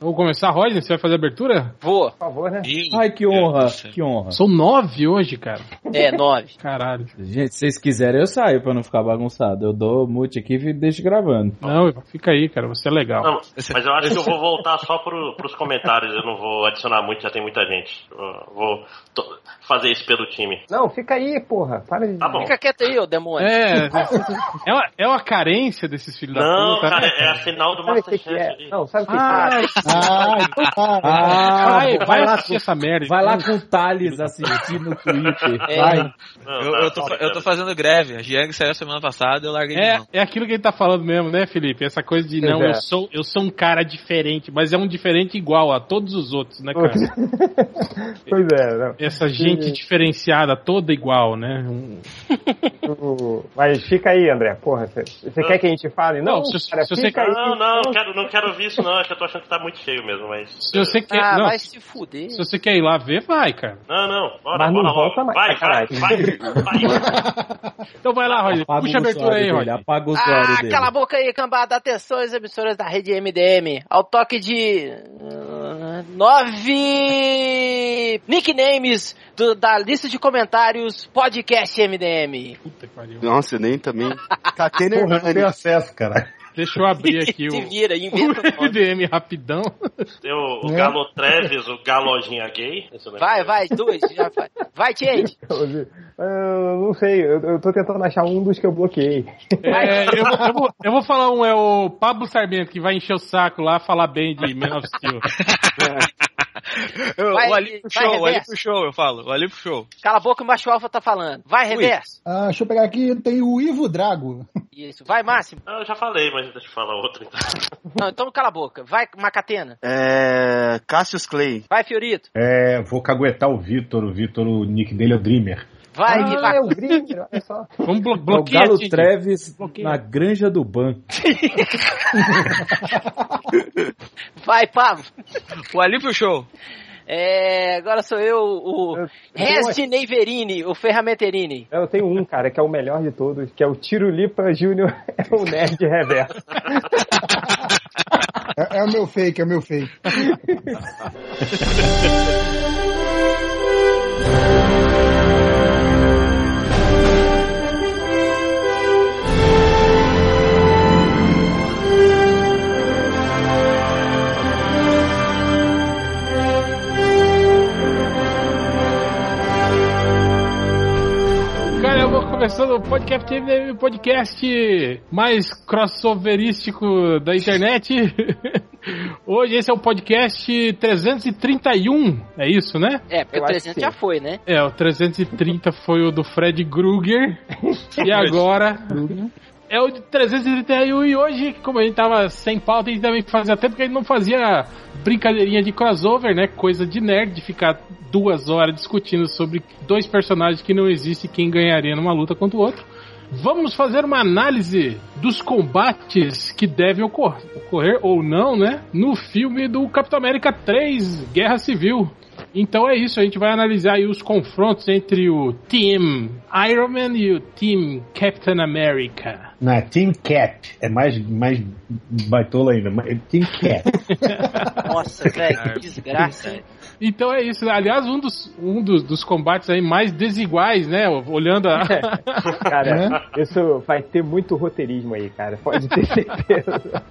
Vou começar, Rodney? Você vai fazer a abertura? Vou. Por favor, né? Ih, Ai, que honra, que honra. São nove hoje, cara. É, nove. Caralho. Gente, se vocês quiserem, eu saio pra não ficar bagunçado. Eu dou mute aqui e deixo gravando. Não, fica aí, cara. Você é legal. Não, mas eu acho que eu vou voltar só pro, pros comentários. Eu não vou adicionar muito, já tem muita gente. Eu vou to- fazer isso pelo time. Não, fica aí, porra. Para de. Tá bom. Fica quieto aí, ô demônio. É, é uma, é uma carência desses filhos da Não, puta. cara, né? é a final do Sabe o que, que Masterchef. é? ali. Não, sabe o que, que é? Ah, Ah, então tá. vai, Ah, vai vai lá assistir essa merda. então. Vai lá com o Thales assistir no Twitter. É. Vai. Não, Eu, tá, eu, tô, tá, fa- eu cara. tô fazendo greve. A Jiang saiu semana passada eu larguei de mão. É, é aquilo que ele tá falando mesmo, né, Felipe? Essa coisa de não, é. eu sou, eu sou um cara diferente, mas é um diferente igual a todos os outros, né, cara? Pois é, não. Essa gente diferenciada, toda igual, né? Um- Tu- Mas fica aí, André. Porra, você quer que a gente fale? Não, Não, se- cara, se você- fica aí. Não, não, não quero, não quero ouvir isso, não. É que eu tô achando que tá muito cheio mesmo, mas. Se você quer, Ah, não, vai se fuder. se você quer ir lá ver, vai, cara. Não, não, bora, Mas não bora, volta logo. mais, Vai, vai, sacanagem. vai, vai. Então vai lá, Roger. Apaga Puxa a o abertura usuário aí, dele, Roger. Apaga o usuário Ah, é? dele. cala a boca aí, cambada. Atenção, as emissoras da rede MDM. Ao toque de. ah, Nove nicknames do- da lista de comentários podcast MDM. Puta que pariu. Nossa, eu nem também. Catena Porra, eu não tenho Hernani. acesso, cara. Deixa eu abrir aqui Se o, vira, inventa o um nome. MDM rapidão. Né? Tem o, o Galo Treves, o Galojinha Gay. Esse eu não Vai, sei. vai, dois. Já vai, vai gente. Eu Ah, não sei, eu, eu tô tentando achar um dos que eu bloqueei. É, eu, vou- eu vou, eu vou falar um, é o Pablo Sarmento, que vai encher o saco lá, falar bem de Man of Steel. É. Eu, Vai, o Ali pro vai, show, o Ali reverso. pro show, eu falo. O Ali pro show. Cala a boca, o macho alfa tá falando. Vai, reverso. Ah, deixa eu pegar aqui, tem o Ivo Drago. Isso, vai, máximo. Ah, eu já falei, mas deixa eu falar outro então. Não, então cala a boca. Vai, macatena. É. Cassius Clay. Vai, Fiorito. É, vou caguetar o Vitor. O Vitor, o nick dele é o Dreamer. Vai, ah, Viva- é o Grindr, olha só. Vamos blo É o bloquear. Galo Titi. Treves Bloqueia. na granja do banco. vai, Pablo. O Ali pro show. É, agora sou eu, o Eu- Rest Neiverini, o Ferramenterini. Eu tenho um, cara, que é o melhor de todos, que é o Tiro Lipa Júnior, é o nerd reverso. É, é o meu fake, é o meu fake. Cara, eu vou começando o podcast, MDM, podcast mais crossoverístico da internet. Hoje esse é o podcast 331, é isso, né? É, porque Eu o acho 300 que já sim. foi, né? É, o 330 foi o do Fred Krueger. E agora é o de 331. E hoje, como a gente tava sem pauta, a gente também fazia tempo que a gente não fazia brincadeirinha de crossover, né? Coisa de nerd, de ficar duas horas discutindo sobre dois personagens que não existem e quem ganharia numa luta contra o outro. Vamos fazer uma análise dos combates que devem ocor- ocorrer ou não, né? No filme do Capitão América 3, Guerra Civil. Então é isso, a gente vai analisar aí os confrontos entre o Team Iron Man e o Team Captain America. Na Team Cap. É mais, mais baitola ainda. mas- é Team Cap. Nossa, velho, que desgraça. hein? Então é isso, aliás, um dos, um dos, dos combates aí mais desiguais, né? Olhando a. Né? Cara, isso vai ter muito roteirismo aí, cara, pode ter certeza.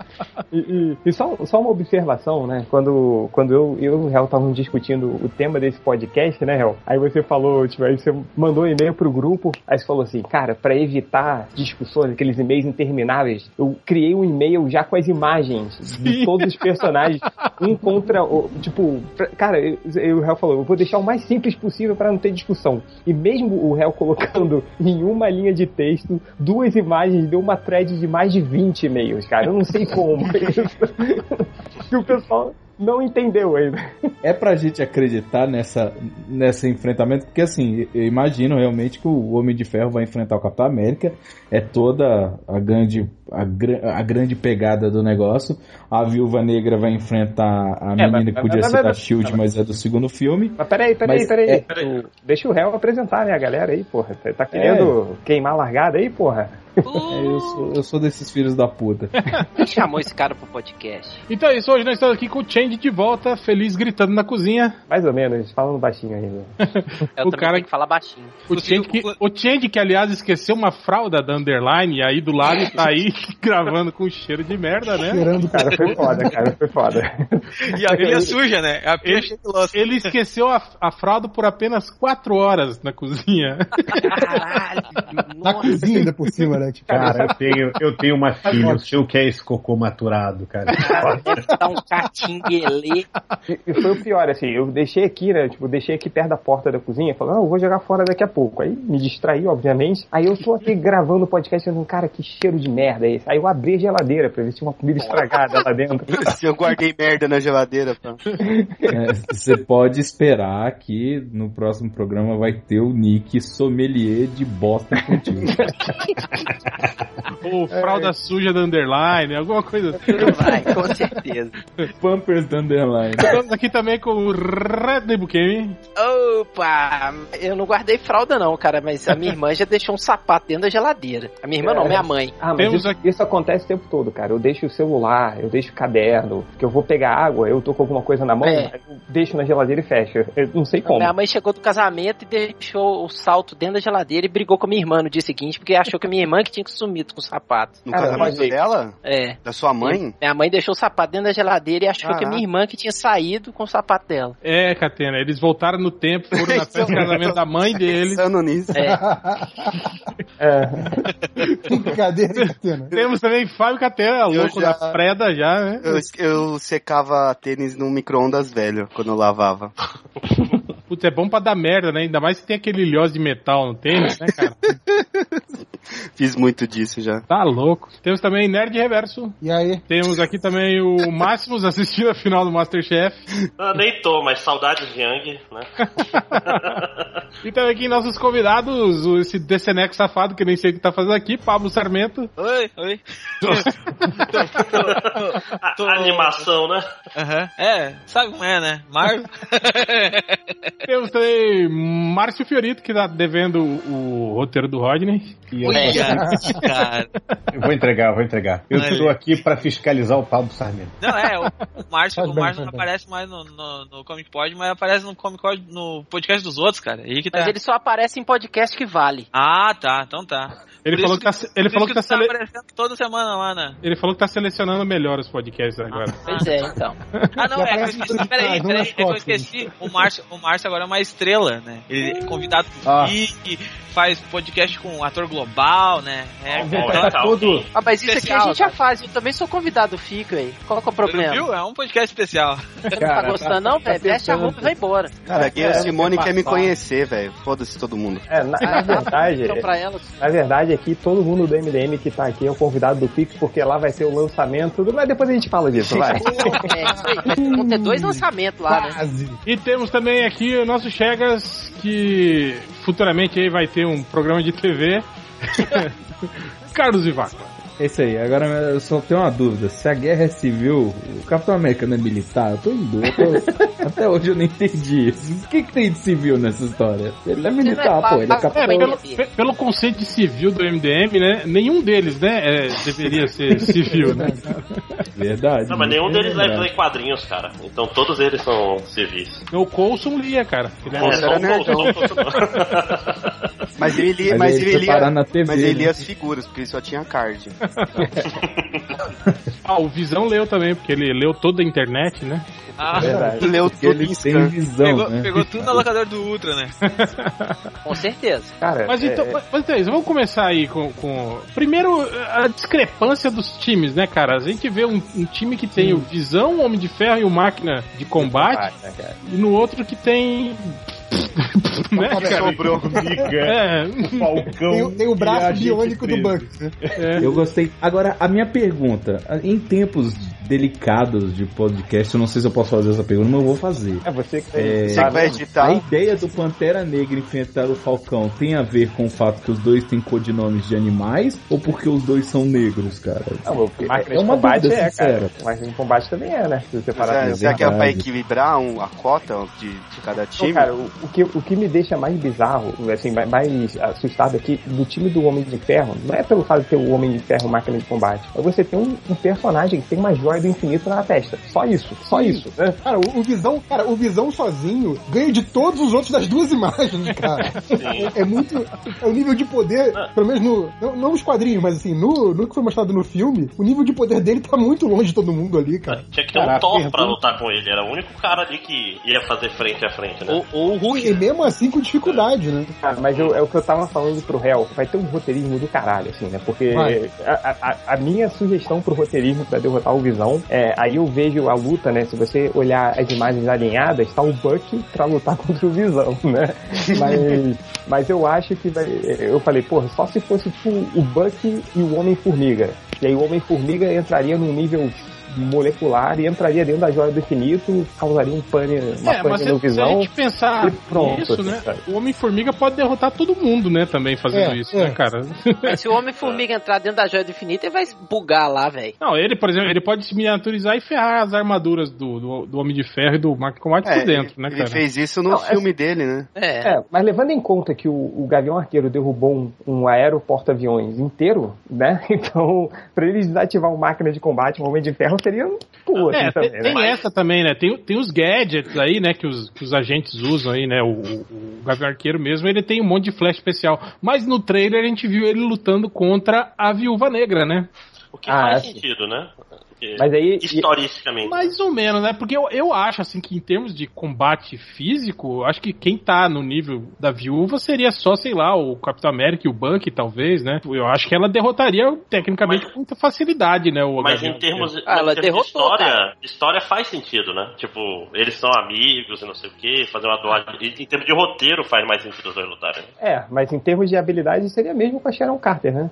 E, e- e só, só uma observação, né? Quando, quando eu, eu e o Hel estavam discutindo o tema desse podcast, né, Hel? Aí você falou, tipo, aí você mandou um e-mail pro grupo, aí você falou assim, cara, pra evitar discussões, aqueles e-mails intermináveis, eu criei um e-mail já com as imagens de todos os personagens, um contra o. Tipo, pra- cara, eu, eu- o Hel falou, eu vou deixar o mais simples possível pra não ter discussão. E mesmo o réu colocando em uma linha de texto duas imagens, deu uma thread de mais de 20 e-mails, cara. Eu não sei como. isso. que o pessoal não entendeu ainda. É pra gente acreditar nessa, nesse enfrentamento, porque assim, eu imagino realmente que o Homem de Ferro vai enfrentar o Capitão América, é toda a grande, a, gra- a grande pegada do negócio. A Viúva Negra vai enfrentar a menina É, mas- que mas- podia mas- ser da mas- Shield, mas é do segundo filme. Mas peraí, peraí, Mas peraí. é- Tu- Deixa o réu apresentar, né, a galera aí, porra. Tá- Tá querendo queimar a largada aí, porra? É, eu, sou, eu sou desses filhos da puta. Quem chamou esse cara pro podcast? Então é isso, hoje nós estamos aqui com o Change de volta, feliz, gritando na cozinha. Mais ou menos, falando baixinho ainda. Eu O também cara- tenho que falar baixinho. O Change, que, o Change que, aliás, esqueceu uma fralda da Underline, e aí do lado tá aí gravando com cheiro de merda, né? Cheirando Cara, foi foda, cara, foi foda. E a pilha suja, né? A pilha cheia de louça. Ele esqueceu a, a fralda por apenas 4 horas na cozinha. Caralho, Na nossa. cozinha ainda por cima, né? Tipo, Cara, eu tenho, eu tenho uma filha, eu sei o que é esse cocô maturado, cara. Tá um catinguelê. E foi o pior, assim, eu deixei aqui, né? Tipo, deixei aqui perto da porta da cozinha, falando, ah, eu vou jogar fora daqui a pouco. Aí me distraí, obviamente. Aí eu tô aqui gravando o podcast falando, cara, que cheiro de merda é esse? Aí eu abri a geladeira pra ver se tinha uma comida estragada lá dentro. Se eu guardei merda na geladeira, pá. É, Você pode esperar que no próximo programa vai ter o nick sommelier de bosta infantil. Ou É, fralda suja da Underline, alguma coisa assim. Vai, com certeza. Pampers da Underline. Estamos aqui também com o Red Bukemi. Opa! Eu não guardei fralda, não, cara, mas a minha irmã já deixou um sapato dentro da geladeira. A minha irmã não, minha mãe. Ah, mas Temos isso, aqui- isso acontece o tempo todo, cara. Eu deixo o celular, eu deixo o caderno, que eu vou pegar água, eu tô com alguma coisa na mão, É. aí eu deixo na geladeira e fecho. Eu não sei como. Minha mãe chegou do casamento e deixou o salto dentro da geladeira e brigou com a minha irmã no dia seguinte, porque achou que a minha irmã que tinha que sumido com o sapato. No Cara, casamento mas- dela? É. Da sua mãe? Minha mãe deixou o sapato dentro da geladeira e achou que a Caraca. minha irmã que tinha saído com o sapato dela. É, Catena, eles voltaram no tempo, foram na festa de casamento da mãe É. dele. Pensando nisso. É. brincadeira, hein, Catena. Temos também Fábio Catena, É, louco já- da freda já, né? Eu, eu secava tênis no micro-ondas velho quando eu lavava. Putz, é bom pra dar merda, né? Ainda mais se tem aquele ilhós de metal no tênis, né, cara? Fiz muito disso já. Tá louco. Temos também Nerd Reverso. E aí? Temos aqui também o Máximos assistindo a final do Masterchef. Ah, nem tô, mas saudades de Yang, né? E também aqui nossos convidados, o- esse DCNEC safado, que nem sei o que tá fazendo aqui, Pablo Sarmento. Oi, oi. A- Tô- Animação, né? Aham. É, sabe como é, né? Marvel. Temos também Márcio Fiorito, que tá devendo o, o roteiro do Rodney. E eu, Olha, cara. eu vou entregar, eu vou entregar. Eu Olha. estou aqui pra fiscalizar o Pablo Sarmento. Não, é, o o Márcio, Faz o bem, Márcio faz não bem. aparece mais no, no, no Comic Pod, mas aparece no Comic Pod, no podcast dos outros, cara. Aí que tá. Mas ele só aparece em podcast que vale. Ah, tá, então tá. Ele Por falou isso que tá, se- ele Por falou isso que tá tu tá sele- aparecendo toda semana lá, né? ele falou que tá selecionando melhor os podcasts agora. Pois é, então. Ah, não, Já é que eu aparece esqueci. tudo. Ah, Peraí, vamos peraí, nas é que eu fotos. esqueci. O Márcio, o Márcio agora é uma estrela, né? Ele é convidado pro Ah. Geek, faz podcast com um ator global, né? É, Bom, Tá é, tá, todo- Ah, mas isso aqui a Especial, gente já faz. Eu também sou convidado, fico aí. Qual que é o problema? viu? É um podcast especial. Você não tá gostando, não, velho? Veste a roupa e vai embora. Cara, é Gay Simone quer me passar. conhecer, velho. Foda-se todo mundo. É, na, na verdade, Então, pra ela, na verdade aqui todo mundo do MDM que tá aqui é o convidado do Pix, porque lá vai ter o lançamento, do- mas depois a gente fala disso, vai. é isso aí. Mas vão ter dois lançamentos lá, né? Quase. E temos também aqui o nosso Chegas, que futuramente aí vai ter um programa de TV. Carlos Vivaco. É isso aí. Agora eu só tenho uma dúvida. Se a guerra é civil, o Capitão América não é militar? Eu tô em dúvida. Até hoje eu não entendi isso. O que, que tem de civil nessa história? Ele não é militar, pô. Ele é É, capitão. pelo, pe- pelo conceito de civil do MDM, né? Nenhum deles, né? é, deveria ser civil, né? Verdade. Não, mas nenhum deles é deve ler quadrinhos, cara. Então todos eles são civis. O Coulson lia, cara. Ele era- É, Nossa, só era um pouco, só um pouco. Né? Mas ele lia, Mas mas aí ele foi lia, parar na TV, mas ele né? lia as figuras, porque ele só tinha card. Ah, o Visão leu também, porque ele leu toda a internet, né? Ah, É Verdade. Leu tudo Ele em tem scan. visão, pegou, né? pegou tudo na locadora do Ultra, né? Com certeza. Cara, Mas então, é- mas, mas então é isso, vamos começar aí com, com- Primeiro, eh, a discrepância dos times, né, cara? A gente vê um, um time que tem o Visão, o Homem de Ferro e o Máquina de Combate, Ah, cara. e no outro que tem. né, cara? Sobrou. Liga, É, Falcão. então, Tem, o- tem o braço e a gente biônico do presa. Bucks. né? é. Eu gostei. Agora, a minha pergunta. Em tempos delicados de podcast. Eu não sei se eu posso fazer essa pergunta, mas eu vou fazer. É você que É, Você que vai A editar. um- ideia do Pantera Negra enfrentar o Falcão tem a ver com o fato que os dois têm codinomes de animais ou porque os dois são negros, cara? Não, o máquina É de uma combate dúvida é, cara. sincera. Máquina de combate também é, né? Se você parar pra Será- Será que é pra verdade. equilibrar um- a cota de, de cada Não, time? Então, cara, o, o que, o que me deixa mais bizarro, assim, mais- mais assustado aqui, do time do Homem de Ferro, não é pelo fato de ter o Homem de Ferro máquina de combate, é você ter um, um personagem que tem uma joia do infinito na testa. Só isso, só isso, É. né? Cara, o, o Visão, cara, o Visão sozinho ganha de todos os outros das duas imagens, cara. É, é muito. É o nível de poder, Ah. pelo menos no. Não, não nos quadrinhos, mas assim, no, no que foi mostrado no filme, o nível de poder dele tá muito longe de todo mundo ali, cara. Tinha que ter um Caraca, Thor pergunta. pra lutar com ele. Era o único cara ali que ia fazer frente a frente, né? Ou, ou o Hulk. E mesmo assim com dificuldade, né? Cara, mas eu- é o que eu tava falando pro réu, vai ter um roteirismo do caralho, assim, né? Porque Vai. a, a- a minha sugestão pro roteirismo pra derrotar o Visão é, aí eu vejo a luta, né? Se você olhar as imagens alinhadas, tá o Buck pra lutar contra o Visão, né? Mas, mas eu acho que vai, eu falei, porra, só se fosse tipo o Buck e o Homem-Formiga. E aí o Homem-Formiga entraria num nível molecular e entraria dentro da joia do infinito, causaria um pane, uma é, mas pane se, no se a Visão. gente pensar e pronto, assim, nisso, né? sabe? O Homem-Formiga pode derrotar todo mundo, né? Também fazendo É, isso, é. né, cara? Mas se o Homem-Formiga entrar dentro da Joia do Infinito, ele vai bugar lá, velho. Não, ele, por exemplo, ele pode se miniaturizar e ferrar as armaduras do, do, do Homem de Ferro e do Marco Combate É, por dentro, né, ele cara? fez isso no Não, é- filme dele, né? É. É, mas levando em conta que o, o Gavião Arqueiro derrubou um, um aeroporto-aviões inteiro, né? Então, pra eles desativar uma máquina de combate, um homem de ferro, seria um pulo, assim, É, também, tem, né? tem essa também, né? Tem, tem os gadgets aí, né? Que os, que os agentes usam aí, né? O, o, o Gavião Arqueiro mesmo, ele tem um monte de flash especial. Mas no trailer a gente viu ele lutando contra a Viúva Negra, né? O que Ah, faz assim. sentido, né? Porque, Mas aí... e- historicamente. Mais ou menos, né? Porque eu, eu acho, assim, que em termos de combate físico, eu acho que quem tá no nível da Viúva seria só, sei lá, o Capitão América e o Bucky, talvez, né? Eu acho que ela derrotaria, tecnicamente, com muita facilidade, né? O Mas Gavião em termos, Arqueiro. mas Ah, ela em termos derrotou, de história, história faz sentido, né? Tipo, eles são amigos e não sei o que, fazer uma doagem. E, em termos de roteiro faz mais sentido os dois lutarem. É, mas em termos de habilidade seria mesmo com a Sharon Carter, né?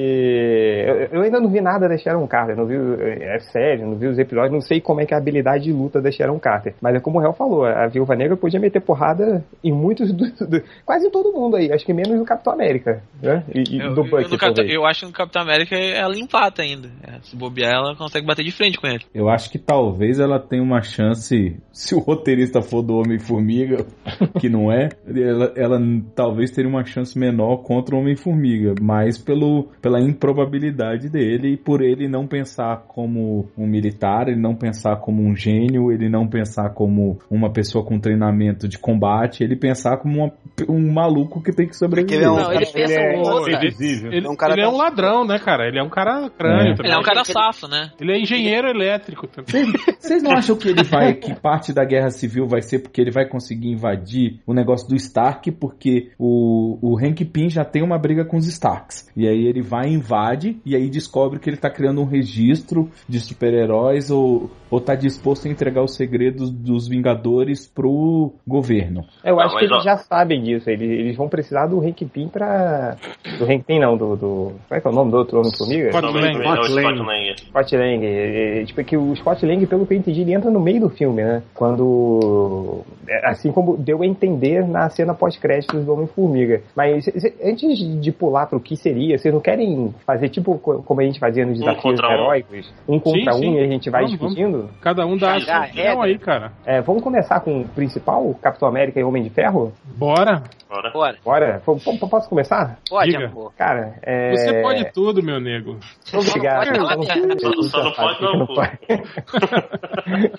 Porque eu, eu ainda não vi nada da Sharon Carter, não vi é sério, não vi os episódios, não sei como é que é a habilidade de luta da Sharon Carter. Mas é como o Hel falou, a Viúva Negra podia meter porrada em muitos, do, do- quase em todo mundo aí, acho que menos no Capitão América, né? E, e Eu, do eu- Bucky, no Capitão- talvez. eu acho que no Capitão América ela empata ainda. É, Se bobear, ela consegue bater de frente com ele. Eu acho que talvez ela tenha uma chance, se o roteirista for do Homem-Formiga, que não é, ela, ela talvez teria uma chance menor contra o Homem-Formiga, mas pelo, pela improbabilidade dele e por ele não pensar como um militar, ele não pensar como um gênio, ele não pensar como uma pessoa com treinamento de combate, ele pensar como uma- um maluco que tem que sobreviver. ele é um- Não, ele Ele pensa é- um outro. ele- Previsível. Ele, É um cara ele é um da- ladrão, né, cara? Ele é um cara crânio É. também. Ele é um cara Ele- safo, né? Ele é engenheiro elétrico também. Vocês- Vocês não acham que ele vai que parte da guerra civil vai ser porque ele vai conseguir invadir o negócio do Stark porque o, o Hank Pym já tem uma briga com os Starks. E aí ele vai e invade e aí descobre que ele tá criando um registro de super-heróis ou, ou tá disposto a entregar os segredos dos Vingadores pro governo. Eu Não, acho que mas, eles ó. já sabem disso. Eles, eles vão precisar do Hank Pym pra. Do Hank Pym, não, do, do. Como é que é o nome do outro Homem-Formiga? Scott Talvez Lang. também não, é Scott Scott Lang. Lang. Scott Lang. é, é, tipo, que o Scott Lang, pelo que eu entendi, ele entra no meio do filme, né? Quando. é, Assim como deu a entender na cena pós-créditos do Homem-Formiga. Mas cê- cê- antes de pular pro que seria, vocês não querem fazer tipo co- como a gente fazia nos Um desafios contra um. heróicos? Um contra Sim, um sim. e a gente vai Vamos, vamos. discutindo? Cada um dá a Já sua é, opinião né? aí, cara. É, vamos começar com o principal, Capitão América e Homem de Ferro? Bora. Bora. Bora, Bora? P- p- Posso começar? pode, Diga. amor. Cara, é. Você pode tudo, meu nego. Obrigado. Pode falar merda. Só- só não pode dar o cu.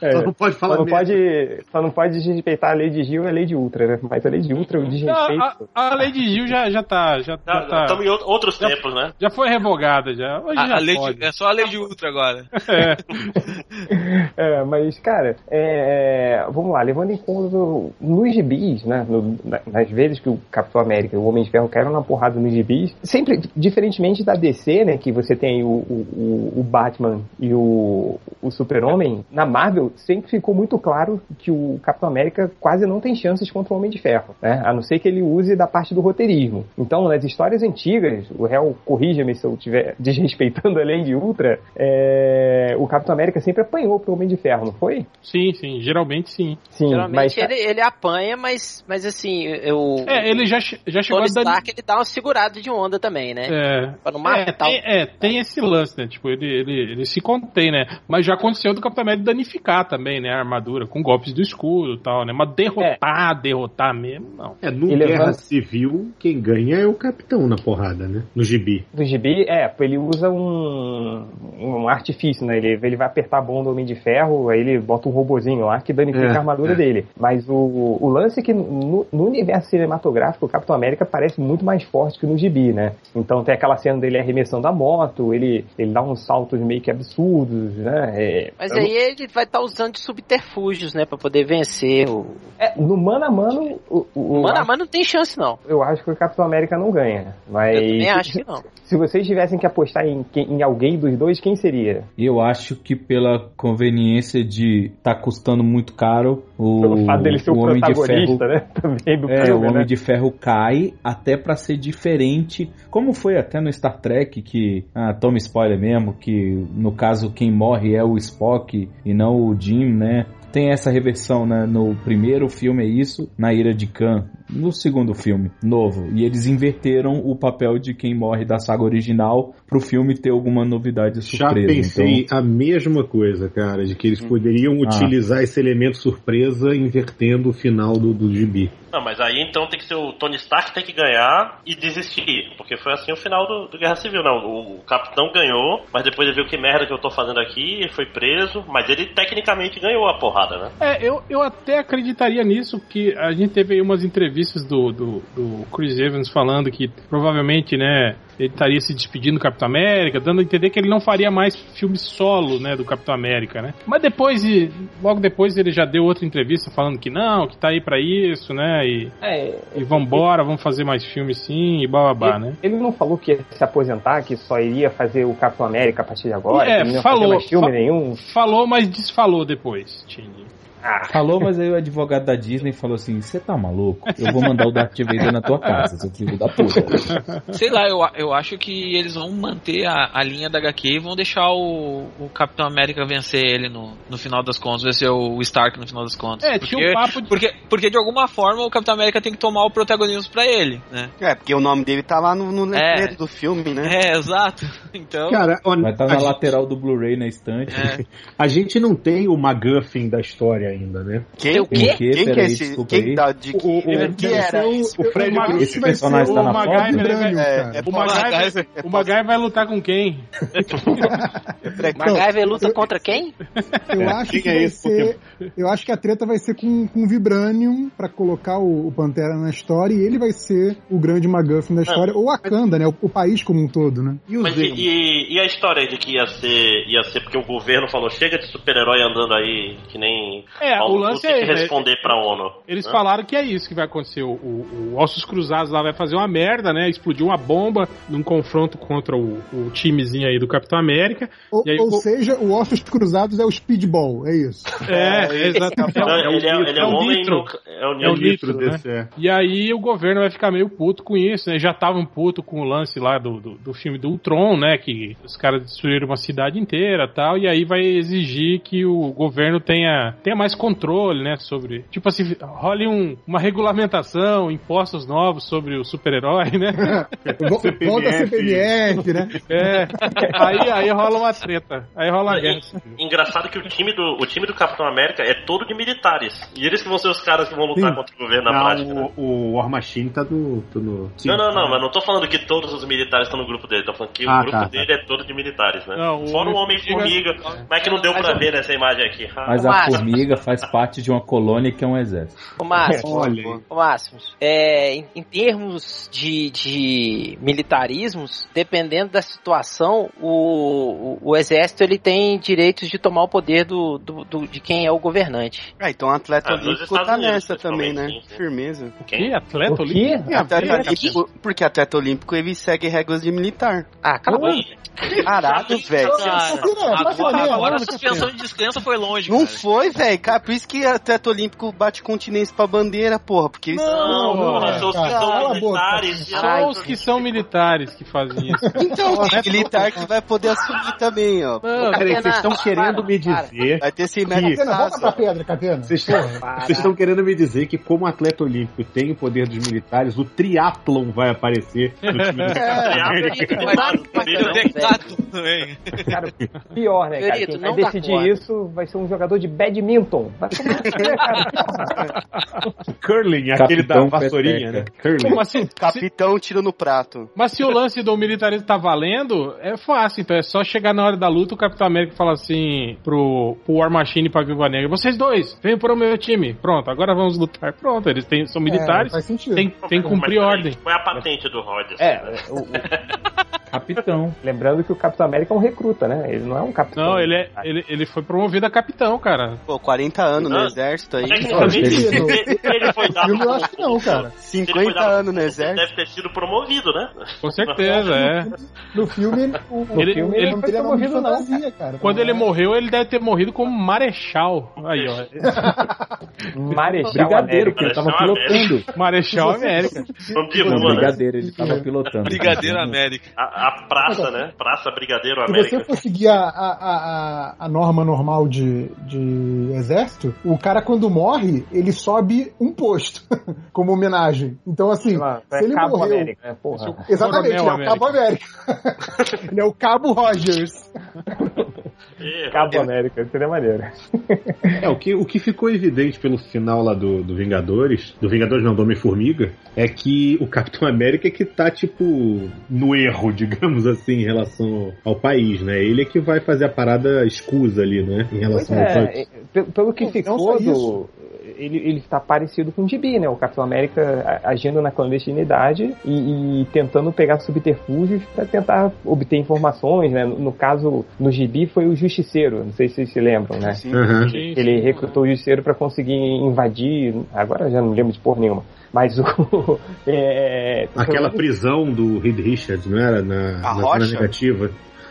É, Só não pode Só falar não merda. pode, só não pode desrespeitar a lei de Gil e a lei de Ultra, né? Mas a lei de Ultra, Ah, o desrespeito. A, a, a Lady Gil já, já tá. Já, já, tá- Estamos em out- outros Já- tempos, né? já foi revogada já. Hoje já A- a Lady- pode. é só a Lady Ultra agora. É. É, mas, cara, é, é, vamos lá, levando em conta do- nos gibis, né? no- na- nas vezes que o Capitão América e o Homem de Ferro caíram na porrada nos gibis, sempre, diferentemente da DC, né? Que você tem o, o, o- o Batman e o, o Super-Homem, na Marvel sempre ficou muito claro que o Capitão América quase não tem chances contra o Homem de Ferro, né? A não ser que ele use da parte do roteirismo. Então, nas histórias antigas, o réu corrija-me se eu estiver desrespeitando a lei de Ultra, é, é, o Capitão América sempre apanhou pro Homem de Ferro, não foi? Sim, sim, geralmente sim. Sim, Geralmente mas ele, tá. ele apanha, mas, mas assim, eu, É, ele já, che- já o chegou Tony a dar. Stark ele dá uma segurada de onda também, né? É, Pra não É, matar tem, é, tem esse lance, né? Tipo, ele, ele, ele se contém, né? Mas já aconteceu do Capitão América danificar também, né? A armadura, com golpes do escudo e tal, né? Mas derrotar, derrotar mesmo, não. É, numa E levando- guerra civil, quem ganha é o capitão na porrada, né? No gibi. do gibi, é, ele usa um, um artifício, né? Ele, ele vai apertar a bunda do Homem de Ferro, aí ele bota um robozinho lá que danifica É, a armadura é. dele. Mas o, o lance é que no, no universo cinematográfico, o Capitão América parece muito mais forte que no gibi, né? Então tem aquela cena dele arremessando a moto, ele, ele dá uns saltos meio que absurdos, né? É, Mas eu- aí ele vai estar usando de subterfúgios, né? Pra poder vencer. O... é, no mano a mano, o, o, Mano a mano não tem chance, não. eu acho que o Capitão América não ganha. Mas Eu também acho que não. se vocês tivessem que apostar em, quem- em alguém dos dois, quem seria? E eu acho que pela conveniência de tá custando muito caro, o, Pelo fato dele ser o, Homem de Ferro. protagonista, né? Também do É, o filme, Homem né? de Ferro cai até pra ser diferente, como foi até no Star Trek que, ah, toma spoiler mesmo, que no caso quem morre é o Spock e não o Jim, né? Tem essa reversão, né? No primeiro filme é isso, na Ira de Khan. No segundo filme, novo. E eles inverteram o papel de quem morre da saga original pro filme ter alguma novidade Já surpresa. então. pensei a mesma coisa, cara, de que eles Hum. Ah. poderiam utilizar esse elemento surpresa invertendo o final do, do gibi. Não, mas aí então tem que ser o Tony Stark tem que ganhar e desistir. Porque foi assim o final do, do Guerra Civil. Não, o, o capitão ganhou, mas depois ele viu que merda que eu tô fazendo aqui, ele foi preso. Mas ele tecnicamente ganhou a porrada, né? É, eu, eu até acreditaria nisso, que a gente teve aí umas entrevistas do, do, do Chris Evans falando que provavelmente, né, ele estaria se despedindo do Capitão América, dando a entender que ele não faria mais filme solo, né, do Capitão América, né. Mas depois, e logo depois ele já deu outra entrevista falando que não, que tá aí pra isso, né, e, É, e vambora, vamos fazer mais filmes sim, e bababá, né. ele não falou que ia se aposentar, que só iria fazer o Capitão América a partir de agora, É, que não ia falou, fazer mais filme fa- nenhum. Falou, mas desfalou depois, Tindy. Falou, mas aí o advogado da Disney falou assim: você tá maluco? Eu vou mandar o Darth Vader na tua casa, seu filho da puta. Sei lá, eu, a- eu acho que eles vão manter a, a linha da HQ e vão deixar o, o Capitão América vencer ele no, no final das contas, vencer o Stark no final das contas. É, porque, tinha um papo de... porque, porque de alguma forma o Capitão América tem que tomar o protagonismo pra ele, né? É, porque o nome dele tá lá no, no É. letreiro do filme, né? É, exato. Então. Cara, on- Vai estar a, na gente- lateral do Blu-ray na estante. é. a gente não tem o MacGuffin da história ainda, né? Quem, O quê? quem, quem que é Peraí, esse? desculpa Quem aí. dá de O, o, Ele deve É, era ser o- esse- o Fred o Mag- Krueger. Esse personagem ser tá o na MacGyver, foto? né, velho? É, é O MacGyver, é o MacGyver vai lutar com quem? MacGyver luta contra quem? Eu É, acho quem que é vai esse? ser. Eu acho que a treta vai ser com, com o Vibranium pra colocar o, o Pantera na história e ele vai ser o grande MacGuffin da história, ou a Kanda, né? O, o país como um todo, né? E o Mas e, Zemo? e- e a história de que ia ser, ia ser porque o governo falou chega de super-herói andando aí que nem É, o Paulo lance Gusto, é que esse, né? responder pra ONU. Eles né? falaram que é isso que vai acontecer. O, o- o Ossos Cruzados lá vai fazer uma merda, né? Explodiu uma bomba num confronto contra o, o timezinho aí do Capitão América. Ou, E aí, ou o- seja, o Ossos Cruzados é o Speedball, é isso. É, é exatamente. Não, ele, é, ele é um homem litro. no, é um É um litro. litro, né? desse, é. E aí o governo vai ficar meio puto com isso, né? Já estavam puto com o lance lá do, do, do filme do Ultron, né? Que os caras destruíram uma cidade inteira e tal. E aí vai exigir que o governo tenha, tenha mais controle, né? Sobre. Tipo assim, role um- uma regulamentação, impostos novos sobre o super-herói, né? Vol- Volta a CPMF, né? É. Aí, aí rola uma treta. Aí rola uma Não, guerra. e- Engraçado que o time do o time do Capitão América é todo de militares. E eles que vão ser os caras que vão lutar Sim. contra o governo na Ah, prática. né? o, o War Machine tá no. tá no- Não, não, não, mas não tô falando que todos os militares estão no grupo dele, tô falando que o Ah, grupo tá, tá. dele é todo de militares, né? Não, o Fora o Homem-Formiga- Homem-Formiga, mas é que não deu pra ver nessa imagem aqui. Mas a Mas- formiga faz parte de uma colônia que é um exército. O É, Máximo. É, Olha, aí. Ô, Máximos, é, em, em termos de, de militarismos, dependendo da situação, o, o, o exército ele tem direitos de tomar o poder do, do- do- de quem é o governante. Ah, então o atleta Ah, É, nos olímpico Estados tá Unidos, nessa também, né? principalmente, sim, sim. Firmeza. Que O atleta quê? olímpico? Atleta Tem a ver? olímpico, porque atleta olímpico ele segue regras de militar. Ah, cala a boca. Caralho, velho. Cara, Não, não, não, não, não, não, não, não, não, agora, não, não, agora a tá não, não, assim, suspensão de descrença foi longe. Não cara. foi, velho. Cara, por isso que atleta olímpico bate continência pra bandeira, porra. Porque eles. Não, não, cara, são os que cara, cala são a militares. Só os que são militares que fazem isso. né? Então, tem militar que vai poder assumir também, ó. Não, Cara, Catena, vocês estão para, querendo me para. dizer. Vai ter 100 Que- é metros de Catena, volta pra casa. pedra, Catena. Vocês estão, vocês estão querendo me dizer que, como atleta olímpico tem o poder dos militares, o triatlon vai aparecer É. no time do É, também. Pior, né, cara? Fiorito, Quem vai não dá decidir corda. isso vai ser um jogador de badminton. Vai tomar no cu, cara. curling, aquele Capitão da vassourinha, né? Peteca. Curling. Mas assim? se, se- Capitão tiro no prato. mas se o lance do militarismo tá valendo, é fácil. Então é só chegar na hora da luta, o Capitão América fala assim pro, pro War Machine e pra Viúva Negra: Vocês dois, venham pro meu time. Pronto, agora vamos lutar. Pronto, eles têm, são militares, É, faz sentido. tem, tem que cumprir Mas peraí, ordem. Qual é a patente do Rogers? Né? É, o- o- Capitão. lembrando que o Capitão América é um recruta, né? Ele não é um capitão. Não, ele, é, ele, ele foi promovido a capitão, cara. Então, Pô, 40 anos no Não. exército aí. Ah. Tecnicamente, Olha, se ele- se ele foi dado Filme eu acho que não, cara. se ele foi 50 dado- anos no Ele exército. deve ter sido promovido, né? Com certeza, é. No filme, o, o Ele- filme é ele não foi teria nome de promovido, não, fantasia, cara. Quando ele Não, morreu, ele deve ter morrido como marechal. Aí, ó. Marechal Brigadeiro, porque ele Parece tava uma pilotando. Marechal América. Vamos de Não, rua, né? brigadeiro, ele tava pilotando. Brigadeiro América. A, a praça, né? Praça Brigadeiro Se América. você for seguir a, a, a, a- a norma normal de, de exército, o cara quando morre, ele sobe um posto como homenagem. Então, assim, América. se ele Cabo morreu. América, né? Porra. Exatamente, ele é o Coronel Cabo América. ele é o Cabo Rogers. É. Ih, Cabo América, seria maneiro. É, o que, o que ficou evidente pelo final lá do, do Vingadores, do Vingadores não, do Homem-Formiga, é que o Capitão América é que tá, tipo, no erro, digamos assim, em relação ao país, né? Ele é que vai fazer a parada escusa ali, né? Em Pois relação ao país. é, é, pelo, pelo que Não, ficou não só do. Ele, ele tá parecido com o Gibi, né? O Capitão América a- agindo na clandestinidade e, e tentando pegar subterfúgios pra tentar obter informações, né? No, no caso, no Gibi foi o Justiceiro, não sei se vocês se lembram, né? Aham. Sim, sim. Ele recrutou o Justiceiro pra conseguir invadir. Agora eu já não lembro de porra nenhuma. Mas o. é, Aquela prisão do Reed Richards, não era? Na, na zona Uhum. rocha? Ah, negativa.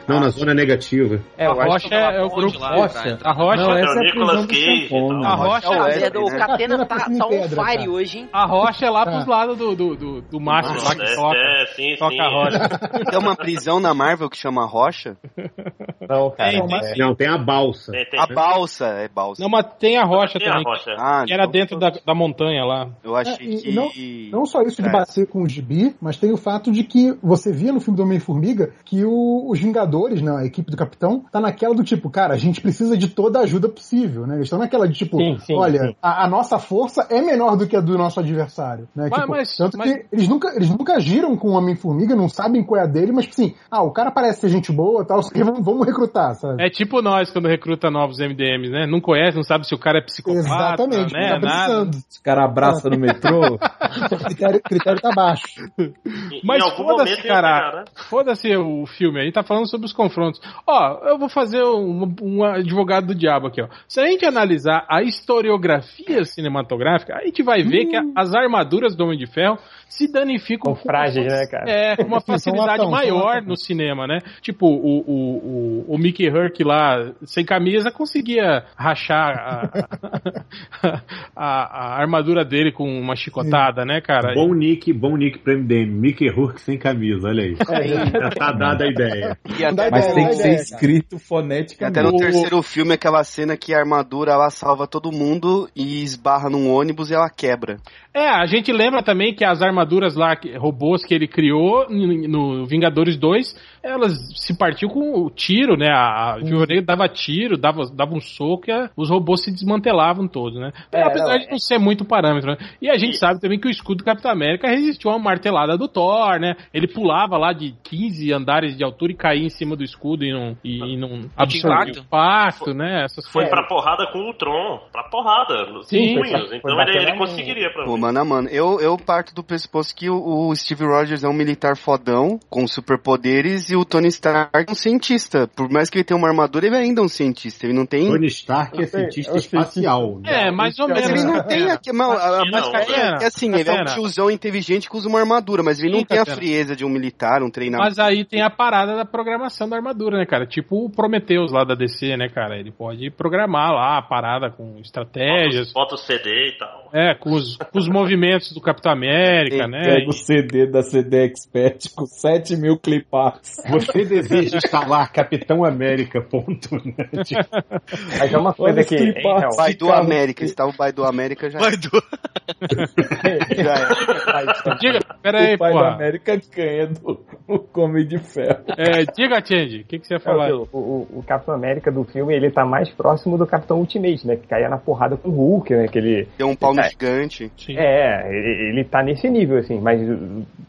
Não, na zona negativa. é, a eu acho Rocha é, é o grupo Lá, Rocha. pra- A Rocha, Não, É essa o é a prisão Nicolas do Cage. então. Shampoo, a né? Rocha, É o Olha, Wesley, o né? Catena tá, Catena tá em on pedra, fire cara. hoje, hein? a Rocha é lá pros Tá. lados do, do, do, do Márcio, lá que toca. É, é, sim, toca sim. a Rocha. Tem uma prisão na Marvel que chama Rocha. é. que não, cara. Tem, mas- Não, tem a balsa. Tem, tem. A balsa é balsa. Não, mas tem a Rocha Tem a também. Rocha. Ah, Que era então dentro da, da montanha lá. Eu achei É, e- que. e Não só isso de É. bater com o gibi, mas tem o fato de que você via no filme do Homem-Formiga que o- os Vingadores, né, a equipe do Capitão, tá naquela do tipo, cara, a gente precisa de toda a ajuda possível, né? Eles estão naquela de tipo, Sim, sim, olha, sim. A, a nossa força é menor do que a do nosso adversário, né? Mas- Tipo, mas- tanto mas- que eles nunca, eles nunca agiram com o Homem-Formiga, não sabem qual é a dele, mas assim, ah, o cara parece ser gente boa e tal, assim, vamos, vamos recrutar, sabe? É tipo nós quando recruta novos MDMs, né? Não conhece, não sabe se o cara é psicopata, Exatamente, né? tá Nada. precisando. Os caras abraçam no metrô. O critério, o critério tá baixo. Em- Mas em algum foda-se, momento ia cara. pegar, né? Foda-se o filme aí, tá falando sobre os confrontos. Ó, eu vou fazer um, um advogado do diabo aqui, ó. Se a gente analisar a historiografia cinematográfica, a gente vai ver que a- as armaduras do Homem de Ferro se danificam Hum. São frágeis, uma, fa- né, cara? É, com uma Sim, são facilidade latão, são maior latão. no cinema, né? Tipo, o, o, o, o Mickey Herc lá, sem camisa, conseguia rachar a, a, a armadura dele com uma chicotada, né, cara? Bom Nick, bom Nick pro MDM. Mickey Rourke sem camisa, olha aí. Já tá dada a ideia. E até, Mas tem que É, ser é, escrito e até no foneticamente. terceiro filme, aquela cena que a armadura ela salva todo mundo e esbarra num ônibus e ela quebra. É, a gente lembra também que as armaduras lá, que- robôs que ele criou n- no Vingadores 2, elas se partiu com o tiro, né? A Uhum. a Viúva Negra dava tiro, dava, dava um soco e a- os robôs se desmantelavam todos, né? É, Apesar não, de não ser muito parâmetro, né? E a gente sabe também que o escudo do Capitão América resistiu a uma martelada do Thor, né? Ele pulava lá de 15 andares de altura e caía em cima do escudo e não, e, Ah. e não absorvia o impacto. impacto, né? Essas Foi coisas. pra porrada com o Tron. Pra porrada. Nos Sim, punhos. foi pra- foi Então bater ele, ele na- conseguiria, pra Pô, mim. mano a mano. Eu, eu parto do pressuposto que o, o Steve Rogers é um militar fodão, com superpoderes, e o Tony Stark é um cientista. Por mais que ele tenha uma armadura, ele ainda é um cientista. Ele não tem. Tony Stark é cientista espacial. né? É, mais ou Eu menos. sei, ele não tem aqui. Não, a, a Não, máscara pera. é assim, ele é um Pera. tiozão inteligente que usa uma armadura, mas ele não Eita, tem a pera. frieza de um militar, um treinamento. Mas aí tem a parada da programação da armadura, né, cara? Tipo o Prometheus lá da DC, né, cara? Ele pode programar lá a parada com estratégias, Bota o CD e tal. é, com os, com os movimentos do Capitão América, né? Pega o CD da CD Expert com 7 mil clipados. Você deseja instalar Capitão América.net? Mas é uma coisa que. hein, Hel? Então, Vai do América, estava o Bai do América já. Vai do... já é. Diga, pera aí, o pai da porra. América ganha do, do Come de Ferro. É, diga, Change, o que, que você ia É, falar? o, o- o Capitão América do filme, ele tá mais próximo do Capitão Ultimate, né? Que caía na porrada com o Hulk, né? Que ele, Deu um pau no É. gigante. Sim. É, ele, ele tá nesse nível, assim, mas,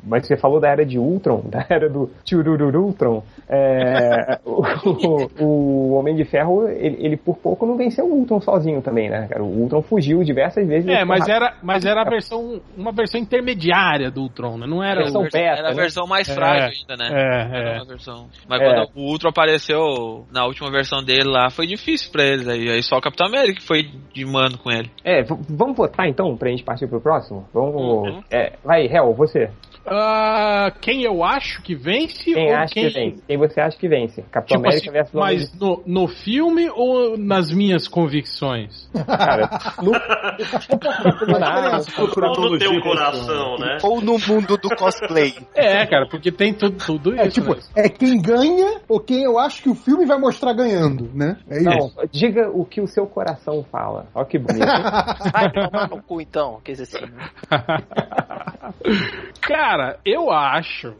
mas você falou da era de Ultron, da era do Tchurururutron. É, o, o- o Homem de Ferro, ele, ele por pouco não venceu o Ultron sozinho também, né, cara? O Ultron fugiu diversas vezes. É, mas era, mas era a versão, uma versão intermediária do Ultron, né? Não era Versão o... beta, Era a né? versão mais É, frágil ainda, né? Era É, é. uma versão. Mas É. quando o Ultra apareceu na última versão dele lá, foi difícil pra eles. Aí, aí só o Capitão América que foi de mano com ele. É, v- vamos votar então, pra gente partir pro próximo? Vamos... é, vai, Hel, você. Ah, quem eu acho que vence Quem ou acha quem... que vence? Quem você acha que vence? Capitão Tipo América assim, versus Homem de mas no, no filme ou nas minhas convicções? Cara, no... Mas, Ou no teu Cronologia, um coração, né? Ou no mundo do cosplay. É, cara, porque tem tudo, tudo isso. É tipo, né? é quem ganha ou quem eu acho que o filme vai mostrar ganhando, né? É isso. Não, diga o que o seu coração fala. Ó que bonito. Vai tomar no cu então, quer dizer assim. Cara, eu acho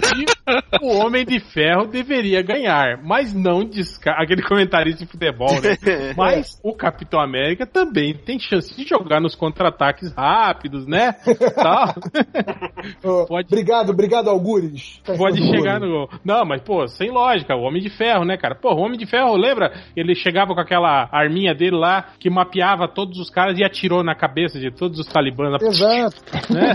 que o Homem de Ferro deveria ganhar, mas não descarta aquele comentarista de futebol, né? Mas o Capitão América também tem chance de jogar nos contra-ataques rápidos, né? Tal. Ô, Pode- Obrigado, obrigado, Algures. Pode chegar no gol. Não, mas, pô, sem lógica. O Homem de Ferro, né, cara? Pô, o Homem de Ferro, lembra? Ele chegava com aquela arminha dele lá, que mapeava todos os caras e atirou na cabeça de todos os talibãs. Exato. Né?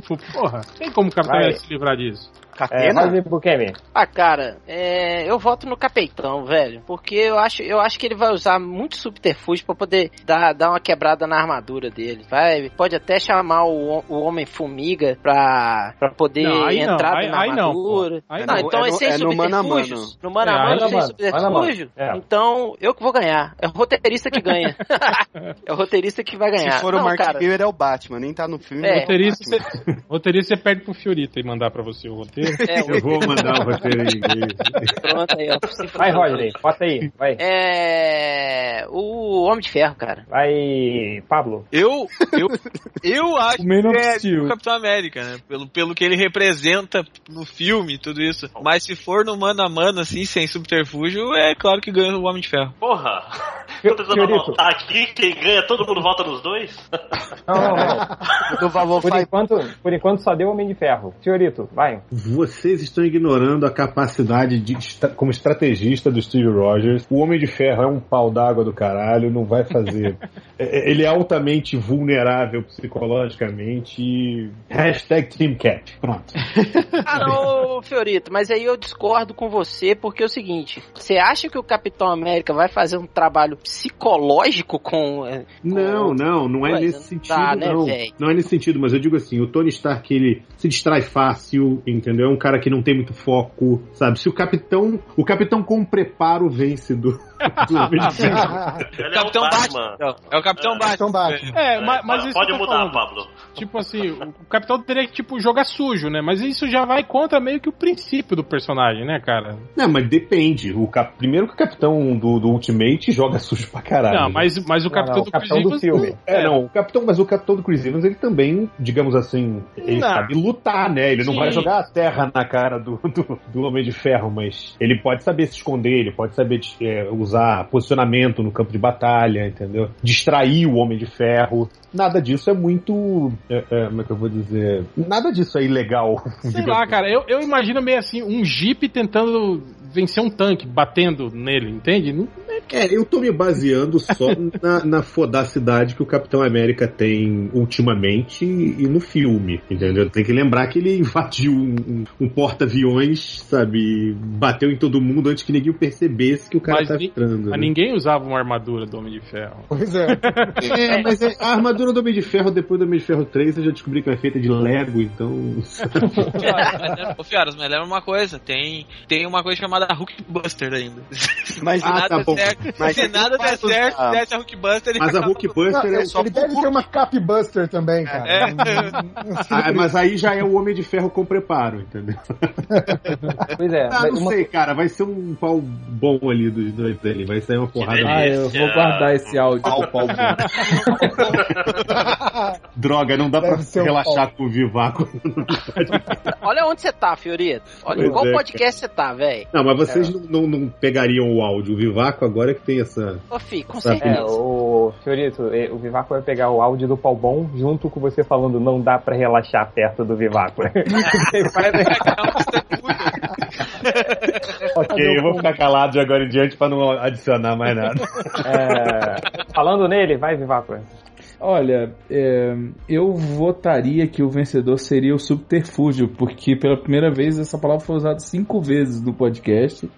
tipo, porra, tem como é o Capitão Vai. América se livrar disso? É, Catena? mas e pro Kevin? Ah, cara, é, eu voto no Capetão, velho. Porque eu acho, eu acho que ele vai usar muito subterfúgio pra poder dar, dar uma quebrada na armadura dele. Vai, pode até chamar o, o Homem-Formiga pra, pra poder Não, aí não, entrar aí- na aí não, pô. armadura. Aí não, não. então É é, no- sem é no mano a subterfúgios. No mano a É, mano, mano a sem mano, mano a subterfúgio. mano, é. Então, eu que vou ganhar. É o roteirista que ganha. é o roteirista que vai ganhar. Se for não, o Mark cara, Miller, é o Batman. Nem tá no filme. É. mas o Roteirista, Batman. você, roteirista, você perde pro Fiorita e mandar pra você o roteiro. é, Eu vou mandar o roteiro em inglês. pronto aí, ó. Se Vai, fudeu. Rodney, bota aí, vai. É. O Homem de Ferro, cara. Vai, Pablo. Eu, eu, eu acho O Man que of é Steel. o Capitão América, né? Pelo, pelo que ele representa no filme e tudo isso. Mas se for no mano a mano, assim, sem subterfúgio, é claro que ganha o Homem de Ferro. Porra! Tô tentando Fiorito. anotar aqui, quem ganha, todo mundo volta nos dois? Não, não, não. Do valor Por faz enquanto, por enquanto só deu Homem de Ferro. Fiorito, vai. Vocês estão ignorando a capacidade de, estra- como estrategista do Steve Rogers. O Homem de Ferro é um pau d'água do caralho, não vai fazer. É- Ele é altamente vulnerável psicologicamente. e- Hashtag Team Cat. Pronto. Ah, não, Fiorito, mas aí eu discordo com você porque é o seguinte: você acha que o Capitão América vai fazer um trabalho psicológico com. eh, Não, não, não é Ué, nesse não sentido, dá, né, não. véi? não é nesse sentido, mas eu digo assim, o Tony Stark, ele se distrai fácil, entendeu? É um cara que não tem muito foco, sabe? Se o Capitão, o Capitão com preparo vence do, do Homem de Ferro. Ele Capitão é o Batman. É o Capitão É. Batman. Então bate. É, ma- mas, É, isso Pode que eu tô mudar, falando. Pablo. Tipo assim, o o Capitão teria que tipo, jogar sujo, né? Mas isso já vai contra meio que o princípio do personagem, né, cara? Não, mas depende. O cap- Primeiro que o capitão do, do Ultimate joga sujo pra caralho. né? Não, mas, mas o Não, não, Capitão o do Capitão do Chris Evans- filme. É, não, o capitão, mas o capitão do Chris Evans, ele também, digamos assim, ele Não. sabe lutar, né? Ele não Sim. vai jogar a terra na cara do, do, do Homem de Ferro, mas ele pode saber se esconder, ele pode saber é, usar posicionamento no campo de batalha, entendeu? Distrair o Homem de Ferro. Nada disso é muito. é, é, como é que eu vou dizer? Nada disso é ilegal. Sei digamos lá, cara, eu, assim, eu imagino meio assim, um Jeep tentando vencer um tanque, batendo nele, entende? Não, é É, eu tô me baseando só né? na, na fodacidade que o Capitão América tem ultimamente e no filme, entendeu? Tem que lembrar que ele invadiu um, um- um porta-aviões, sabe? e Bateu em todo mundo antes que ninguém percebesse que o cara Mas tá ni- entrando. Mas né? ninguém usava uma armadura do Homem de Ferro. Pois é. É, mas é, a armadura do Homem de Ferro, depois do Homem de Ferro 3, eu já descobri que é feita de Lego, então. Ô, Fioras, mas lembra uma coisa: tem, tem uma coisa chamada Hulk Buster ainda. Mas Se nada tá der bom. certo, Mas se ele nada der faz os- certo, ah. desce a Hulk Buster e Mas a acaba Hulk tudo. Não, Buster é só. ele deve ter uma capbuster também, cara. É. Ah, mas aí já é o Homem de Ferro com preparo, entendeu? Pois é, Ah, mas não uma- sei, cara. Vai ser um pau bom ali dos dois ali. Vai sair uma porrada. delícia. Ah, eu vou guardar esse áudio. Pau, pau, bom. Droga, não dá Deve ser pra um relaxar com o Vivaco. Olha onde você tá, Fiorito. Olha Pois qual é, podcast você tá, velho. Não, mas É. vocês não, não- não pegariam o áudio. O Vivaco agora é que tem essa. Ô, fi, com Sabe, certeza. É, o Fiorito, eh, o Vivaco vai pegar o áudio do pau bom junto com você falando não dá pra relaxar perto do Vivaco. Ele vai Ok, eu vou ficar calado de agora em diante pra não adicionar mais nada. É, falando nele, vai, Vivaco. Olha, é, eu votaria que o vencedor seria o subterfúgio, porque pela primeira vez essa palavra foi usada cinco vezes no podcast.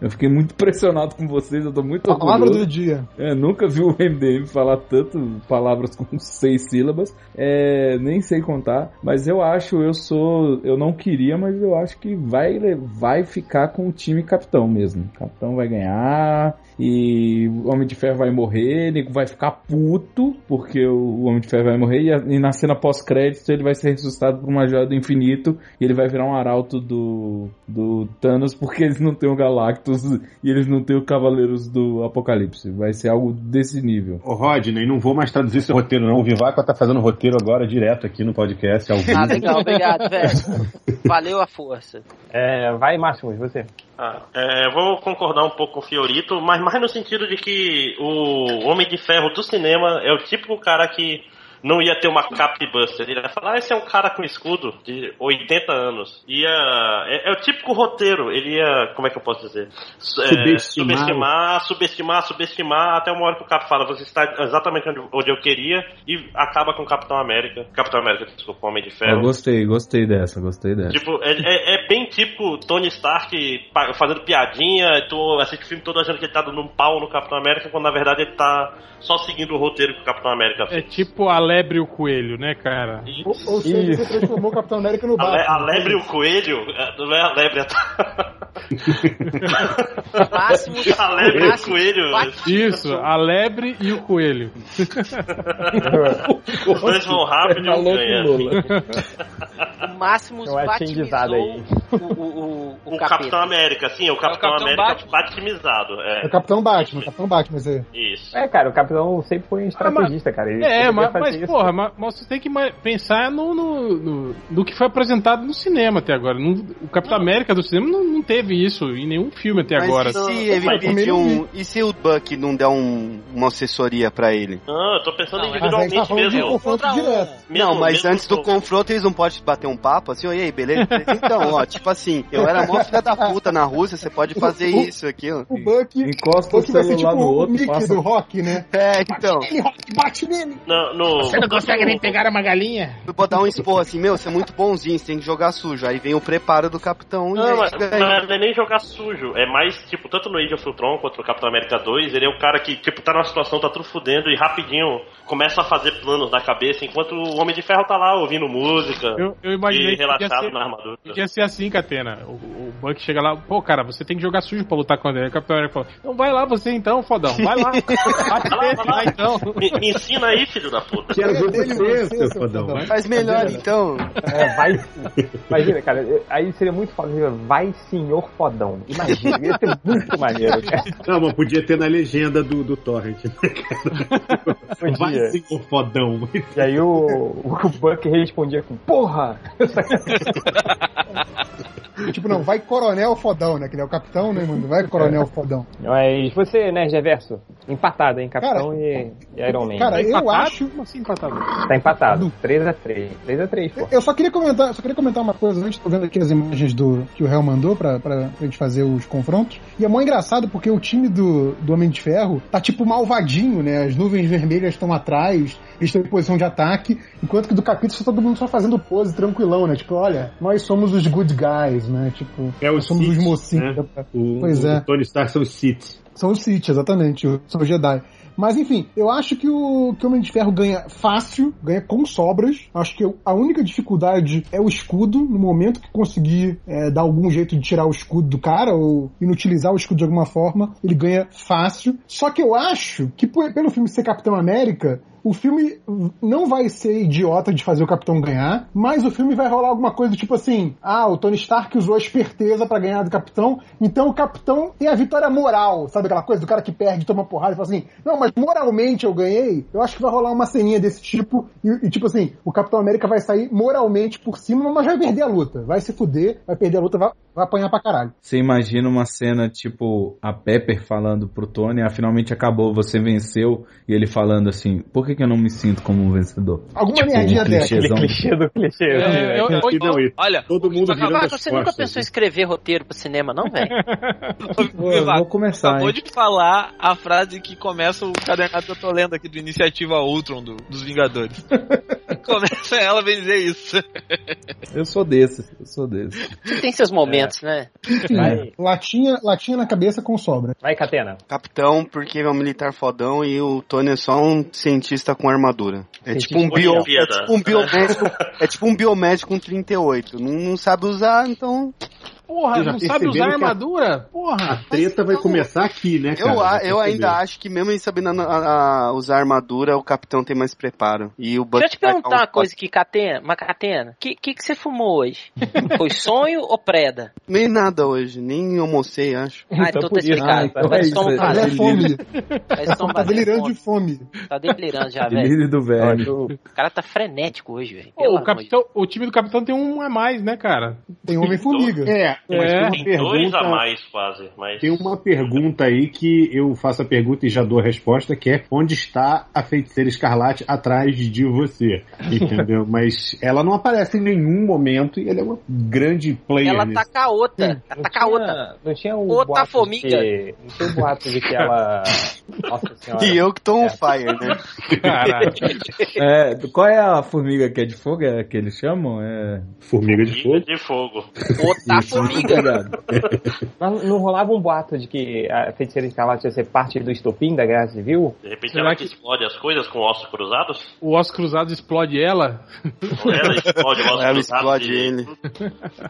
Eu fiquei muito impressionado com vocês, eu tô muito A palavra do orgulhoso. dia. É, Eu nunca vi um o MDM falar tanto palavras com seis sílabas. É, nem sei contar, mas eu acho, eu sou, eu não queria, mas eu acho que vai, le- vai ficar com o time capitão mesmo. Capitão vai ganhar e o Homem de Ferro vai morrer, ele vai ficar puto porque o Homem de Ferro vai morrer e, a- e na cena pós-crédito ele vai ser ressuscitado por uma joia do infinito e ele vai virar um arauto do, do Thanos porque eles não têm o Galactus e eles não têm o Cavaleiros do Apocalipse. Vai ser algo desse nível. Ô, Rodney, não vou mais traduzir seu roteiro, não. O Vivaco tá fazendo roteiro agora direto aqui no podcast, ao vivo. Ah, legal, obrigado, velho. Valeu a força. É, vai, Máximos, você. Ah, é, eu vou concordar um pouco com o Fiorito, mas mais no sentido de que o Homem de Ferro do cinema é o típico cara que não ia ter uma cap buster. Ele ia falar, ah, esse é um cara com escudo de 80 anos. Ia, é, é o típico roteiro. Ele ia, como é que eu posso dizer? Su- é, Subestimar. subestimar, subestimar, subestimar, até uma hora que o Cap fala, você está exatamente onde, onde eu queria, e acaba com o Capitão América. Capitão América, desculpa, Homem de Ferro. Eu gostei, gostei dessa, gostei dessa. Tipo, é, é- é bem tipo Tony Stark pa- fazendo piadinha, tu assiste o filme todo achando que ele tá dando um pau no Capitão América, quando na verdade ele tá só seguindo o roteiro que o Capitão América É fez. tipo a lebre e o coelho, né, cara? E Ou, ou seja, Isso. você transformou o Capitão América no A, le, É, a Batman. lebre e o coelho, é, não é a lebre, é Máximo. a lebre e o máximo coelho, Isso, a lebre e o coelho. os dois vão rápido tá e um ganha. O Máximo Eu achei enguisado aí. o, o, o, o O capeta. Capitão América, sim, é o Capitão, Capitão América Batman. batimizado, É é, o Capitão Batman, o Capitão Batman, mas é. isso. É, cara, o capitão sempre foi um estrategista, cara. Ele Ah, É, poderia mas, fazer mas, isso. porra, mas, mas você tem que ma- pensar no, no, no- no que foi apresentado no cinema até agora. Não- o Capitão América do cinema não, não teve isso em nenhum filme até Mas agora. e se ele Mas pedir primeiro um. E se o Buck não der um- uma assessoria pra ele? Não, eu tô pensando Não, é- Mas aí tá individualmente falando de mesmo. confronto Contra um. direto. Mesmo- não, mas mesmo antes do com- confronto eles não podem bater um papo assim, oi aí, beleza? Então, ó, tipo assim, eu era mó filha da puta na Rússia, você pode fazer isso aqui, ó. O Buck, o Encosta o Buck vai celular ser tipo no o outro, Mickey passa do Rock, né? É, então, Ele Rock, bate nele! Não, no, Você não consegue nem pegar eu vou dar um esporro assim, meu, você é muito bonzinho, você tem que jogar sujo. Aí vem o preparo do capitão e Não, aí mas você mas ganha. não é nem jogar sujo. É mais, tipo, tanto no Age of Ultron quanto no Capitão América 2, ele é o cara que, tipo, tá numa situação, tá tudo fudendo e rapidinho começa a fazer planos na cabeça, enquanto o Homem de Ferro tá lá ouvindo música Eu, eu e imaginei que podia relaxado ser, na armadura. podia ser assim, Catena. O, o Buck chega lá, pô, cara, você tem que jogar sujo pra lutar contra ele. O Capitão América fala, então vai lá você então, fodão, vai lá. Bate nele lá então. Me, me ensina aí, filho da puta. Quero ver um Dele, você, você, seu seu fodão. né? fodão. Faz melhor então. É, vai. Imagina, cara, aí seria muito foda. seria, Vai, senhor fodão. Imagina, ia ser muito maneiro, cara. Não, mas podia ter na legenda do, do Torrent. né, cara? Podia. Vai ser o fodão. E aí o, o Buck respondia com porra! Tipo, não, vai coronel fodão, né? Que ele é o capitão, né, mano? Vai coronel fodão. Mas você, né, Reverso? Empatado, hein? Capitão Cara, e, e Iron Man. Cara, eu acho. Como assim empatado? tá empatado. 3x3. 3x3, pô. Eu só queria comentar, só queria comentar uma coisa antes, tô vendo aqui as imagens do que o Real mandou pra, pra, pra gente fazer os confrontos. E é mó engraçado porque o time do, do Homem de Ferro tá tipo malvadinho, né? As nuvens vermelhas estão atrás, eles estão em posição de ataque, enquanto que do capítulo só tá todo mundo só fazendo pose tranquilão, né? Tipo, olha, nós somos os good guys, né? Tipo, É nós os somos Sith, os mocinhos. né? da- O, Pois o é. Tony Stark são os Sith. São os Sith, exatamente, o- são os Jedi. Mas enfim, eu acho que o, que o Homem de Ferro ganha fácil, ganha com sobras. Acho que eu- a única dificuldade é o escudo. No momento que conseguir é, dar algum jeito de tirar o escudo do cara ou inutilizar o escudo de alguma forma, ele ganha fácil. Só que eu acho que por- pelo filme ser Capitão América, o filme não vai ser idiota de fazer o Capitão ganhar, mas o filme vai rolar alguma coisa do tipo assim: ah, o Tony Stark usou a esperteza pra ganhar do Capitão, então o Capitão tem a vitória moral, sabe aquela coisa do cara que perde, toma porrada e fala assim: não, mas moralmente eu ganhei. Eu acho que vai rolar uma ceninha desse tipo e, e tipo assim: o Capitão América vai sair moralmente por cima, mas vai perder a luta, vai se fuder, vai perder a luta, vai, vai apanhar pra caralho. Você imagina uma cena tipo a Pepper falando pro Tony, ah, finalmente acabou, você venceu, e ele falando assim, por que, que eu não me sinto como um vencedor? Alguma Tipo, merdinha um dessa. Aquele clichêzão. clichê do clichê. É, eu- eu- E não, e Olha, todo mundo virando Cavaco, as você costas. nunca pensou em escrever roteiro pro cinema, não, velho? Pô, eu vou começar, Acabou hein? de falar a frase que começa o cadernado que eu tô lendo aqui do Iniciativa Ultron do- dos Vingadores. começa ela vem dizer isso. Eu sou desses, eu sou desses. Tem seus momentos, né? Hum. É. Latinha, latinha na cabeça com sobra. Vai, Catena. Capitão, porque ele é um militar fodão e o Tony é só um cientista com armadura. É Cientista tipo um, com bio, é Olimpíada. tipo um biomédico. é tipo um biomédico com 38. Não, não sabe usar, então. Porra, Você já não sabe percebeu usar que a- armadura? Tá A Porra. treta vai então- começar aqui, né, cara? eu a- Vai eu ainda perceber. acho que mesmo ele sabendo a- a- usar armadura, o capitão tem mais preparo. E o Deixa eu te Bucky vai perguntar dar um uma coisa aqui, Catena. Mas, Catena, o que, que, que você fumou hoje? Foi sonho ou preda? Nem nada hoje, nem almocei, acho. Ah, então tá explicado. então vai é isso, um tomar é- Ela é vazio, fome, vai tomar tá delirando vazio. de fome. Tá delirando já, velho. Líder do verme. O cara tá frenético hoje, velho. Pô, Pelo o, amor de capitão, o time do capitão tem um a mais, né, cara? Tem um Homem-Formiga. É, mas É, tem uma Tem dois a pergunta... mais, quase. Mas... Tem uma pergunta aí que eu faço a pergunta e já dou a resposta, que é onde está a feiticeira escarlate atrás de você? Entendeu? Mas ela não aparece em nenhum momento e ela é uma grande player. Ela tá nesse- ataca a outra. Não Ataca a outra. tinha- Não tinha o Outra boato formiga. de- Não tinha o boato de que ela... Ah, Nossa senhora. E eu que tô on É. fire, né? Caralho. É, qual é a formiga que é de fogo? É a que eles chamam? É. Formiga de Liga fogo. de fogo. Outra formiga. Obrigado. Tá Mas não rolava um boato de que a feiticeira escarlate ia ser parte do estopim da Guerra Civil? De repente Será ela que que- explode as coisas com ossos cruzados? O Os Cruzados explode ela. Ou ela explode o osso Ela cruzado? explode de- ele.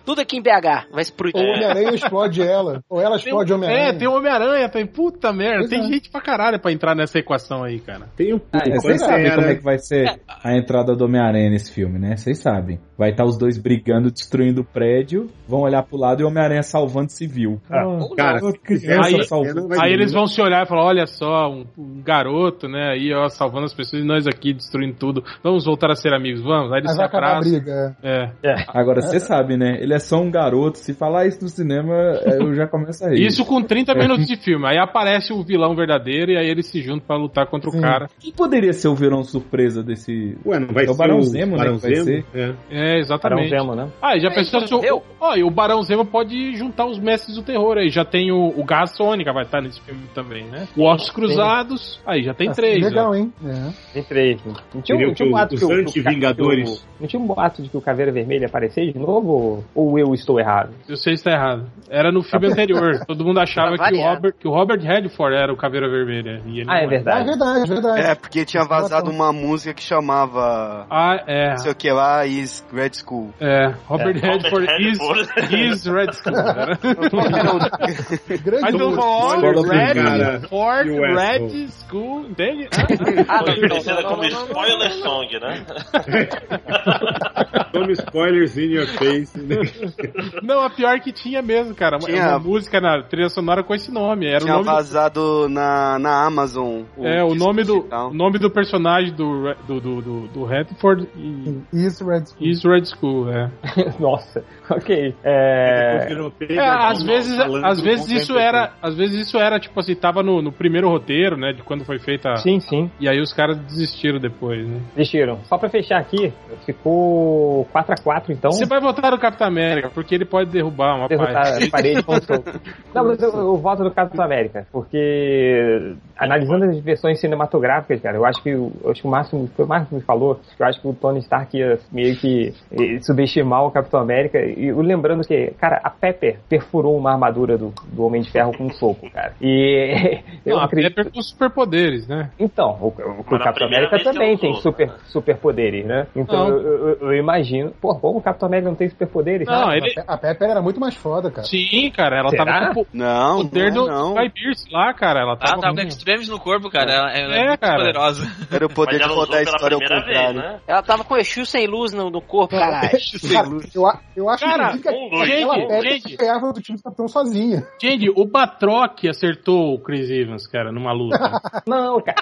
Tudo aqui em BH. Vai explodir. Ou o Homem-Aranha explode ela. Ou ela Tem- explode o Homem-Aranha. é, tem o Homem-Aranha, tem puta merda. Pois tem é. Ah, gente pra caralho pra entrar nessa equação aí, cara. Tem um pouco. É, vocês sabem né? como é que vai ser a entrada do Homem-Aranha nesse filme, né? Vocês sabem. Vai estar os dois brigando, destruindo o prédio, vão olhar pro lado e o Homem-Aranha salvando civil. Ah, Ou Ah, Cara, não. Uma criança Aí- salvando- Vai aí ver, eles né? vão se olhar e falar: olha só, um, um garoto, né? Aí, ó, salvando as pessoas e nós aqui destruindo tudo. Vamos voltar a ser amigos, vamos. Aí eles Mas se vai acabar a atrasam. briga. É. Agora, você sabe, né? Ele é só um garoto. Se falar isso no cinema, é, eu já começo a rir. Isso com É. É. 30 minutos de filme. Aí aparece o vilão verdadeiro e aí eles se juntam pra lutar contra o Sim. cara. Quem poderia ser o vilão surpresa desse... Hum. Ué, não vai É o ser Barão Zemo, né, Barão que vai Zemo? ser. É. É, Barão exatamente. Zemo, né? Ah, e já É, pensou então se o, morreu? ó, e o Barão Zemo pode juntar os mestres do terror aí. Já tem o, o Garra Sônica, vai estar nesse filme também, né? O Ossos Cruzados, aí já tem três. né? ó. Legal, hein? É. Tem três. Não tinha, um- Entendeu? não tinha um Que boato os que o- que o- anti-vingadores- que o- Não tinha um boato de que o Caveira Vermelha ia aparecer de novo? ou- Ou eu estou errado? Eu sei se tá errado. Era no Tá filme anterior. Todo mundo achava Pra que o, variar. Robert, que o Robert Redford era o Caveira Vermelha. E ele não Ah, é Ah, é verdade. verdade, é verdade. É, porque tinha vazado uma música que chamava. Ah, é. Não sei o que lá, is Grad School. É, Robert Redford Robert is, Redford. is Red Skull. cara. Grande Aí todo mundo humor. fala, Olha ó, pro cara. Red Ford, You asshole. Red School, entende? Ah, Ah, Foi conhecida não, não, como não, não, não, não, spoiler não. song, né? Tome spoilers in your face. né? Não, a pior é que tinha mesmo, cara. Tinha. Uma música na trilha sonora com esse nome. Era o Tinha nome do vazado na, na Amazon. É, o disco nome do, digital. o nome do personagem do, Re- do, do, do, do Redford e Isso, Red Skull. is Red School, é. Nossa, ok. É, É, É, às vezes, às vezes isso era, às vezes isso era tipo assim, tava no, no primeiro roteiro, né, de quando foi feita. Sim, sim. E aí os caras desistiram depois, né? Desistiram. Só pra fechar aqui, ficou 4x4, então. Você vai votar no Capitão América porque ele pode derrubar uma derrotar parte. a parede com um soco. Não, mas eu, eu voto no Capitão América, porque analisando as versões cinematográficas, cara, eu acho que o- eu acho que o Márcio, foi o Márcio que me falou, eu acho que o Tony Stark ia meio que eh, subestimar o Capitão América, e eu lembrando que, cara, a Pepper perfurou uma armadura do, do Homem de Ferro com um soco, cara. E eu Não, acredito. até com superpoderes, né? Então, o, o- o Mas na Capitão primeira América vez que também ela tem usou, super, né? superpoderes, né? Então Não. eu, eu- eu imagino. Pô, como o Capitão América não tem superpoderes? Não, né? ele A Pepper era muito mais foda, cara. Sim, cara, ela Será? tava com o Não, poder não, do não. Guy Pierce lá, cara, ela Ah, tava, tava com com- extremes no corpo, cara. Ela, ela é, É, muito cara. poderosa. Era o poder Mas de ela rodar usou a pela história ao primeira vez, contrário. né? Ela tava com o Exu sem luz no, no corpo, caralho. Cara, eu, a- eu acho Cara, que um dois, aquela gente, Pepper gente. ganhava do time do Capitão sozinha. Gente, o Batroc acertou o Chris Evans, cara, numa luta. Não, cara.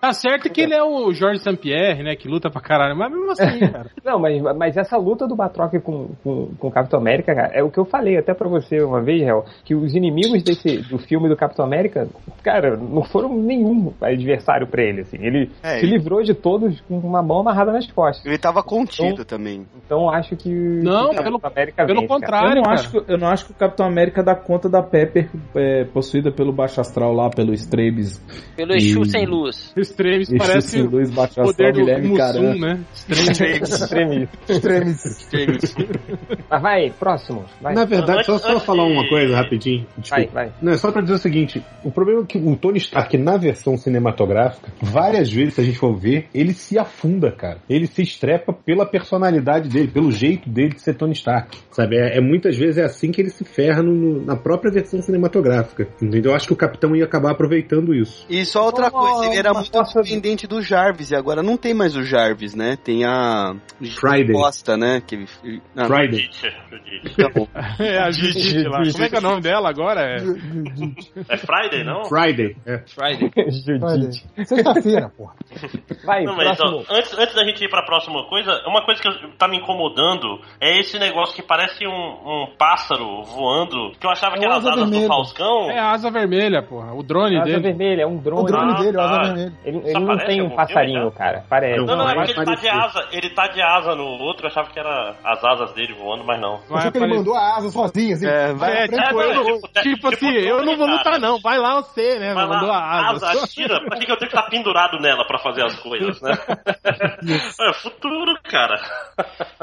tá certo que ele é o Jorge Sampierre, né, que luta pra caralho, mas mesmo assim, cara. Não, mas, mas essa luta do Batroc com, com, com o Capitão América, cara, é o que eu falei até pra você uma vez, Hel, que os inimigos desse, do filme do Capitão América, cara, não foram nenhum adversário pra ele, assim. Ele É, se ele- livrou de todos com uma mão amarrada nas costas. Ele tava contido também. Então acho que. Não, que o pelo- Capitão América Pelo vence, cara. Eu contrário, não, cara. acho que, eu não acho que o Capitão América dá conta da Pepper é, possuída pelo Baixo Astral lá, pelo Strebes. Pelo Exu Hum. sem luz. Os Tremes Isso, parece sim, o Luiz Baixo Astral, poder do Guilherme Caran. Mussum, né? Os Tremes. Extremismo. Extremis. Mas vai, próximo. Vai, Na verdade, só, Antes- só antes falar de- uma coisa rapidinho. vai, Desculpa. vai. Não, é só pra dizer o seguinte: o problema é que o Tony Stark, na versão cinematográfica, várias vezes, se a gente for ver, ele se afunda, cara. Ele se estrepa pela personalidade dele, pelo jeito dele de ser Tony Stark. Sabe? É, é muitas vezes é assim que ele se ferra no- no- na própria versão cinematográfica. Entendeu? Eu acho que o capitão ia acabar aproveitando isso. E só outra Uma- coisa, ele era uma muito força- dependente do Jarvis, e agora não tem mais o Jarvis, né? Tem a Friday. Costa, né? Que... ele- Ah, Friday. Judite, Judite. É, a Judite lá. Como é que é o nome dela agora? É... É Friday, não? Friday. É. Friday. Olha, Judite. Sexta-feira, porra. Vai, Não, mas, próximo. ó, antes, antes da gente ir pra próxima coisa, uma coisa que eu- tá me incomodando é esse negócio que parece um, um pássaro voando, que eu achava É que um era as asa asas do vermelha. Falcão. É a asa vermelha, porra. O drone Asa dele. vermelha, é um drone. O drone Ah, dele, o tá. asa vermelha. Ele, Só ele não aparece tem em um algum passarinho, filme, então? cara. Parece. Não, não, é Vai porque ele tá de aparecer. asa. Ele tá de asa no outro, eu achava que era as asas dele voando, mas não. Vai Achou que ele aparecer. mandou a asa sozinha, assim. É, vai. É, É, tipo, eu não, não- tipo, tá- tipo tipo, assim, eu não vou cara. lutar não, vai lá você, né? Vai Mandou lá, a asa. asa, tira. Pra que que eu tenho que estar pendurado nela pra fazer as coisas, né? é futuro, cara.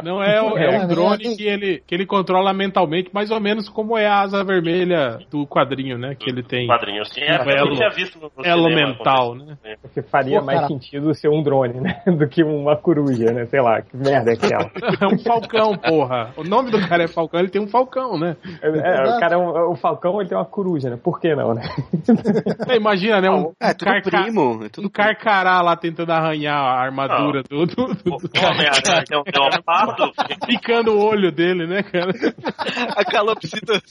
Não é, o- é É, um né? drone que ele, que ele controla mentalmente, mais ou menos como é a asa vermelha do quadrinho, né? Que ele tem. Quadrinho assim. É, Belo- eu tinha visto no, no Elo cinema mental, né? Porque É faria Pô, mais cara. sentido ser um drone, né? Do que uma coruja, né? Sei lá, que merda é aquela. É um falcão, porra. O nome do cara é Falcão, ele tem um falcão, né? É, é, o cara, é um- o Falcão, ele tem uma coruja, né? Por que não, né? É, imagina, né? Um, É, tudo carca- primo. É um tudo primo. carcará lá tentando arranhar a armadura do, do, do- do- Pô, merda, é um leopardo. picando o olho dele, né, cara? A calopsita.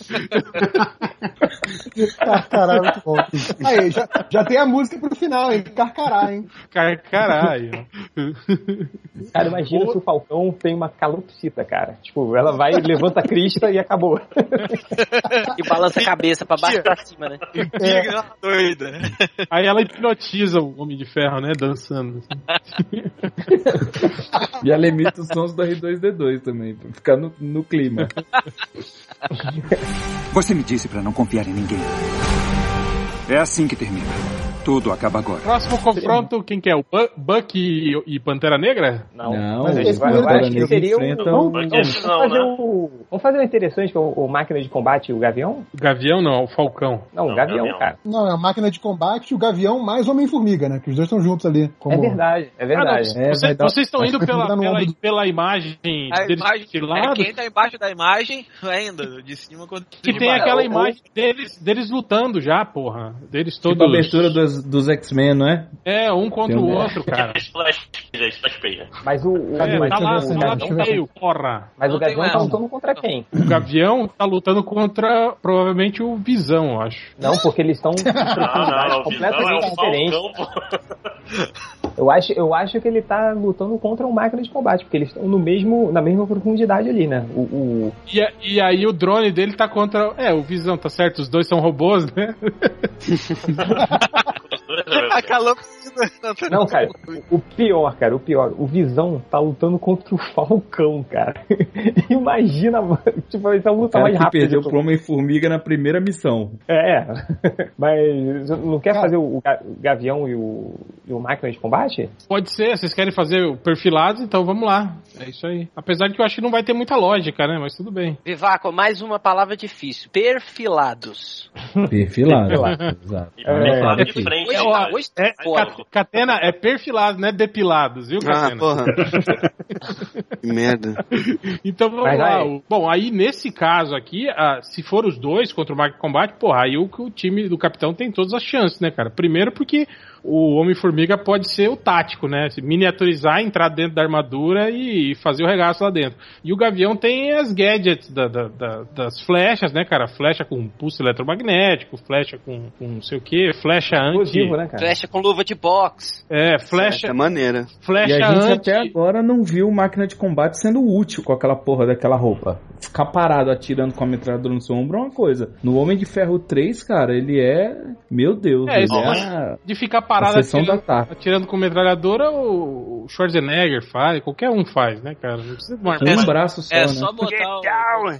Carcará, Ah, muito bom. Aí, já, já tem a música pro final, hein? Carcará, hein? Carcaralho. Cara, imagina se o Falcão tem uma calopsita, cara. Tipo, ela vai, levanta a crista e acabou. E balança a cabeça pra baixo e pra cima, É. né? Doida. Aí ela hipnotiza o Homem de Ferro, né? Dançando. assim. E ela imita os sons da R2D2 também, pra ficar no, no clima. Você me disse pra não confiar em ninguém. É assim que termina. Tudo acaba agora. Próximo confronto, quem que é? O Bu- Buck e, e Pantera Negra? Não. Não, Mas esse eu primeiro acho que Negra seria um... enfrenta Vamos, o- Porque vamos esses não, fazer né? o... Vamos fazer um interessante com o, o máquina de combate, o Gavião? O Gavião não, o Falcão. Não, o um Não, Gavião, Gavião. né? cara. Não, é a máquina de combate, o Gavião mais Homem-Formiga, né? Que os dois estão juntos ali. Como... É verdade, é verdade. Ah, não, É, vocês- vai dar- vocês estão indo pela, dar no pela, ombro do- pela imagem A deles imagem, de é, lado, quem tá embaixo da imagem, ainda, de cima quanto de que tem baixo. aquela imagem deles, deles lutando já, porra. Deles Tipo a todos. abertura dos, dos X-Men, não é? É, um contra Tem o um- outro, cara. Splash page, splash page. Mas o, o, Deixa É, tá eu ver lá, essa tá lá imagem, no deixa eu ver meio, porra. mas o Não tem Gavião mais. tá lutando contra quem? O Gavião tá lutando contra, provavelmente, o Visão, eu acho. Não, porque eles estão em Ah, profundidades não, o Visão é o completamente diferentes. Falcão. pô. Eu acho, eu acho que ele tá lutando contra uma máquina de combate, porque eles estão no mesmo, na mesma profundidade ali, né? O, o- E, a- e aí o drone dele tá contra. É, o Visão, tá certo? Os dois são robôs, né? A tá calopsita. Não, cara, o, o pior, cara, o pior. O Visão tá lutando contra o Falcão, cara. Imagina, mano, tipo, essa O luta cara mais que rápida. perdeu de pro Homem-Formiga na primeira missão. É, mas não quer Cara. fazer o ga- o Gavião e o, e o Máquina de Combate? Pode ser, vocês querem fazer o perfilado, então vamos lá. É isso aí. Apesar de que eu acho que não vai ter muita lógica, né? Mas tudo bem. Vivaco, mais uma palavra difícil. Perfilados. Perfilado. Perfilado. Exato. E É, bem lado de enfim. frente. Hoje, cara. tá, hoje É, tá fora. Ca- Catena é perfilado, não é depilados, viu, Ah, Catena? porra. que merda. Então vamos Mas lá. aí- O- Bom, aí nesse caso aqui, ah, se for os dois contra o Mark Combate, porra, aí o, o time do capitão tem todas as chances, né, cara? Primeiro porque o Homem-Formiga pode ser o tático, né? Se miniaturizar, entrar dentro da armadura e fazer o regaço lá dentro. E o Gavião tem as gadgets da- da- da- das flechas, né, cara? Flecha com pulso eletromagnético, flecha com, com não sei o quê, flecha anti... Explosivo, né, cara? Flecha com luva de boxe. É, flecha, Essa maneira. E flecha a gente anti... até agora não viu máquina de combate sendo útil com aquela porra daquela roupa. Ficar parado atirando com a metralhadora no seu ombro é uma coisa. No Homem de Ferro 3, cara, ele é. Meu Deus, É, ele isso é é a, De ficar a parado tá sessão atirando- da tarde. Atirando com metralhadora, o o Schwarzenegger faz, qualquer um faz, né, cara? Não precisa de uma arma. Um braço só, É né? só botar o.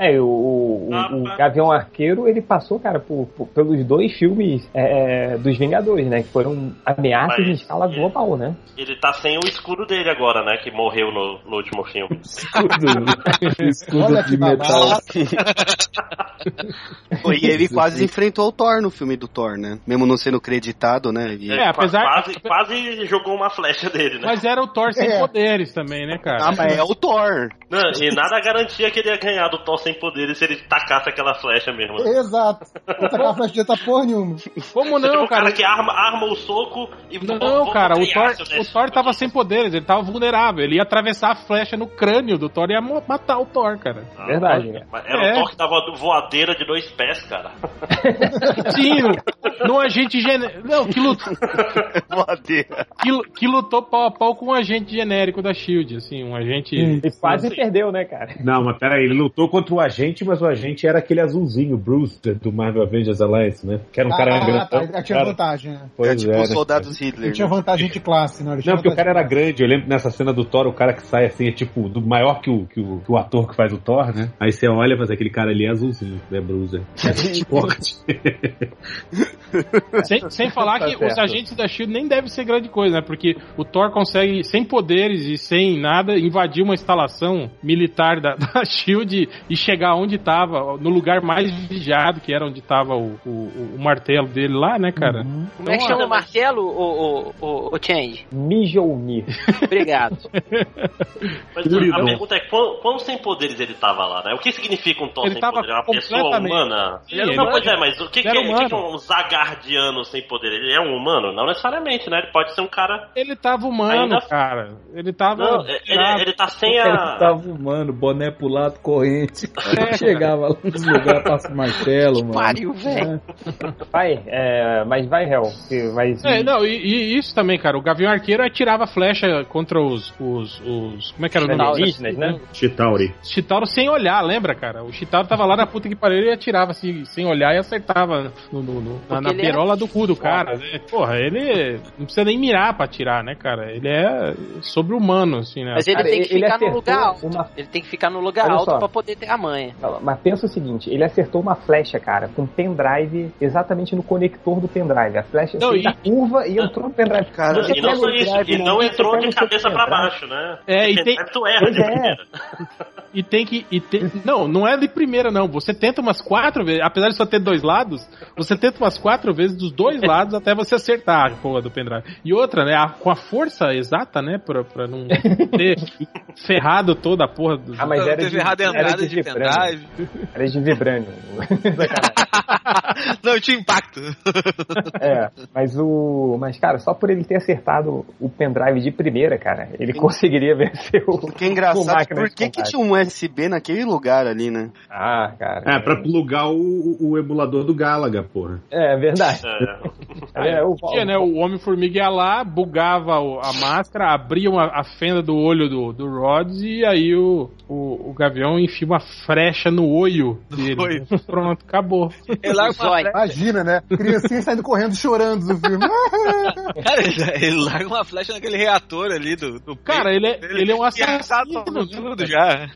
É, o, o, o- o Gavião Arqueiro, ele passou, cara, por- por- pelos dois filmes é, é, dos Vingadores, né? Que foram ameaças em Mas- escala global, né? Ele tá sem o escudo dele agora, né? Que morreu no, no último filme. Escudo, Olha escudo que de metal. babado. Pô, e ele quase enfrentou o Thor no filme do Thor, né? Mesmo não sendo creditado, né? E- É, apesar- né? Quase, quase jogou uma flecha dele, né? Mas era o Thor sem É. poderes também, né, Ah, cara? mas é o Thor. Não, e nada garantia que ele ia ganhar do Thor sem poderes se ele tacasse aquela flecha mesmo. né? Exato. Não tacar flecha de tá porra nenhuma. Como Você não, o um cara cara? que arma, arma o soco e Não, vamos cara, o criar Thor, isso, né? o Thor tava sem poderes, ele tava vulnerável. Ele ia atravessar a flecha no crânio do Thor e ia mo- matar o Thor, cara. Ah, Verdade, né? mas Era É. o Thor que tava voadeira de dois pés, cara. Sim, não agente genérico. Não, que lutou, Madeira. que, lu- que lutou pau a pau com um agente genérico da Shield, assim, um agente. E quase perdeu, né, cara? Não, mas peraí, ele lutou contra o agente, mas o agente era aquele azulzinho, Bruce, do Marvel Avengers Alliance, né? Que era um cara ah, tá, grandão. ele tinha cara. vantagem, né? É Pois tipo era. os soldados Hitler. Ele tinha vantagem de classe, né? Ele tinha Não, porque o vantagem cara era de grande. Eu lembro nessa cena do Thor, o cara que sai assim é tipo do maior que o, que o, que o ator que faz o Thor, né? Aí você olha e faz aquele cara ali é azulzinho, né, Bruiser? É forte. Sem, sem falar Tá que os certo. agentes da Shield nem deve ser grande coisa, né? Porque o Thor consegue, sem poderes e sem nada, invadir uma instalação militar da, da Shield e chegar onde tava, no lugar mais vigiado, que era onde tava o, o- o martelo dele lá, né, cara? Como é que chama o martelo, o, o, o, Change? Mijoumi. Obrigado. Mas Puridão. a pergunta é quão, quão sem poderes ele tava lá, né? O que significa um Thor Ele sem tava poder? É Uma pessoa completamente- humana? Sim, ele não, era- pois é, mas o que, que, era é, o que que é humano. um zagardiano sem poder? Ele é um humano? Não necessariamente, né? Ele pode ser um cara. Ele tava humano, Ainda- cara. Ele tava. assim. Não, ele, ele tá sem O cara a. que tava humano, boné pro lado, corrente. Chegava lá nos lugares, passa o martelo, mano. É. Pariu, velho. É. Vai, é, mas vai, réu. que- Mas, É, não, e, e isso também, cara. O Gavião Arqueiro atirava flecha contra os. os, os como é que era o nome? Alienígenas, né? Chitauri. Chitauro sem olhar, lembra, cara? O Chitauro tava lá na puta que pariu e atirava assim, sem olhar e acertava no, no- no- na, Porque na ele era perola do cu do foda. cara, né? Porra, ele não precisa nem mirar pra atirar, né, cara? Ele é sobre-humano, assim, né? Mas ele Cara, tem que ele é ficar no acertou lugar alto. uma- Ele tem que ficar no lugar Olha alto só. pra poder ter a manha. Não, Mas pensa o seguinte, ele acertou uma flecha, cara, com pendrive exatamente no conector do pendrive. A flecha Não, saiu e- da curva e entrou no pendrive. Cara, Você E não pega só o isso, drive, e né? não Você entrou pega de o seu cabeça pra pendrive. baixo, né? É, e Você tem- percebe, tu erra Pois de é. primeira. E tem que. E tem... Não, não é de primeira, não. Você tenta umas quatro vezes, apesar de só ter dois lados, você tenta umas quatro vezes dos dois lados até você acertar a porra do pendrive. E outra, né? a- com a força exata, né? Pra, pra não ter ferrado toda a porra do. Ah, mas era teve é de, errado a era entrada de de vibrânio. pendrive. Era de vibrânio. Sacanagem. Não, tinha impacto. É, mas o. Mas, cara, só por ele ter acertado o pendrive de primeira, cara, ele conseguiria vencer o. Que é engraçado, máquina por de que, que combate. tinha um USB naquele lugar ali, né? Ah, cara. É, pra plugar o, o emulador do Galaga, porra. É, verdade. É, o, Tinha, né? O Homem-Formiga ia lá, bugava o- a máscara, abria uma- a fenda do olho do, do Rhodes e aí o, o, o Gavião enfia uma frecha no olho dele. olho. Pronto, acabou. Ele larga uma Zóio. flecha. Imagina, né? Criancinha saindo correndo chorando do filme. Cara, ele, ele larga uma flecha naquele reator ali do, do Cara, ele é, peito dele ele é um e assassino. todo mundo já.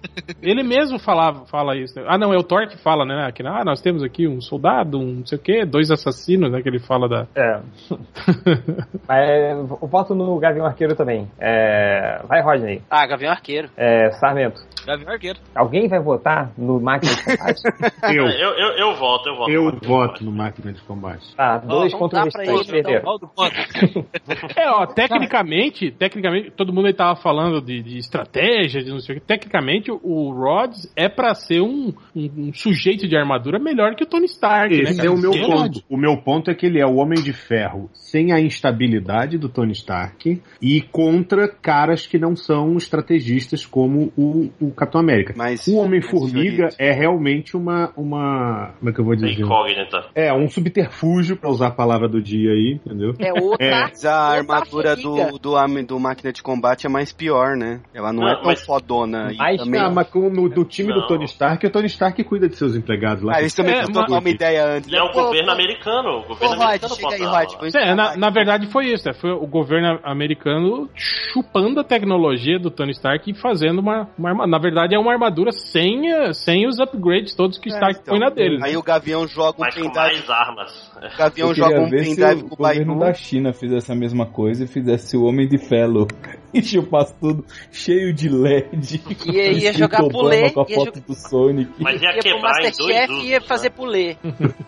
Ele mesmo falava, fala isso. né? Ah, não, é o Thor que fala, né? Que, ah, nós temos aqui um soldado, um não sei o quê, dois assassinos, né? Que ele fala da. É. Mas é, eu voto no Gavião Arqueiro também. É, vai, Rodney. Ah, Gavião Arqueiro. É, Sarmento. Gavião Arqueiro. Alguém vai votar no Máquina de Combate? Eu, Eu, eu, eu voto, eu voto. eu voto no máquina de combate. Tá, dois então contra dá os pra três ele, então. perderam. Qual do ponto? É, ó, tecnicamente, tecnicamente, todo mundo aí tava falando de, de estratégia, de não sei o que. Tecnicamente, o Rhodes é pra ser um, um- um sujeito de armadura melhor que o Tony Stark, né? Esse cara? é o meu Porque- ponto. O meu ponto é que ele é o Homem de Ferro sem a instabilidade do Tony Stark e contra caras que não são estrategistas como o, o Capitão América. Mas. O mas Homem-Formiga Fiorito. é realmente uma, uma. Como é que eu vou É dizer? Incógnita. É, um subterfúgio, pra usar a palavra do dia aí, entendeu? É outra. Mas a Outra armadura formiga. do, do, am- do máquina de combate é mais pior, né? Ela não, Não, é tão Ah, mas- fodona. E Mas- também... Ah, mas como no, no time do Não. Tony Stark, o Tony Stark cuida de seus empregados lá. Ah, eles também É, é, uma, mas- ideia antes. E é o Pô, governo pô, americano. O Ô, governo Rod, americano chega aí, bota Rod. lá. vou É, na, encarar na aqui. verdade foi isso, né? Foi o governo americano chupando a tecnologia do Tony Stark e fazendo uma, uma arma- Na verdade, é uma armadura sem, eh, sem os upgrades todos que o É, Stark então. põe na dele. né? Aí o Gavião joga um Mas com pendrive. mais armas. O Gavião Eu queria joga um ver se pendrive o com o governo Baidu. da China fizesse a mesma coisa e fizesse o Homem de Ferro e chupasse tudo cheio de LED. Ia- ia Escrito jogar Obama pulê, com a ia foto do Sonic. Mas é ia Ia pro quebrar em dois Masterchef usos, e ia né? fazer pulê.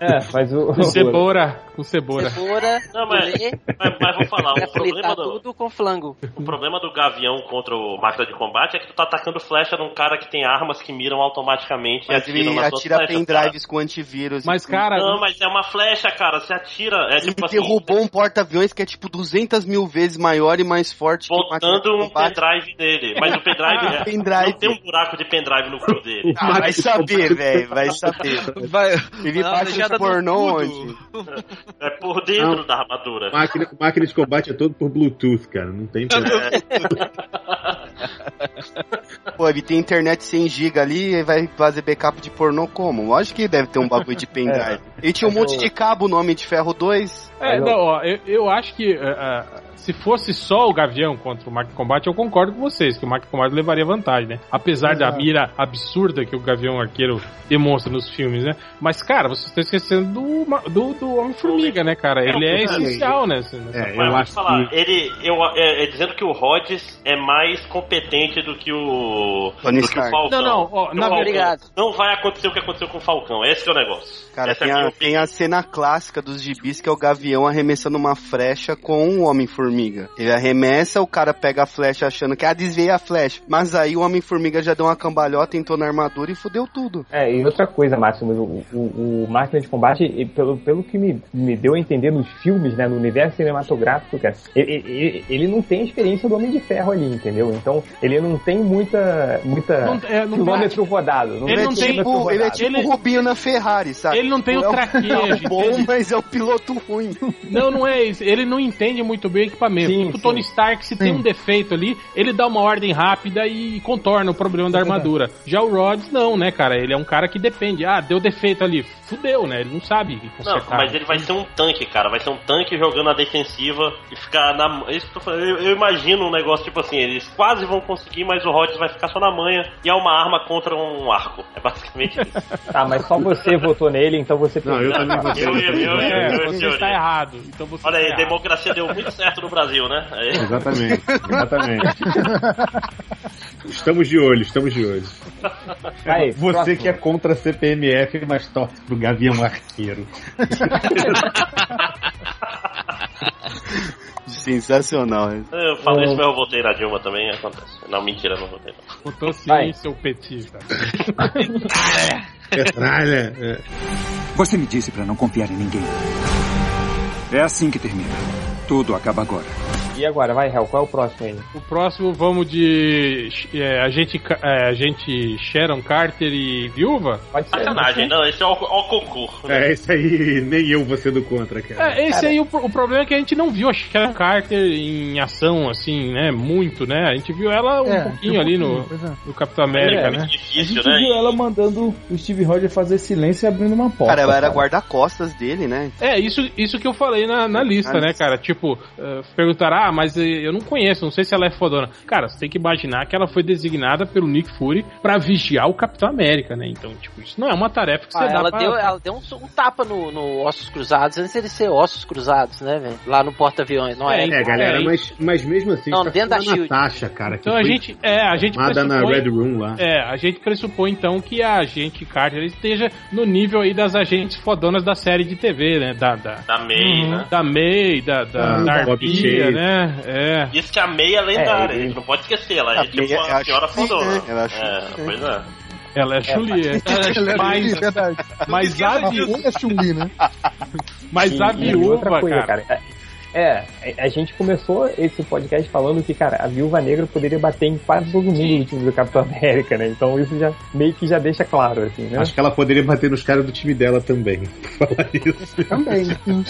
É, mas o. Com cebola, com cebola. Ceboura, Não, mas- pulê, Mas, mas vou falar, ia o problema, fritar do, tudo com flango. o problema do Gavião contra o Máquina de Combate é que tu tá atacando flecha num cara que tem armas que miram automaticamente Mas e atiram ele nas suas atira flechas, pendrives com antivírus. Mas, e- cara, Não, mas é uma flecha, cara. Você atira. É Ele tipo assim. derrubou um porta-aviões que é tipo 200 mil vezes maior e mais forte que o máquina de Botando um combate. Ah, pendrive nele. Mas o pendrive. é- Pendrive. Não tem um buraco de pendrive no cu dele. Ah, vai saber, velho, vai saber. Vai, Ele Ah, baixa já tá os pornô tudo. onde? É por dentro Não. da armadura. Máquina, máquina de combate é todo por Bluetooth, cara. Não tem problema. Pô, ele tem internet 100 GB ali e vai fazer backup de pornô como? Lógico que deve ter um bagulho de É. pendrive. Ele tinha um monte de cabo no Homem de Ferro 2. É, Mas eu- não, ó, eu, eu acho que eh, ah, se fosse só o Gavião contra o Mark Combate, eu concordo com vocês, que o Mark Combate levaria vantagem, né? Apesar da Exato. mira absurda que o Gavião Arqueiro demonstra nos filmes, né? Mas, cara, vocês estão esquecendo do, Ma- do, do Homem-Formiga, né, cara? Ele é É, essencial, né? assim, nessa- É, Mas eu vou te acho falar, que. ele, eu, é, é dizendo que o Rhodes é mais competente do que o, Tony do que o Stark. Falcão. Não, não, ó, Porque na o Falcão- verdade. Obrigado. Não vai acontecer o que aconteceu com o Falcão. Esse que é o negócio. Cara, Essa tem é a minha a, opinião. tem a cena clássica dos gibis que é o Gavião arremessando uma flecha com um Homem-Formiga. Ele arremessa, o cara pega a flecha achando que, ah, desviei a flecha. Mas aí o Homem-Formiga já deu uma cambalhota, entrou na armadura e fudeu tudo. É, e outra coisa, Máximo, o, o, o máquina de combate, e pelo, pelo que me, me deu a entender nos filmes, né, no universo cinematográfico, cara, ele, ele, ele não tem a experiência do Homem de Ferro ali, entendeu? Então, ele não tem muita, muita Não- é, não tem- quilômetro rodado. Ele é não tem- tipo, ele é tipo ele- o Rubinho na Ferrari, sabe? Ele não tem o É um- traquejo. É um bom, mas é o piloto ruim. Não, não é isso. Ele não entende muito bem o equipamento. Sim, tipo o sim. Tony Stark, se tem um defeito ali, ele dá uma ordem rápida e contorna o problema é da armadura. Já o Rhodes, não, né, cara? Ele é um cara que depende. Ah, deu defeito ali. Fudeu, né? Ele não sabe Não, tá- consertar. mas ele vai ser um tanque, cara. Vai ser um tanque jogando a defensiva e ficar na. é Isso que eu, tô falando. eu, eu imagino um negócio tipo assim: eles quase vão conseguir, mas o Rhodes vai ficar só na manha e é uma arma contra um arco. É basicamente isso. Tá, mas só você votou nele, então você Não, eu também votei Eu, no eu, Tony eu, Stark. É, eu, eu, você eu, está eu. errado. Então você Olha aí, está errado. democracia deu muito certo no Brasil, né? Aí- Exatamente, exatamente. Estamos de olho, estamos de olho. Aí, Você próximo. que é contra a CPMF, mas torce pro Gavião Arqueiro. Sensacional. né? Eu falo isso, mas eu votei na Dilma também, acontece. Não, mentira, não votei. não. assim, Botou sim, Vai. seu petista. Petralha. É. Você me disse para não confiar em ninguém. É assim que termina. Tudo acaba agora. E agora, vai, Hel, qual é o próximo aí? O próximo vamos de é, agente, Ca- é, agente Sharon Carter e Viúva. Pode ser. Sacanagem, não, esse é o, o concurso. né? É, isso aí, nem eu vou ser do contra, cara. É, esse aí, o, pro- o problema é que a gente não viu a Sharon Carter em ação, assim, né? Muito, né? A gente viu ela um É, pouquinho ali no, Pois é. no Capitão É, América, muito né? A difícil, gente né? viu ela mandando o Steve Rogers fazer silêncio e abrindo uma porta. Cara, ela era guarda-costas dele, né? É, isso, isso que eu falei na, na lista, Na né, lista. cara? Tipo, eh, perguntaram, ah, mas eh, eu não conheço, não sei se ela é fodona. Cara, você tem que imaginar que ela foi designada pelo Nick Fury pra vigiar o Capitão América, né? Então, tipo, isso não é uma tarefa que você Ah, dá ela, pra... deu, ela deu um, su- um tapa no, no Ossos Cruzados antes ele ser Ossos Cruzados, né, velho? Lá no porta-aviões, não é? É, É, galera, é, mas, mas mesmo assim, Não, tá dentro da falando Shield. Natasha, cara, que Então a foi gente, é, a gente chamada na pressupõe... Red Room lá. É, a gente pressupõe então que a agente Carter esteja no nível aí das agentes fodonas da série de TV, né? Da, da, Da MEI, né? da May, da, da, Ah, da Bob Arpia, Chase. né? É. Diz que a MEI é lendária, É, a gente não pode esquecer, ela A é tipo meia- é uma a senhora Chun-Li, fodona. né? Ela é a É, Chun-Li. pois é. Ela é Julieta. mas, Isso, é verdade. mas a A viúva, Rui é Chun-Li, né? mas a E outra viúva, coisa, cara. cara. É, a- a gente começou esse podcast falando que, cara, a viúva negra poderia bater em quase todo mundo do time do Capitão América, né? Então isso já meio que já deixa claro, assim, né? Acho que ela poderia bater nos caras do time dela também. Por falar isso. Também.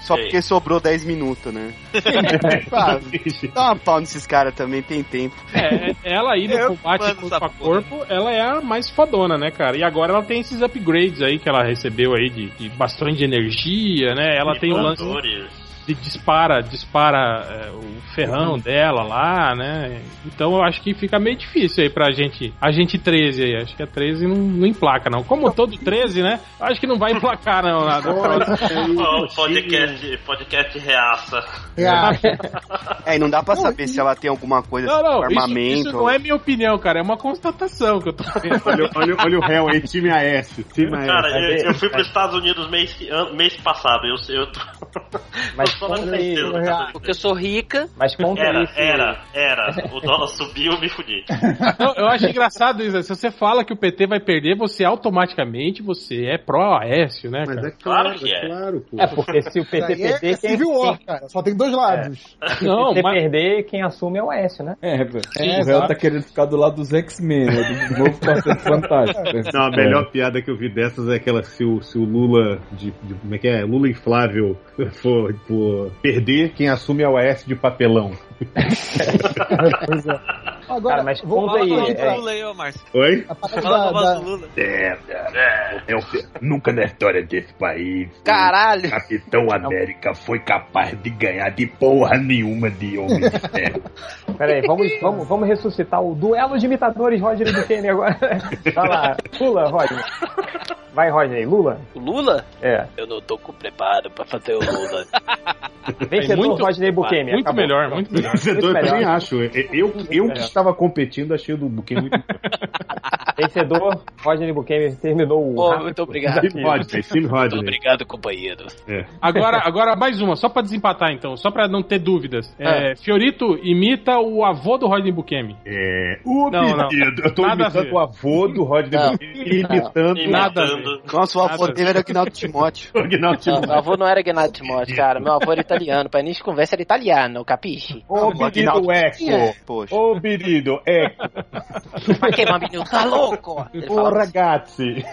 Só Sim. porque sobrou 10 minutos, né? Pá, Dá uma pau nesses caras também, tem tempo. É, é- ela aí no Eu combate mando corpo essa a corpo, ela é a mais fodona, né, cara? E agora ela tem esses upgrades aí que ela recebeu aí de, de bastante de energia, né? Ela tem o lance Implantadores. de dispara, dispara é, o ferrão dela lá, né? Então eu acho que fica meio difícil aí pra gente. A gente 13 aí, acho que a 13 não, não emplaca, não. Como todo 13, né? Acho que não vai emplacar, não. Nada. Então, é Ó, o podcast, podcast reaça. É a É, e não dá pra saber se ela tem alguma coisa, Ah. Não, não, isso- armamento. isso, não é minha opinião, cara. É uma constatação que eu tô vendo. olha, olha, olha o É um réu aí, time AS. Time AS. Cara, cadê? eu, eu fui pros Estados Unidos mês, que- an- mês passado, eu, eu tô. Mas eu tô na conta tristeza, aí, cara. real. Porque eu sou rica. Mas conta Era, isso. era, era. O dólar subiu, eu me fudi. Não, eu acho engraçado isso. né? Se você fala que o PT vai perder, você automaticamente você é pró-Aécio, né, Mas cara? é claro, Claro que é é. claro, pô. É, porque se o PT Daí é, perder, é quem, Civil War, cara. Só tem dois lados. Não, se mas, perder, quem assume é o Aécio, né? É, velho. o réu tá querendo ficar do lado dos X-Men, né? Do novo Quarteto Fantástico. Não, a É. melhor piada que eu vi dessas é aquela se o, se o Lula de, de- como é que é? Lula inflável for, for perder, quem assume é o AS de papelão. Agora, Cara, mas vou conta aí. falar Fala com a voz do é, Lula aí, ô Márcio. Oi? A parada Fala com a da, voz da- do Lula. É o fe- Nunca na história desse país o né? Caralho! É Capitão América foi capaz de ganhar de porra nenhuma de Homem de Ferro. Peraí, vamos, vamos, vamos ressuscitar o duelo de imitadores Roger e do Kenny agora. Vai lá, Lula, Roger. Vai, Roger, Lula. O Lula? É. Eu não tô com preparo pra fazer o Lula. Vencedor muito- Rodney Bukemi. muito acabou. melhor, muito melhor. Vencedor, eu melhor. também acho. Eu, eu, eu que estava competindo, achei o do Buquê muito Vencedor Rodney Bukemi terminou o. Pô, rápido muito obrigado. Tim Rodney, Tim Muito Rodney. É. obrigado, companheiro. Agora, agora mais uma, só pra desempatar então, só pra não ter dúvidas. É, Fiorito imita o avô do Rodney Bukemi. É, o Não, não. pedido. Eu tô Nada a imitando ver. o avô do Rodney Não. Buquê e imitando Nada a ver. Imitando. Nossa, o avô Nada. dele era o Gnaldo Timóteo. Ah, o Agnaldo Não, Timóteo. meu avô não era Gnado Timóteo, cara. Meu avô era italiano. Pra gente conversa era italiano, capisci? é. Ô, O Agnaldo pedido eco. é. Poxa. Ô, pedido eco. Ma che bambino, tá louco? Ele Ô, fala, ragazzi.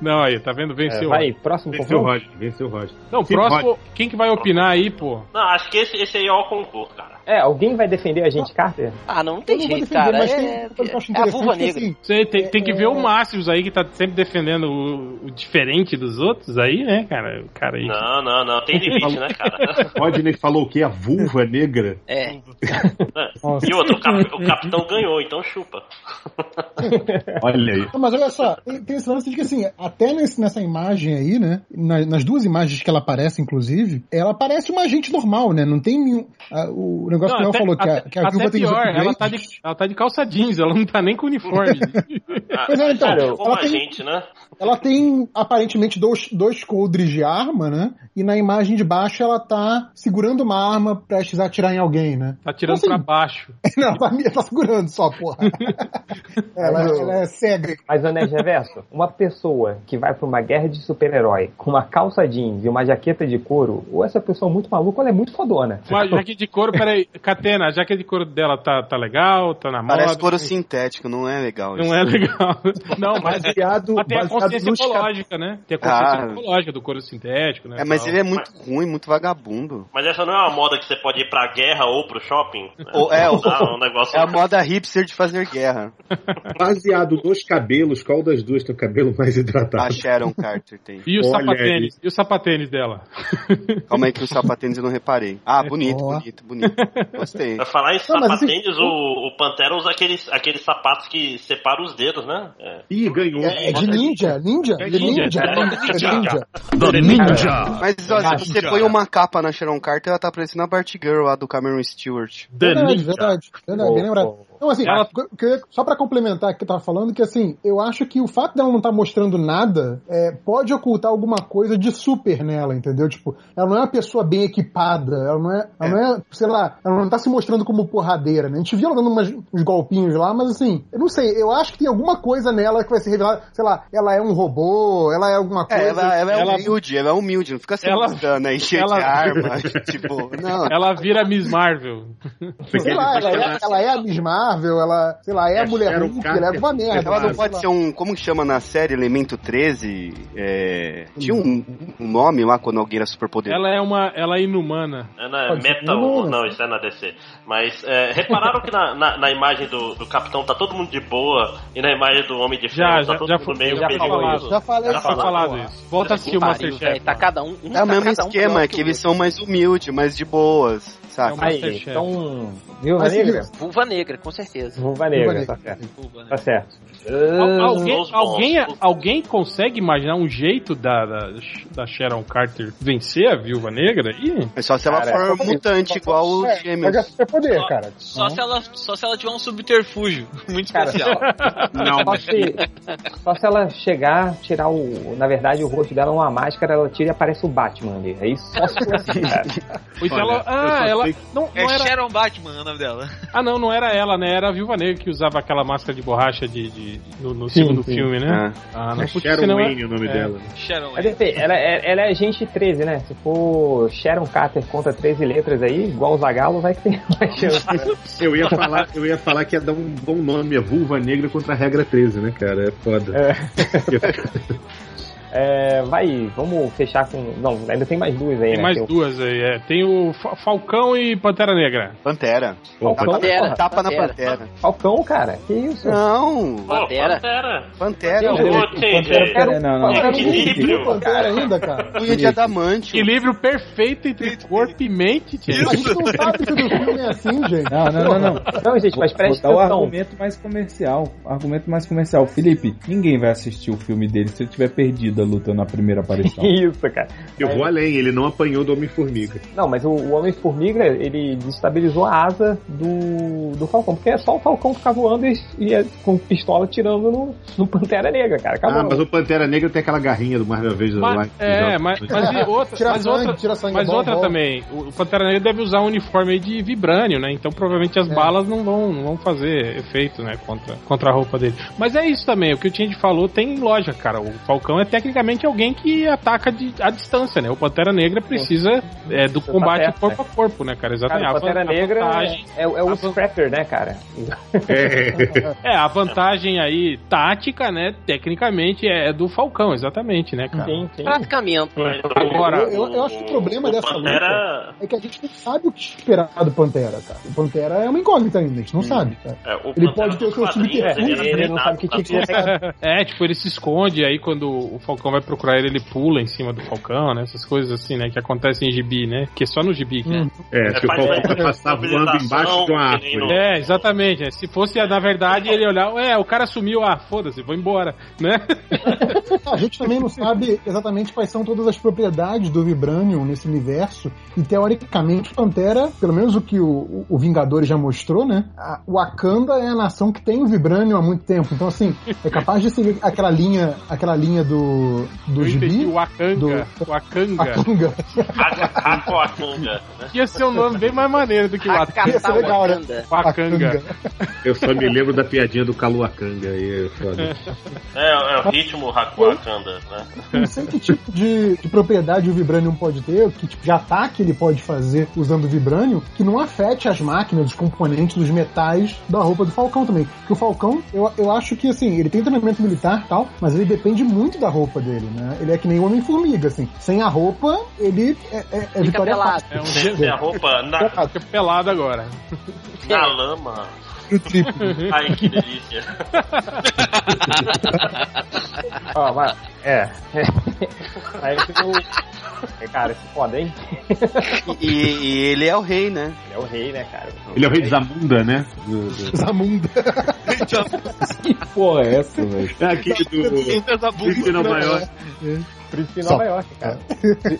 Não, aí, tá vendo? Venceu. Vai, próximo Venceu o confronto. Rodney, venceu o Rodney. não, Sim, próximo, quem que vai opinar aí, pô? Não, acho que esse, esse aí é o concurso, cara. É, alguém vai defender a gente, Carter? ah, não Eu tem não vou jeito, defender, cara. mas É, tem uma coisa que eu acho é a vulva interessante, negra. que, assim, Você tem, tem que ver o Márcios aí, que tá sempre defendendo o, o diferente dos outros aí, né, cara? O cara aí. Não, não, não. Tem limite, né, cara? Rodney falou o quê? A vulva negra? É. E outro, o, cap- o capitão ganhou, então chupa. Olha aí. Não, Mas olha só, tem, tem esse lance de que assim, até nesse- nessa imagem aí, né? na- Nas, duas imagens que ela aparece, inclusive, ela parece uma agente normal, né? Não tem nenhum. a- o, negócio que o Léo Não, até- falou, que a, até- que a viúva até tem os pior, ela upgrades. tá, de, ela tá de calça jeans, ela não tá nem com uniforme. Pois é, então, Ah, Cara, como ela a tem- gente, né? Ela tem aparentemente dois, dois coldres de arma, né? E na imagem de baixo ela tá segurando uma arma prestes a atirar em alguém, né? Tá tirando Assim. pra baixo. Não, ela tá, ela tá segurando só, porra. ela, ela é cega. Mas, Onés Reverso, uma pessoa que vai pra uma guerra de super-herói com uma calça jeans e uma jaqueta de couro, ou essa pessoa é muito maluca, ou ela é muito fodona. Mas a jaqueta de couro, peraí, Catena, a jaqueta de couro dela tá, tá legal, tá na moda. Parece couro sintético, não é legal isso. Não é legal. Não, mas, Baseado, mas tem a baseado consciência nos cap- ecológica, né? Tem a consciência Ah. ecológica do couro sintético, né? É, mas tal. ele é muito ruim, muito vagabundo. Mas essa não é uma moda que você pode ir pra guerra ou pro shopping? né? Ou- é, ou- Ah, um negócio... É a moda hipster de fazer guerra. Baseado nos cabelos, qual das duas tem o cabelo mais A hidratado? Sharon Carter tem. E o Olha sapatênis? E o sapatênis dela? É. Calma aí que o sapatênis eu não reparei. Ah, bonito, Ó. bonito, bonito. Gostei. assim, Pra falar em Não, mas esse- sapatênis, o, o Pantera usa aqueles, aqueles sapatos que separam os dedos, né? É. Ih, ganhou. É, é de ninja, ninja, É de ninja, ninja, é ninja, ninja. The Ninja! Mas ó, se você põe uma capa na Sharon Carter, ela tá parecendo a Batgirl lá do Cameron Stewart. Verdade, verdade, verdade, bem lembrado. Então, assim, Ela- que- que- só pra complementar o que eu tava falando, que assim, eu acho que o fato dela não estar mostrando nada é, pode ocultar alguma coisa de super nela, entendeu? Tipo, ela não é uma pessoa bem equipada, ela não é, ela não é sei lá, ela não tá se mostrando como porradeira, né? A gente viu ela dando umas- uns golpinhos lá, mas assim, eu não sei, eu acho que tem alguma coisa nela que vai ser revelada, sei lá, ela é um robô, ela é alguma É, coisa. ela, ela é ela- humilde, ela é humilde, não fica se Ela- mostrando aí cheia de ela- arma. tipo, não, Ela vira Miss Marvel. sei lá, ela é, ela é a Miss Marvel, ela, sei lá, é a Acharam mulher o um Hulk, cara ela é alguma que- merda. Ela não sei pode lá. ser um. Como que chama na série Elemento 13? É, tinha um, um nome lá quando alguém era superpoderoso. Ela é uma. Ela é inumana. É na Pode ser Metal, né? inumano. não, isso é na DC. Mas é, repararam que na, na, na imagem do, do Capitão tá todo mundo de boa e na imagem do Homem de Já, Ferro já, tá todo já, mundo foi- meio já perigoso. falado. Já falei Já Já foi falado, falado isso. Volta a assistir o Pariu, velho, Masterchef. tá cada um. um É o tá mesmo cada um esquema, pior é que que tá. o eles são mais humildes, mais de boas, É saca? uma- Aí, Masterchef. então. Viúva Mas, Negra? outro. Vulva negra, com certeza. Viúva Viúva Negra, Negra. tá certo. Desculpa, né? Tá certo. Al- Ah, alguém, Os bons. alguém, é alguém consegue imaginar um jeito da, da, da Sharon Carter vencer a viúva negra? Ih, É só se ela Cara, um for só- mutante, igual o É, Gêmeos. mas é superpoder, cara. Só se, ela, só se ela tiver um subterfúgio muito Cara, especial. Não, Só se, só se ela chegar, tirar o. Na verdade, o rosto dela é uma máscara, ela tira e aparece o Batman ali. É Aí só se for assim, cara. pois Olha, ela. Ah, eu só ela. sei Não, É não era, Sharon Batman o nome dela. ah, não, não era ela, né? Era a viúva negra que usava aquela máscara de borracha de, de- de- no, no Sim, segundo sim. filme, né? Ah, não É putz, Sharon senão é- Wayne o nome é. dela. Sharon. Mas, enfim, ela, é- ela é gente 13, né? Se for Sharon Carter conta 13 letras aí, igual o Zagalo, vai que tem mais chance. Eu ia, falar, eu ia falar que ia dar um bom nome, é Vulva Negra contra a Regra 13, né, cara? É foda. É, vai, vamos fechar com. Não, ainda tem mais duas aí, Tem né? mais Tem o duas aí. é. Tem o Fa- Falcão e Pantera Negra. Pantera. Pô, Falcão, Pantera. Tapa na Pantera. Pantera. Falcão, cara. Que isso? Não, Pô, Pantera. Pantera. Pantera. Ô, Pantera, TJ, pera- É, não, não. Pantera Que não nível, viu Pantera ainda, cara. Punha de Adamante. Equilíbrio perfeito entre corpo e mente, tio. A gente não sabe se do filme é assim, gente. Não, não, não, não. Não, gente, mas preste Vou dar o atenção. argumento mais comercial. Argumento mais comercial. Felipe, ninguém vai assistir o filme dele se ele tiver perdido a luta na primeira aparição. Que isso, cara. É. Eu vou além, ele não apanhou do Homem-Formiga. Não, mas o, o Homem-Formiga, ele desestabilizou a asa do, do Falcão. Porque é só o Falcão ficar voando e, e é com pistola tirando no, no Pantera Negra, cara. Acabou. Ah, mas o Pantera Negra tem aquela garrinha do Marvel Avengers lá. Mas, é, mas, mas e outra, Tira mas sangue, outra, tira sangue. mas bom, outra bom. também. O o Pantera Negra deve usar um uniforme aí de vibrânio, né? Então provavelmente as É. balas não vão, não vão fazer efeito, né? Contra, contra a roupa dele. Mas é isso também. O que o Tindy falou tem loja, cara. O Falcão é tecnicamente alguém que ataca de, à distância, né? O Pantera Negra precisa é, do Você tá combate certo, corpo a corpo, né, cara? Cara, Exatamente. o A Pantera van- a Negra vantagem- é, é o a van- Scrapper, né, cara? É, a vantagem aí tática, né? Tecnicamente é do Falcão, exatamente, né, cara? Sim, sim. Praticamente. né? mas o- Agora- Eu- eu- eu acho que o problema dessa Pantera, É que a gente não sabe o que esperar do Pantera, cara. O Pantera é uma incógnita ainda, a gente não sabe, cara. é, o Ele Pantera pode ter dos o seu né? quadrinhos, é subterrâneo, era Ele não treinado sabe o que pra que que é. É, tipo, ele se esconde aí quando o Falcão vai procurar ele, ele pula em cima do Falcão, né? Essas coisas assim, né? Que acontecem em gibi, né? Que é só no gibi, Hum. né? É, se o Falcão passar voando embaixo de uma árvore. É, exatamente. né? Se fosse, na verdade, ele olhar, é, o cara sumiu, ah, foda-se, vou embora, né? A gente também não sabe exatamente quais são todas as propriedades do Vibranium nesse universo. E teoricamente, Pantera, pelo menos o que o, o Vingador já mostrou, né? A Wakanda é a nação que tem o Vibranium há muito tempo. Então, assim, é capaz de seguir aquela linha, aquela linha do, do Eu entendi, gibi. o Akanga. O Akanga. Wakanga. Aquacanga. Ia ser um nome bem mais maneiro do que o Akanga. Ia ser legal, né? O Akanga. Eu só me lembro da piadinha do Kaluakanga aí, é foda. É, é o ritmo Aquacanda, né? Não sei que tipo de, de propriedade o Vibranium pode ter, que tipo de ataque ele pode fazer usando o Vibranium, que não afete as máquinas, os componentes, os metais da roupa do Falcão também. Porque o Falcão, eu, eu acho que assim, ele tem treinamento militar e tal, mas ele depende muito da roupa dele, né? Ele é que nem o Homem-Formiga, assim. Sem a roupa, ele é, é, é vitória pelado. fácil. É um sem a roupa na, Fica pelado agora. na lama. Ai, que delícia. Ó, mas. É. Aí eu. Cara, esse foda, hein? E, e ele é o rei, né? Ele é o rei, né, cara? Ele é o rei de Zamunda, né? Do- do- Zamunda. Porra, é essa, velho? É aquele do Príncipe Nova York. Príncipe em Só. Nova York, cara.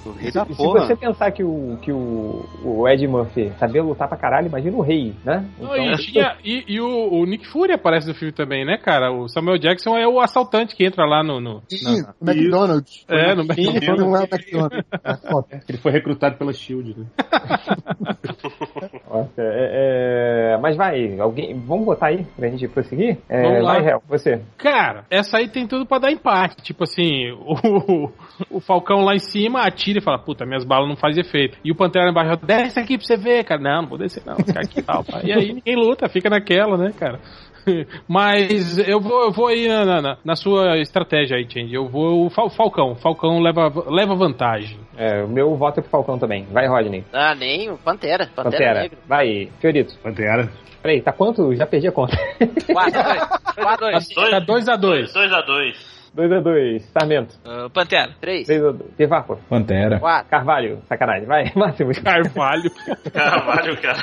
O rei da E se porra. você pensar que o, que o, o Ed Murphy sabia lutar pra caralho, imagina o rei, né? Não, e, tinha- e- e o, o Nick Fury aparece no filme também, né, cara? O Samuel Jackson é o assaltante que entra lá no. no- Ih, McDonald's. é, no Ih, quando não é o McDonald's. É, foda. Ele foi recrutado pela Shield, né? Nossa, é- é- Mas vai, alguém. Vamos botar aí pra gente prosseguir? É, Vamos lá. Vai, Hel, você. Cara, essa aí tem tudo pra dar empate. Tipo assim, o, o Falcão lá em cima atira e fala: Puta, minhas balas não fazem efeito. E o Pantera lá embaixo, desce aqui pra você ver, cara. Não, não vou descer, não. Vou ficar aqui e tal. pá. E aí ninguém luta, fica naquela, né, cara? Mas eu vou, eu vou aí na, na- na- na sua estratégia aí, Change. Eu vou. O Fal- Falcão. Falcão leva, leva vantagem. É, o meu voto é pro Falcão também. Vai, Rodney. Tá Ah, nem o Pantera. Pantera, Pantera. Negra. Vai, Fiorito. Pantera. Peraí, tá quanto? Já perdi a conta. 4, Tá 2 a 2 2 a 2 2x2. Sarmento. Ah, Pantera. 3, 3, 3x2. Devapo. Pantera. 4. Carvalho. Sacanagem. Vai, Máximo. Carvalho. Carvalho, cara.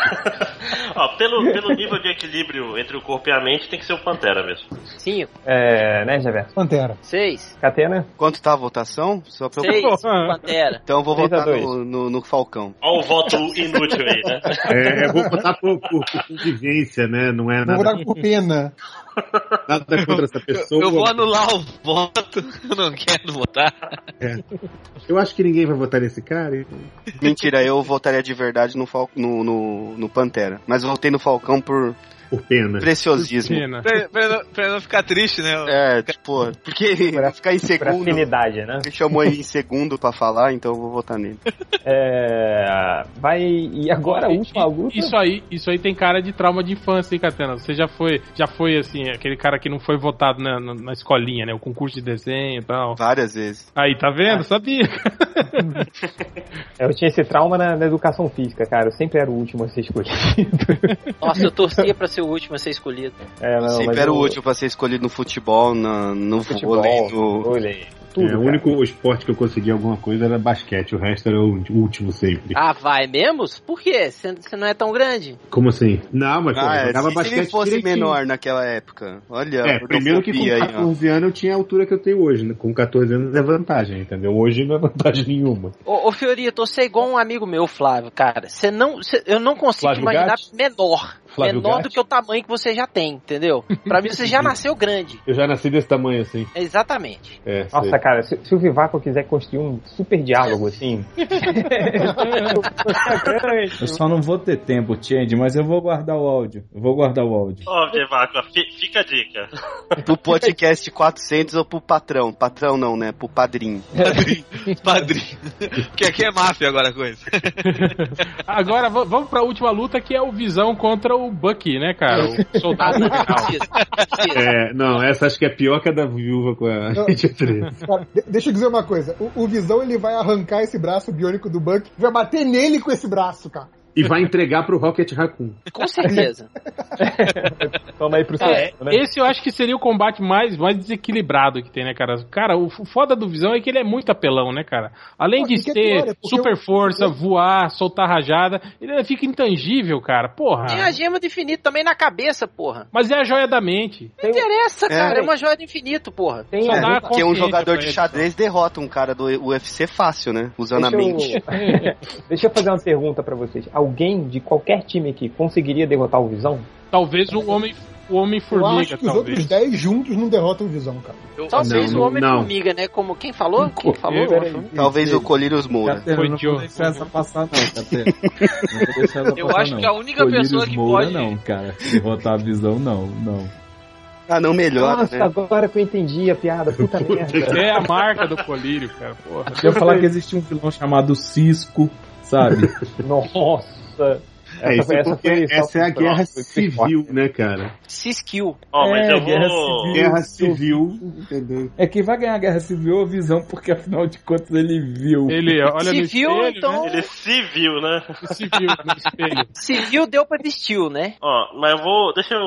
Ó, pelo, pelo nível de equilíbrio entre o corpo e a mente, tem que ser o Pantera mesmo. 5, É, né, Javé? Pantera. 6, Catena. Quanto tá a votação? Só pra eu... 6, Pantera. Então eu vou Seis a votar dois. no, no, no Falcão. Ó o voto inútil aí, né? É, eu vou botar por, por, por convivência, né? Não é Vou nada, dar por pena. nada contra essa pessoa. Eu vou anular o voto. Eu não quero votar. É. Eu acho que ninguém vai votar nesse cara. então. Mentira, eu votaria de verdade no, Fal... no, no, no Pantera. Mas eu votei no Falcão por Por pena. preciosismo. Pena. Pra, pra não, pra não ficar triste, né? É, tipo, porque ficar em Por segundo. afinidade, né? Ele chamou ele em segundo pra falar, então eu vou votar nele. É, vai. E agora a última luta. Isso aí, isso aí tem cara de trauma de infância, hein, Catena? Você já foi, já foi assim, aquele cara que não foi votado na, na, na escolinha, né? O concurso de desenho e tal. Várias vezes. Aí, tá vendo? Sabia. Eu tinha esse trauma na, na educação física, cara. Eu sempre era o último a ser escolhido. Nossa, eu torcia pra ser o último a ser escolhido. É, não, mas Sempre era eu- o último pra ser escolhido no futebol, na, no Futebol, vôlei, no... vôlei, tudo. É, o cara. único esporte que eu consegui alguma coisa era basquete, o resto era o último sempre. Ah, vai mesmo? Por quê? Você não é tão grande? Como assim? Não, mas pô, Ah, eu é, jogava se basquete ele fosse direitinho. menor naquela época. Olha, É, a primeiro que com gordofobia aí, ó. 14 anos eu tinha a altura que eu tenho hoje. né? Com 14 anos é vantagem, entendeu? Hoje não é vantagem nenhuma. Ô, ô Fiorito, você é igual um amigo meu, Flávio, cara. Você não, cê- eu não consigo Flávio imaginar Gatti? menor. Flávio menor do Gatti? que o tamanho que você já tem, entendeu? Pra mim, você já nasceu grande. Eu já nasci desse tamanho assim. Exatamente. É, Nossa, sei. cara, se, se o Vivaco quiser construir um super diálogo assim. Eu só não vou ter tempo, Change, mas eu vou guardar o áudio. Eu vou guardar o áudio. Ó, Devaca, fi- fica a dica. Pro podcast 400 ou pro patrão. Patrão não, né? Pro padrinho. Padrinho. Porque aqui é máfia agora a coisa. Agora, va- vamos pra última luta, que é o Visão contra o Bucky, né, cara? O soldado invernal. Precisa, precisa. É, não, essa acho que é pior que a da viúva com a é Não. Mídia 13. Cara, de- deixa eu dizer uma coisa. O, o Visão ele vai arrancar esse braço biônico do Buck, vai bater nele com esse braço, cara. E vai entregar pro Rocket Raccoon. Com certeza. Toma aí pro seu. É, né? Esse eu acho que seria o combate mais, mais desequilibrado que tem, né, cara? Cara, o f- foda do Visão é que ele é muito apelão, né, cara? Além Pô, de e que é ter pior, é porque super o- força, voar, soltar rajada, ele ainda fica intangível, cara. Porra. Ah. Tem a gema do infinito também na cabeça, porra. Mas é a joia da mente. Não interessa, É. cara. É uma joia do infinito, porra. Tem Só dá a- Porque um consciência jogador pra de ele, xadrez derrota um cara do UFC fácil, né? Usando a mente. Deixa eu... Deixa eu fazer uma pergunta pra vocês. Alguém de qualquer time aqui conseguiria derrotar o Visão? Talvez o homem, o homem Eu acho formiga, que os outros talvez. 10 juntos não derrotam o Visão, cara. Talvez Não, o homem não. formiga, né? Como quem falou? Quem falou? Eu acho. Talvez o Colírios Moura. Catena, Foi não Diogo. vou deixar essa passar, não, Catena. Não vou deixar essa Eu passar, acho não. que a única Colírios pessoa que Moura, pode- Não, cara. Derrotar a visão, não, não. Ah, não melhora, Nossa, né? agora que eu entendi a piada. Puta merda. É a marca do colírio, cara. Porra. Eu ia falar que existia um vilão chamado Cisco, sabe? Nossa. É, isso é essa porque foi só- essa é a guerra Nossa, que forte. civil, né, cara? Se skill. Ó, mas É, eu guerra vou. civil. Guerra civil. É quem vai ganhar a guerra civil é o visão, porque afinal de contas ele viu. Ele é, olha se no viu, espelho, então. né? Ele se viu, né? Ele se viu no espelho. Se viu, deu pra vestir, né? Ó, mas eu vou. Deixa eu,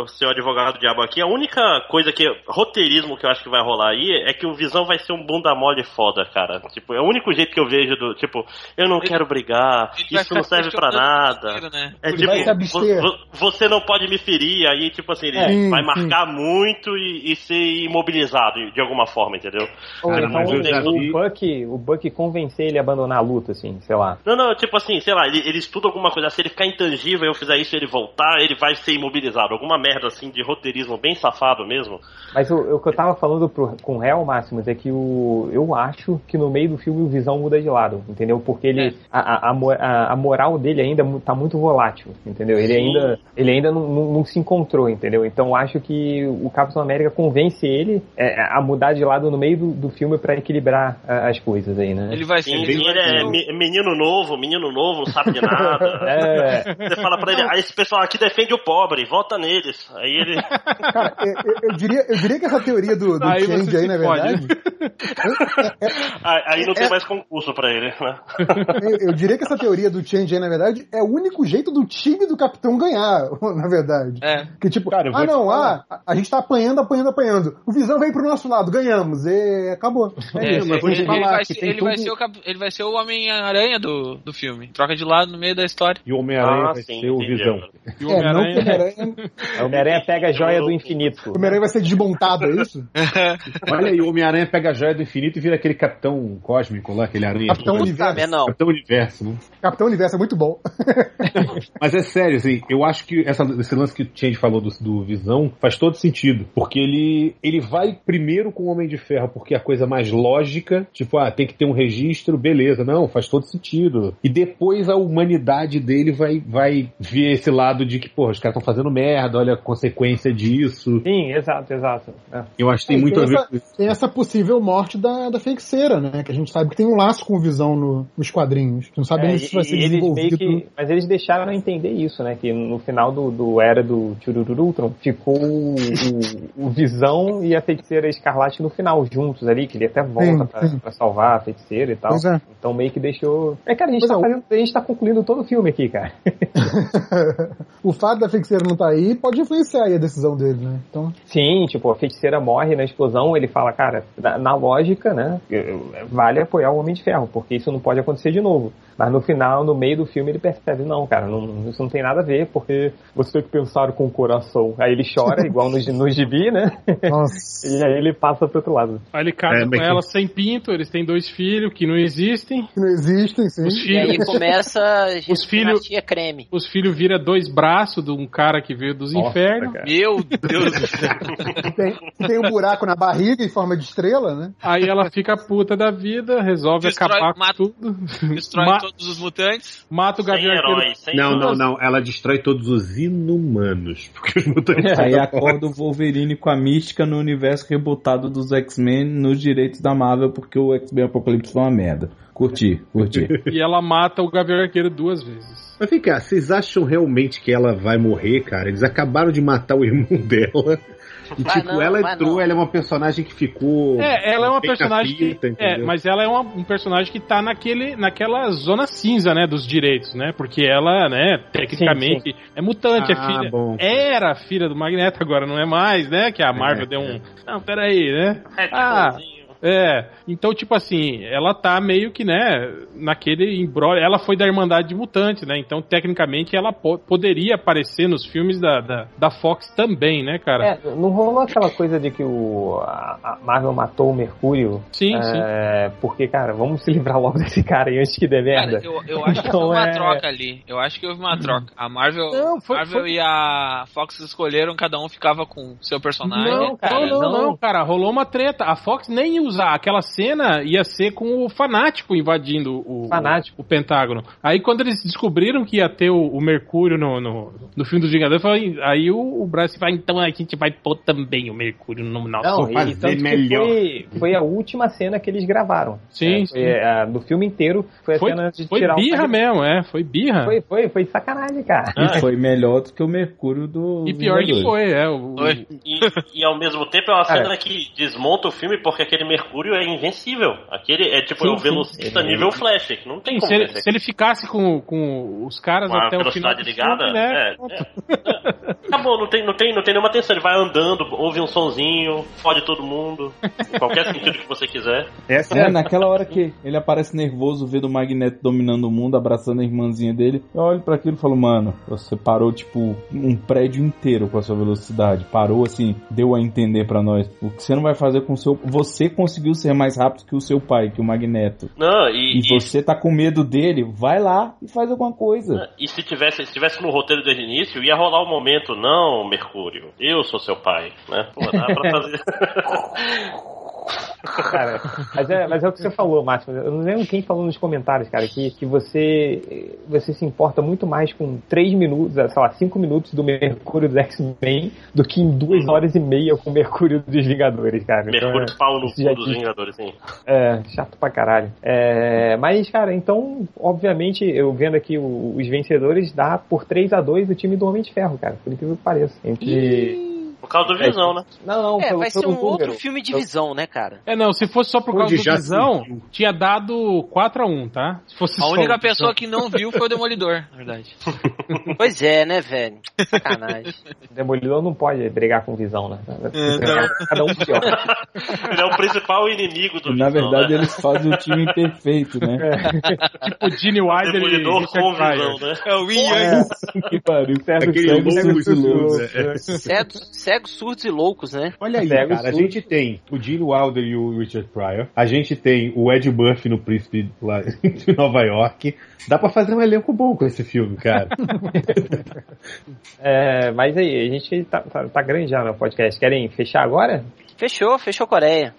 eu ser o advogado do diabo aqui. A única coisa que. Roteirismo que eu acho que vai rolar aí é que o Visão vai ser um bunda mole foda, cara. Tipo, é o único jeito que eu vejo do. Tipo, eu não Ele- quero brigar, Ele vai isso não ficar serve pra questionando nada. primeiro, né? É Ele tipo, vai se abster. vo- vo- você não pode me ferir, aí tipo assim, ele É. vai Hum, marcar muito e, e ser imobilizado de alguma forma, entendeu? Ou Cara, então mas eu já o, vi- Buck, o Buck convencer ele a abandonar a luta, assim, sei lá. Não, não, tipo assim, sei lá, ele, ele estuda alguma coisa, se ele ficar intangível, eu fizer isso, ele voltar, ele vai ser imobilizado. Alguma merda assim de roteirismo bem safado mesmo. Mas o, o que eu tava falando pro- com o réu, Máximos, é que o, eu acho que no meio do filme o Visão muda de lado, entendeu? Porque ele, É. a, a- a mo- a- a moral dele ainda mu- tá muito volátil, entendeu? Ele ainda, ele ainda não, não- não se encontrou, entendeu? Então eu acho que o Capitão América convence ele é, a mudar de lado no meio do, do filme pra equilibrar a- as coisas aí, né? Ele vai ser. Sim, bem ele é bacana. me- menino novo, menino novo, não sabe de nada. É, Você fala pra ele, ah, esse pessoal aqui defende o pobre, vota neles. Aí ele. Cara, eu, eu- eu diria, eu diria que essa teoria do, do Aí você Change aí, é se na fode, né? verdade, aí- Aí não tem mais concurso pra ele, né? eu, eu diria que essa teoria do Change aí, na verdade, é o único jeito do time do capitão ganhar, na verdade. É. Que tipo, Cara, eu vou ah te não, ah, a- a gente tá apanhando, apanhando, apanhando. O Visão veio pro nosso lado, ganhamos. E acabou. É, É, isso. mas vou te ele, falar ele vai que ser, tem ele, vai todo- ser o, cap- ele vai ser o Homem-Aranha do, do filme. Troca de lado no meio da história. E o Homem-Aranha Ah, vai sim, ser o entendi Visão. agora. E o É, não que o Homem-Aranha. Homem-Aranha o Homem-Aranha pega a joia do infinito. o Homem-Aranha vai ser desmontado, é isso? Olha aí, o Homem-Aranha pega a joia do infinito e vira aquele capitão cósmico lá, aquele aranha. Capitão Capitão, Tá, Universo. né? Não. Universo, né? Capitão Universo é muito bom. Mas é sério, assim, eu acho que essa- esse lance que o Change falou do, do Visão faz todo sentido. Porque ele, ele vai primeiro com o Homem de Ferro, porque é a coisa mais lógica, tipo, ah, tem que ter um registro, beleza, não, faz todo sentido. E depois a humanidade dele vai, vai ver esse lado de que, porra, os caras estão fazendo merda, olha a consequência disso. Sim, exato, exato. É. Eu acho que tem É, muito a ver essa- com isso. Tem essa possível morte da, da feiticeira, né? Que a gente sabe que tem um laço com o Visão no- nos quadrinhos. Não É, sabemos se vai e- ser e eles meio desenvolvido. que- mas eles deixaram eu entender isso, né? Que no final do, do era do Tirururutron ficou o, o- o Visão e a feiticeira Escarlate no final, juntos ali, que ele até volta Sim, pra, sim. pra salvar a feiticeira e tal. Pois é. Então meio que deixou. É, cara, a gente, Pois tá, é, o- fazendo- a gente tá concluindo todo o filme aqui, cara. o fato da feiticeira não tá aí pode influenciar aí a decisão dele, né? Então, Sim, tipo, a feiticeira morre na explosão, ele fala, cara, na, na lógica, né? Vale apoiar o Homem de Ferro, porque isso não pode acontecer de novo. Mas no final, no meio do filme, ele percebe, não, cara, não- isso não tem nada a ver, porque você tem que pensar com o coração. Aí ele chora, igual no, gi- no gibi, né? nossa. E aí ele passa pro outro lado. Aí ele casa É, com mas- ela sem pinto, eles têm dois filhos que não existem. que não existem, sim. Os E aí filhos, começa a Os filhos- ginastia creme. os filhos viram dois braços de um cara que veio dos infernos. Nossa, cara. Meu Deus do céu. Tem, tem um buraco na barriga em forma de estrela, né? Aí ela fica puta da vida, resolve Destrói- acabar com mata- tudo. Destrói Ma- todos os mutantes. Mata o Sem Gavião Arqueiro. herói, sem Não, não, não. Ela destrói todos os inumanos. Porque os mutantes. É, Aí acorda o Wolverine com a mística no universo rebotado dos X-Men nos direitos da Marvel, porque o X-Men Apocalipse foi uma merda. Curti, curti. E ela mata o Gavião Arqueiro duas vezes. Mas vem cá, vocês acham realmente que ela vai morrer, cara? Eles acabaram de matar o irmão dela. E, Vai tipo, não, ela vai entrou, não. ela é uma personagem que ficou. É, ela é uma bem na personagem que. fita, É, entendeu? mas ela é uma- um personagem que tá naquele, naquela zona cinza, né, dos direitos, né? Porque ela, né, tecnicamente, é mutante, é Ah, filha. bom. Era filha do Magneto, agora não é mais, né? Que a Marvel é. deu um. Não, peraí, né? É, tipo, Ah, é. Então, tipo assim, ela tá meio que, né, naquele embrólio. Ela foi da Irmandade de Mutante, né? Então, tecnicamente, ela po- poderia aparecer nos filmes da, da, da Fox também, né, cara? É, não rolou aquela coisa de que o, a a Marvel matou o Mercúrio? Sim, sim. É, porque, cara, vamos se livrar logo desse cara aí antes que dê merda. Cara, eu, eu acho que Então, houve Tá uma é- troca ali. Eu acho que houve uma troca. A Marvel, Hum. Não, foi- Marvel foi- e a Fox escolheram, cada um ficava com seu personagem. Não, cara. não, não, não. não, cara, rolou uma treta. A Fox nem ia usar. Aquela cena ia ser com o fanático invadindo o, Fanático. o Pentágono. Aí quando eles descobriram que ia ter o, o Mercúrio no, no, no filme dos Vingadores, falou, aí o, o Bryce vai, então a gente vai pôr também o Mercúrio no nosso. Então, tipo, Não, fazer e tanto que melhor. foi, foi a última cena que eles gravaram. Sim, É, sim. foi, é, do filme inteiro foi a Foi, cena de foi tirar o birra cara- mesmo, é, foi birra. Foi, foi, foi sacanagem, cara. Ah, E foi melhor do que o Mercúrio do. E pior que Vingadores. foi, é. O, o- Foi. E, e ao mesmo tempo é uma Cara. cena que desmonta o filme porque aquele Mercúrio é invencível. Aquele é tipo Sim, é o sim. velocista É. nível Flash, que não tem se, como. ele, né? se ele ficasse com, com os caras Com a até o final. velocidade do ligada, filme, né? é, é. Acabou, não tem, não, tem, não tem nenhuma tensão. Ele vai andando, ouve um sonzinho, fode todo mundo, em qualquer sentido que você quiser. Essa É, naquela hora que ele aparece nervoso, vendo o Magneto dominando o mundo, abraçando a irmãzinha dele, eu olho pra aquilo e falo, mano, você parou, tipo, um prédio inteiro com a sua velocidade. Parou, assim, deu a entender pra nós. O que você não vai fazer com o seu... Você conseguiu ser mais rápido que o seu pai, que o Magneto. Não, e, E você tá com medo dele, vai lá e faz alguma coisa. E se tivesse, se tivesse no roteiro desde o início, ia rolar o momento, não, Mercúrio, eu sou seu pai, né? Pô, dá pra fazer. cara. Mas é, mas é o que você falou, Márcio. Eu não lembro quem falou nos comentários, cara, que, que você, você se importa muito mais com 3 minutos, eh, sei lá, 5 minutos do Mercúrio dos X-Men do que em 2 horas e meia com o Mercúrio dos Vingadores, cara. Então, Uhum. Mercúrio É, pau no isso já cu dos disse. Vingadores, sim. É, chato pra caralho. É, mas, cara, então, obviamente, eu vendo aqui o- os vencedores, dá por 3 a 2 o time do Homem de Ferro, cara. Por incrível que pareça. Entre... Por causa do visão, né? Não, não, É, pelo- vai ser pelo um outro número. filme de visão, né, cara? É, não, se fosse só por causa Onde do já visão, surgiu. tinha dado 4x1, tá? Se fosse A só única o pessoa que não viu foi o Demolidor, na verdade. Pois é, né, velho? Sacanagem. Demolidor não pode brigar com visão, né? Então. Cada um pior. Ele é o principal inimigo do E, na visão. verdade, né? eles fazem o time perfeito, né? O Tipo, Gene Wilder e Demolidor com Richard Pryor. visão, né? É o Yin que pariu. Aquele é Cego, cego, louco cego, né? louco, louco. é. Cegos, cegos, surdos e loucos, né? Olha aí, Cego, cara. A surdo. gente tem o Gene Wilder e o Richard Pryor. A gente tem o Ed Murphy no Príncipe lá de Nova York. Dá pra fazer um elenco bom com esse filme, cara. É, mas aí, a gente tá, tá, tá grande já no podcast. Querem fechar agora? Fechou, fechou Coreia.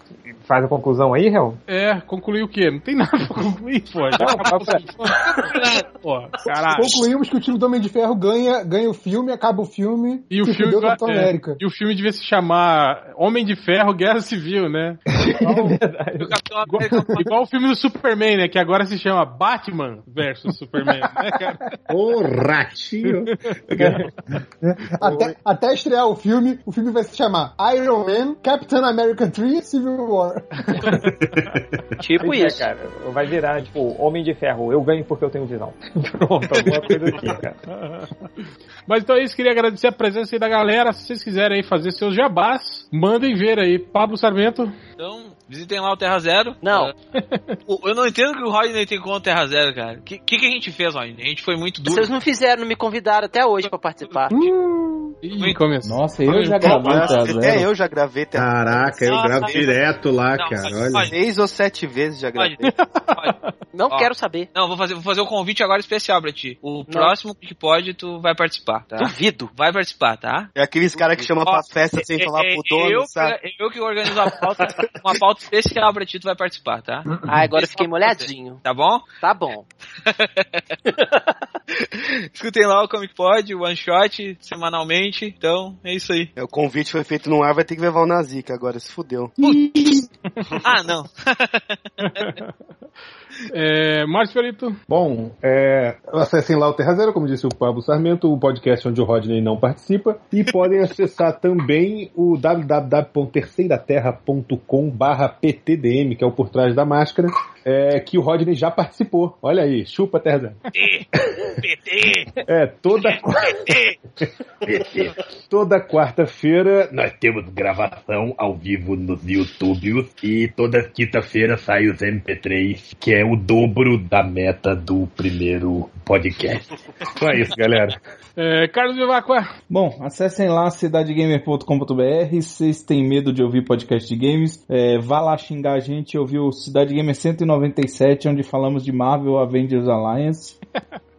Faz a conclusão aí, Real? É, concluiu o quê? Não tem nada pra concluir, pô. Já acabou é. o- pô, caralho. Concluímos que o time do Homem de Ferro ganha, ganha o filme, acaba o filme E o, se filme fudeu vai- Capitão é, América. e o filme devia se chamar Homem de Ferro, Guerra Civil, né? O Capitão Igual, América igual o filme do Superman, né? Que agora se chama Batman versus Superman, né, cara? Ô, ratinho. É. Até, até estrear o filme, o filme vai se chamar Iron Man, Captain America 3, Civil War. Tipo Pois é, isso. cara. Vai virar, tipo, Homem de Ferro. Eu ganho porque eu tenho visão. Pronto, alguma coisa assim, cara. Mas então é isso, queria agradecer a presença aí da galera. Se vocês quiserem aí fazer seus jabás, mandem ver aí. Pablo Sarmento. Então, visitem lá o Terra Zero. Não. É. O- Eu não entendo que o Rodney tem contra o Terra Zero, cara. O que, que, que a gente fez, Rodney? A gente foi muito duro. Vocês não fizeram, não me convidaram até hoje pra participar. Uh. Ih, começa. Nossa, eu já gravei tá o Terra Até Zero. eu já gravei tá? até Caraca, eu gravo direto lá, Ah, tá. Não, cara. pode- Olha. pode, seis ou sete vezes já pode, gravei. pode. Não Ó. quero saber. Não, vou fazer, vou fazer um convite agora especial pra ti. O próximo que pode, tu vai participar, tá? Duvido. Vai participar, tá? É aqueles caras que chamam pra festa sem É, falar é, pro dono, eu, sabe? eu que organizo a pauta, uma pauta especial pra ti, tu vai participar, tá? Ah, agora eu Só fiquei pra molhadinho. Tá bom? Tá bom. Escutem lá o Comic Pod, o One Shot, semanalmente. Então, é isso aí. É, O convite foi feito no ar, vai ter que levar o Nazica agora, se fudeu. Ah, não. É, Márcio Perito. Bom, é, acessem lá o Terra Zero, como disse o Pablo Sarmento, o podcast onde o Rodney não participa. E podem acessar também o www.terceiraterra.com PTDM, que é o Por Trás da Máscara, é, que o Rodney já participou. Olha aí, chupa Terra Zero. É, toda quarta... toda quarta-feira... Nós temos gravação ao vivo nos YouTube e toda quinta-feira sai os MP3, que é o dobro da meta do primeiro podcast. Então é isso, galera. É, Carlos Vivacqua. Bom, acessem lá cidadegamer.com.br. Se vocês têm medo de ouvir podcast de games, é, vá lá xingar a gente e ouvir o Cidade Gamer 197, onde falamos de Marvel Avengers Alliance.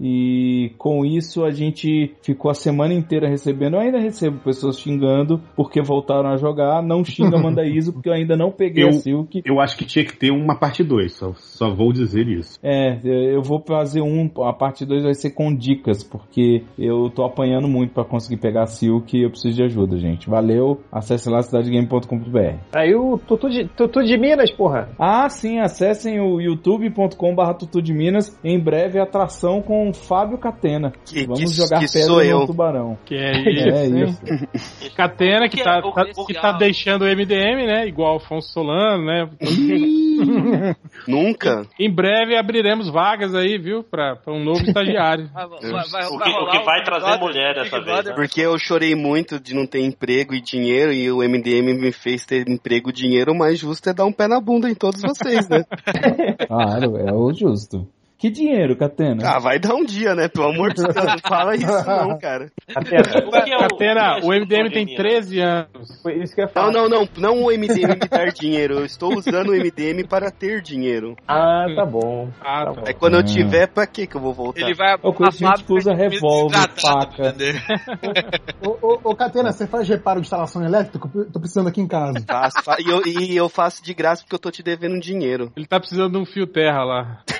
E com isso a gente ficou a semana inteira recebendo. Eu ainda recebo pessoas xingando porque voltaram a jogar. Não xinga, manda ISO, porque eu ainda não peguei assim Eu- a Silk. Eu acho que tinha que ter uma parte 2, só, só vou dizer isso. É, eu vou fazer um. A parte 2 vai ser com dicas, porque eu tô apanhando muito pra conseguir pegar a Silk e eu preciso de ajuda, gente. Valeu, acesse lá cidadegame.com.br. Aí o Tutu de, Tutu de Minas, porra. Ah, sim, acessem o youtube.com.br Tutu de Minas. Em breve, atração com o Fábio Catena. Que, Vamos que, jogar que pedra sou no eu. tubarão. Que é É isso. isso. Catena, que, Que tá, é o tá- comercial. que tá deixando o MDM, né? Igual Alfonso Solano, né? Nunca? Em breve abriremos vagas aí, viu? Pra, pra um novo estagiário. Vai, vai- vai- vai O que, o rolar que vai Big trazer Brother- mulher Big dessa vez, Brother. né? Porque eu chorei muito de não ter emprego e dinheiro, e o MDM me fez ter emprego e dinheiro, o mais justo é dar um pé na bunda em todos vocês, né? Claro, é o justo. Que dinheiro, Catena? ah, vai dar um dia, né? Pelo amor de Deus, não fala isso não, cara. Até, O que é o- Catena, o que é MDM tem Minas? 13 anos. foi isso que eu ia Não, falar. não, não, não o MDM me dar dinheiro, eu estou usando o MDM para ter dinheiro. Ah, tá bom. Ah, tá. Aí quando eu Ah. tiver, pra que que eu vou voltar? Ele vai Eu conheço gente que usa revólver, faca. Ô, ô, ô, Catena, você faz reparo de instalação elétrica? Eu Tô precisando aqui em casa. Faço, fa- e, eu, e eu faço de graça porque eu tô te devendo um dinheiro. Ele tá precisando de um fio terra lá.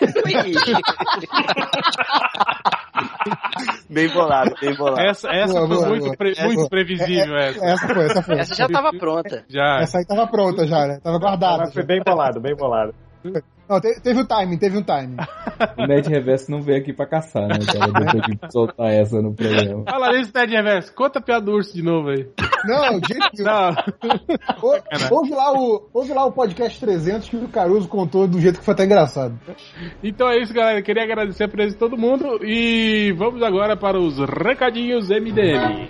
Bem bolado, bem bolado. Essa, essa Boa, foi boa, muito, boa. pre- Essa- muito previsível, essa. Essa foi, essa foi. Essa já tava pronta. Já. Essa aí tava pronta já, né? Tava guardada. Mas foi já. bem bolado, bem bolado. Não, te- teve o timing, teve um timing. O Ned Reverso não veio aqui pra caçar, né, cara? Depois de soltar essa no programa. Fala nisso, Ted Reverso. Conta a piada do urso de novo aí. Não, de jeito nenhum. Não. Ou- Ouve lá, o, ouve lá o podcast 300 que o Caruso contou do jeito que foi até engraçado. Então é isso, galera. Queria agradecer a presença de todo mundo e vamos agora para os recadinhos MDM.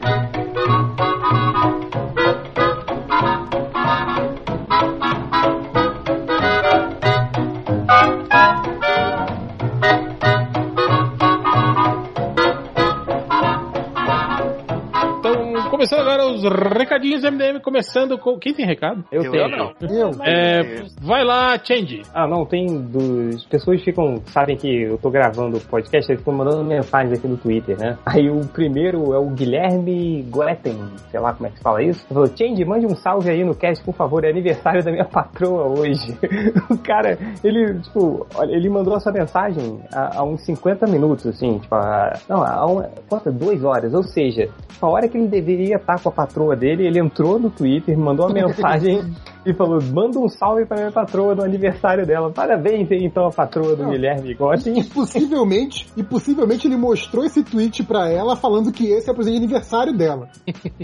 Então, Começando agora os recadinhos MDM, começando com. Quem tem recado? Eu, Eu tenho. não. Eu, É, vai lá, Change. Ah, não, tem dos. Pessoas ficam. Sabem que eu tô gravando o podcast, eles ficam mandando mensagens aqui no Twitter, né? Aí o primeiro é o Guilherme Goetten, sei lá como é que se fala isso. Ele falou: Change, mande um salve aí no cast, por favor, é aniversário da minha patroa hoje. o cara, ele, tipo, olha, ele mandou essa mensagem há, há uns 50 minutos, assim, tipo, há, não, há uma, quanto? Duas horas, ou seja, a hora que ele deveria estar com a patroa dele, ele entrou no Twitter, mandou uma mensagem e falou: manda um salve pra minha patroa no aniversário dela. Parabéns aí, então, a patroa do Não. Guilherme Gotti. E possivelmente, e possivelmente ele mostrou esse tweet pra ela falando que esse é o presente de aniversário dela.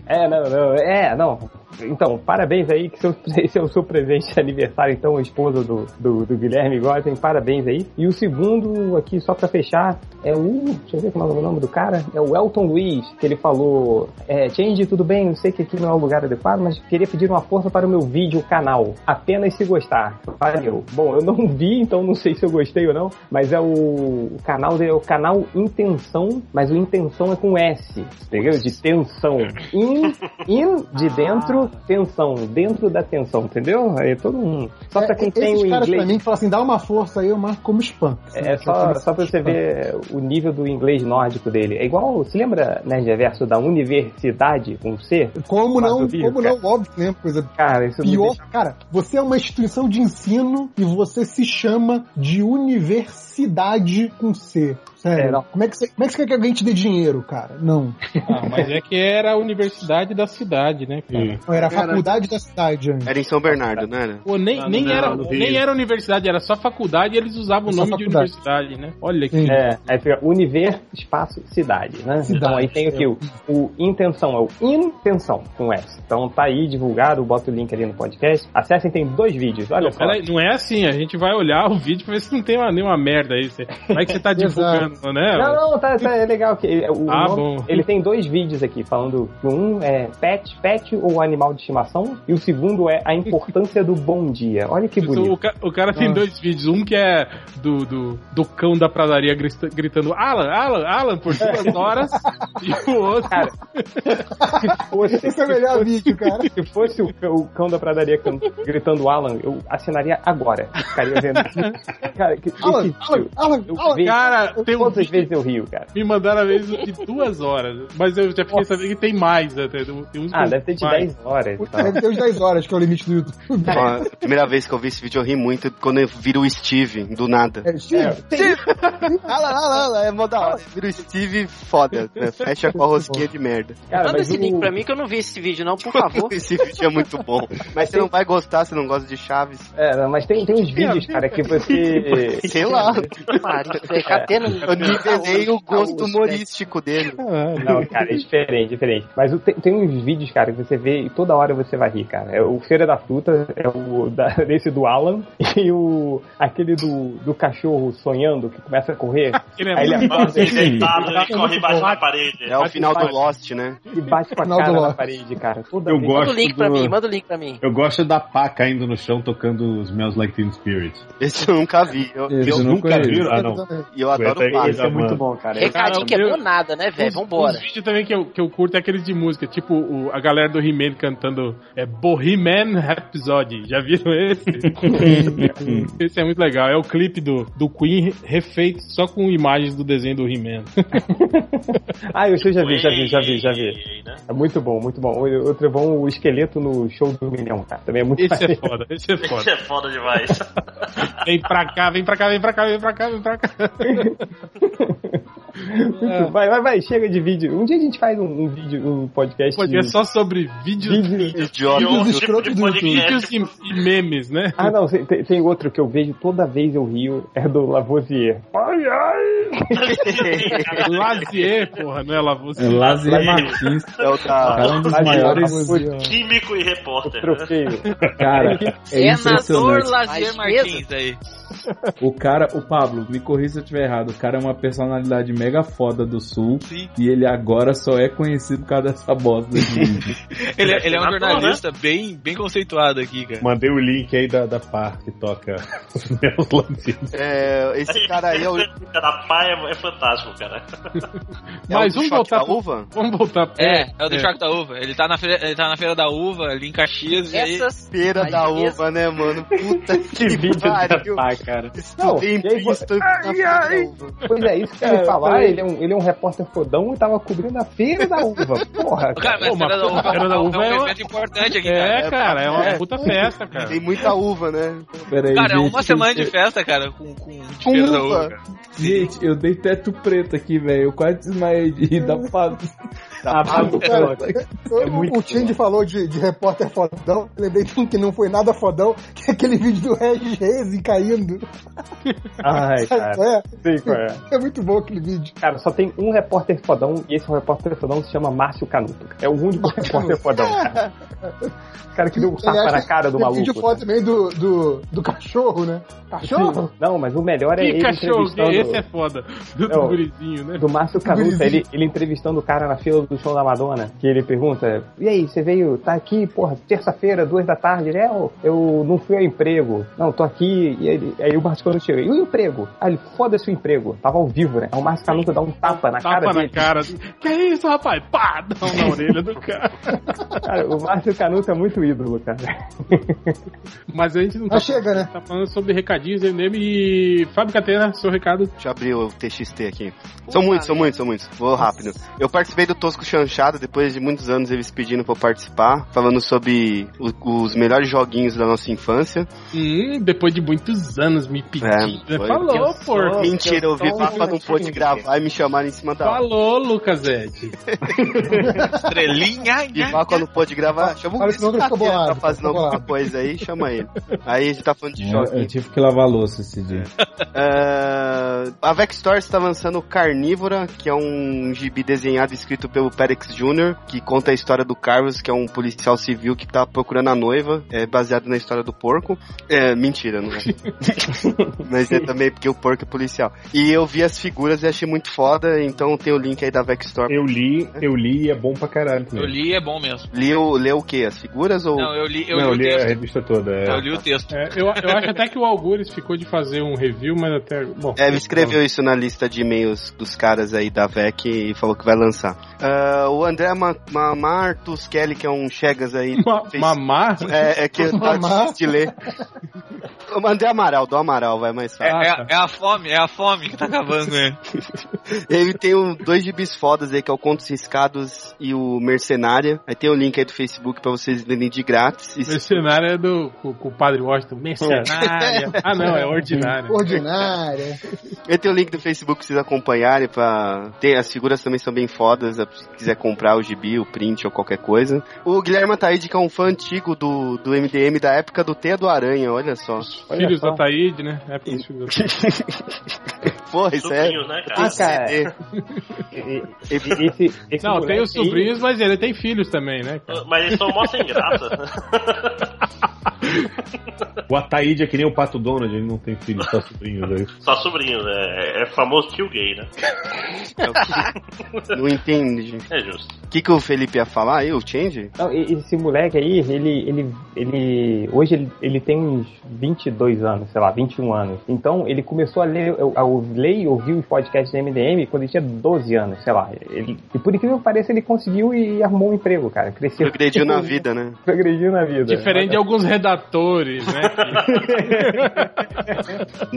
É, não, não, é, não. Então, parabéns aí, que seu, esse é o seu presente de aniversário, então, a esposa do, do, do Guilherme Gotten, parabéns aí. E o segundo, aqui, só pra fechar, é o. Deixa eu ver como é o nome do cara. É o Elton Luiz, que ele falou: é, Change, tudo bem, eu sei que aqui não é o lugar adequado, mas queria pedir uma força para o meu vídeo canal. Apenas se gostar. Valeu. Bom, eu não vi, então não sei se eu gostei ou não, mas é o, o canal dele, é o canal Intenção, mas o Intenção é com S, entendeu? De tensão. In, in de dentro, tensão. Dentro da tensão, entendeu? É todo um. Só pra quem É, tem o esses caras pra inglês. mim que falam assim, dá uma força aí, eu marco como spam. É só, só pra você ver o nível do inglês nórdico dele. É igual, se lembra, né, Verso da universidade, um C? Como Mas não, eu vi, como não, óbvio, né? Coisa Cara, isso me pior. deixa- Cara, você é uma instituição de ensino e você se chama de universidade com C. Sério. Como, é que você, como é que você quer que alguém te dê dinheiro, cara? Não. Ah, mas é que era a universidade da cidade, né, cara? Não, era a Cara, faculdade da cidade, antes. Era em São Bernardo, não era? Pô, nem, Ah, Não, nem, não, era, no nem Rio. era universidade, era só faculdade e eles usavam o É Só nome de faculdade. universidade, né? Olha que. É, aí fica univer, espaço, cidade, né? Cidade, então aí tem o que? O, o intenção é o intenção com S. Então tá aí divulgado, bota o link ali no podcast. Acessem, tem dois vídeos, olha só. Peraí, não é assim, a gente vai olhar o vídeo pra ver se não tem uma- nenhuma merda aí. você- Vai que você tá divulgando, né? Não, não, tá, tá, é legal. Que, é, o Ah, nome- bom. Ele tem dois vídeos aqui falando que um é pet, pet ou animal de estimação, e o segundo é a importância do bom dia. Olha que bonito. Ah. O, ca- o cara tem dois vídeos. Um que é do, do, do cão da pradaria grita- gritando Alan, Alan, Alan por duas horas. e o outro. Poxa, Esse é o melhor vídeo, cara. Se fosse o cão, o cão da pradaria can- gritando Alan, eu assinaria agora. Ficaria vendo. Cara, que, Alan, esse- Alan, Alan, eu Alan. vejo- Cara, tem um quantas vídeo- vezes eu rio, cara? me mandaram a vez de duas horas. Mas eu já fiquei sabendo que tem mais até. Tem uns Ah, com deve ter de mais. 10 horas. e tal. Deve ter uns 10 horas, que é o limite do YouTube. Ó, a primeira vez que eu vi esse vídeo eu ri muito quando eu viro o Steve, do nada. É, Steve, tem- Ala, ala, ala, é mó da hora. Vira o Steve, foda. né? Fecha com a rosquinha de merda. Cara, Manda mas esse o- link pra mim que eu não vi esse vídeo, não, por favor. Esse vídeo é muito bom. Mas você não vai gostar, você não gosta de Chaves. É, não, mas tem, tem uns vídeos, cara, que É. você. Sei lá. Pariu, você já tá tendo- um Eu nivelei o gosto Caos, né? humorístico dele. Não, cara, é diferente, diferente. Mas o- tem, tem uns vídeos, cara, que você vê e toda hora você vai rir, cara. É o Feira da Fruta, é o da, desse do Alan, e o aquele do, do cachorro sonhando que começa a correr Ele é Aí ele assim, muito acorda. bom. Ele deitado, ele corre embaixo da parede. É o final do Lost, né? e bate com a Final do cara na Lost. parede, cara. Toda Eu vez. gosto. Manda o link pra do- mim, manda o link pra mim. Eu gosto da pá caindo no chão tocando os Smells Like Teen Spirit. Esse eu nunca vi. Eu, Esse Eu eu não nunca vi. conheço. Ah, não. e eu adoro Essa aí- o Paz. esse é muito bom, cara. Recadinho que é eu- bonada, né, velho? Os- Vambora. Os vídeos também que eu, que eu curto é aqueles de música, tipo o- a galera do He-Man cantando é, Bohemian Rhapsody. Já viram esse? esse é muito legal. É o clipe do, do Queen refeito só com imagens do desenho do He-Man. Ah, eu sei, já vi, já vi, já vi, já vi. Ei, né? É muito bom, muito bom. O- Outro é bom, o esqueleto no show do milhão, cara. Também é muito Esse é maneiro. foda, esse é Isso foda. é foda demais. Vem pra cá, vem pra cá, vem pra cá, vem pra cá, vem pra cá. É. Muito- Vai, vai, vai, chega de vídeo. Um dia a gente faz um, um vídeo, um podcast. Pô, é de- só sobre vídeos, vídeo- Idiota. E os outro tipo escrotos de do vídeos assim. podcast. e, e memes, né? Ah, não, tem, tem- tem outro que eu vejo toda vez eu rio, é do Lavoisier. Ai, ai! Lazier, porra, não é lá você. É Lazier Martins, É o da... tá cara, um dos Lazier maiores. Químico e repórter. né? Trofeio. Cara, é Senador impressionante. Lazier Mas Martins aí. O cara, o Pablo, me corrija se eu estiver errado, o cara é uma personalidade mega foda do sul e ele agora só é conhecido por causa dessa bosta desse vídeo. Ele, é- ele é um Senador, jornalista bem, bem conceituado aqui, cara. Mandei o link aí da, da pá que toca os Smells Like Teen Spirit. É, esse cara aí é o... É Esse cara da pai é, é fantástico, cara. Mas o do É vamos um shot voltar, da pro, uva? vamos voltar pro- É, é o do Charco da Uva. Ele tá na feira, ele tá na feira da uva, ali em Caxias, e aí Essas. Pera Mas da mesmo- uva, né, mano? Puta Que vídeo que da pariu. tá pá, cara. Não, Estudei em e aí você- Princeton na feira da uva. Pois é, isso que eu ia falar, ele é, um, ele é um repórter fodão e tava cobrindo a feira da uva. Porra, cara. Cara, mas Pô, mas Feira da porra, Uva, Feira da é um- Uva é é um uma- evento importante aqui, cara. É, cara, é uma É. puta festa, cara. Tem muita uva, né? Pera aí, Cara, é gente, uma semana de eu- festa, cara, com, com de Com Feira da uva. Uva, cara. Gente, eu dei teto preto aqui, velho. Eu quase desmaiei de rir da Tá pá. Ah, maluco, cara. Eu- É muito o Change falou de, de repórter fodão. eu Lembrei de um que não foi nada fodão, que é aquele vídeo do Regis Reis caindo. Ai, cara. É, Sei qual é. é muito bom aquele vídeo. Cara, só tem um repórter fodão e esse repórter fodão se chama Márcio Canuto. É o único repórter fodão, É. cara. O cara que deu um tapa na cara do Tem é vídeo maluco. né? foda também do, do, do cachorro, né? Cachorro? Não, mas o melhor é Que ele cachorro, que entrevistando... esse é foda. Do, do Não. gurizinho, né? Do Márcio Canuto, ele, ele entrevistando o cara na fila do show da Madonna, que ele pergunta, e aí, você veio, tá aqui, porra, terça-feira, duas da tarde, né? Eu, eu não fui ao emprego. Não, tô aqui, e ele- aí o Márcio Canuto chega, e o emprego? Aí ele, foda-se o emprego, tava ao vivo, né? Aí o Márcio Canuto dá um tapa na Tapa cara na dele. cara. Que é isso, rapaz? Pá! Dá um na orelha do cara. Cara, o Márcio Canuto é muito ídolo, cara. Mas a gente não tá, Mas chega, né? tá falando sobre recadinhos, MDM e... Fábio Catena, seu recado. né? Deixa eu abrir o TXT aqui. São muitos, são muitos, são muitos. Vou rápido. Eu participei do Tosco Chico Chanchada, depois de muitos anos eles pedindo pra eu participar, falando sobre o- os melhores joguinhos da nossa infância. Hum, depois de muitos anos me pedindo. É, foi. Falou, porra. Mentira, eu ouvi sou falar não pôde gravar e me chamaram em cima da hora. Falou, Lucas Ed. Estrelinha, E Vaca não pôde gravar. Chama o Fala que senão ele fica Café pra bolado, fazer fica alguma bolado. coisa aí, chama ele. Aí a gente tá falando de Eu, joguinho. É, eu tive que lavar a louça esse dia. É. Ah, a Vexstore está lançando Carnívora, que é um gibi desenhado e escrito pelo Perix Jr., que conta a história do Carlos, que é um policial civil que tá procurando a noiva, é baseado na história do porco. É, mentira, não é? Mas é também porque o porco é policial. E eu vi as figuras e achei muito foda, então tem o link aí da Vexstore. Eu li, eu li e é bom pra caralho Eu também. li é bom mesmo. Li o, leu o quê? As figuras ou... Não, eu li, eu Não, li o a texto. revista toda. é. Eu li o texto. É, eu, eu acho até que o Algures ficou de fazer um review, mas até. Bom, então. É, ele escreveu isso na lista de e-mails dos caras aí da VEC e falou que vai lançar. Ah, o André Ma- Ma- Martus Kelly, que é um Chegas aí. Ma- fez- Mamar? É, é que tá Mamá. difícil de ler. O André Amaral, do Amaral, vai mais É, Ah, fácil. tá. é- é a fome, é a fome que tá acabando ele. é. Ele tem um, dois gibis fodas aí, que é o Contos Riscados e o Mercenária. Aí tem o link aí do Facebook pra vocês lerem de grátis. E se- Mercenário é do. Com, com o padre Washington. Mercenário. Ah, não, é ordinário. Ordinária. Eu tenho o um link do Facebook pra vocês acompanharem pra ter as figuras também são bem fodas, se quiser comprar o gibi, o print ou qualquer coisa. O Guilherme Ataíde, que é um fã antigo do, do MDM da época do Teia do Aranha, olha só. Filhos só. da Taíde, né? É porque os filhos da Taíde. Porra, isso é. Sobrinhos, né, cara? Ah, cara. CD. E- e- e- esse, esse Não, tem moleque os aí- sobrinhos, mas ele tem filhos também, né? cara? Mas eles são mó sem graça. né? O Ataíde é que nem o Pato Donald, ele não tem filho, só sobrinho. né? Daí. Só sobrinhos, é, é famoso tio gay, né? Não entende. É justo. O que, que o Felipe ia falar aí, o Change? Não, e- esse moleque aí, ele, ele, ele hoje ele, ele tem uns 22 anos, sei lá, 21 anos. Então ele começou a ler, a ler e ouvir os podcasts do MDM quando ele tinha 12 anos, sei lá. Ele, e por incrível que pareça, ele conseguiu e, arrumou um emprego, cara. Cresceu. Progrediu na vida, né? Progrediu na vida. Diferente de alguns redatores, né? que-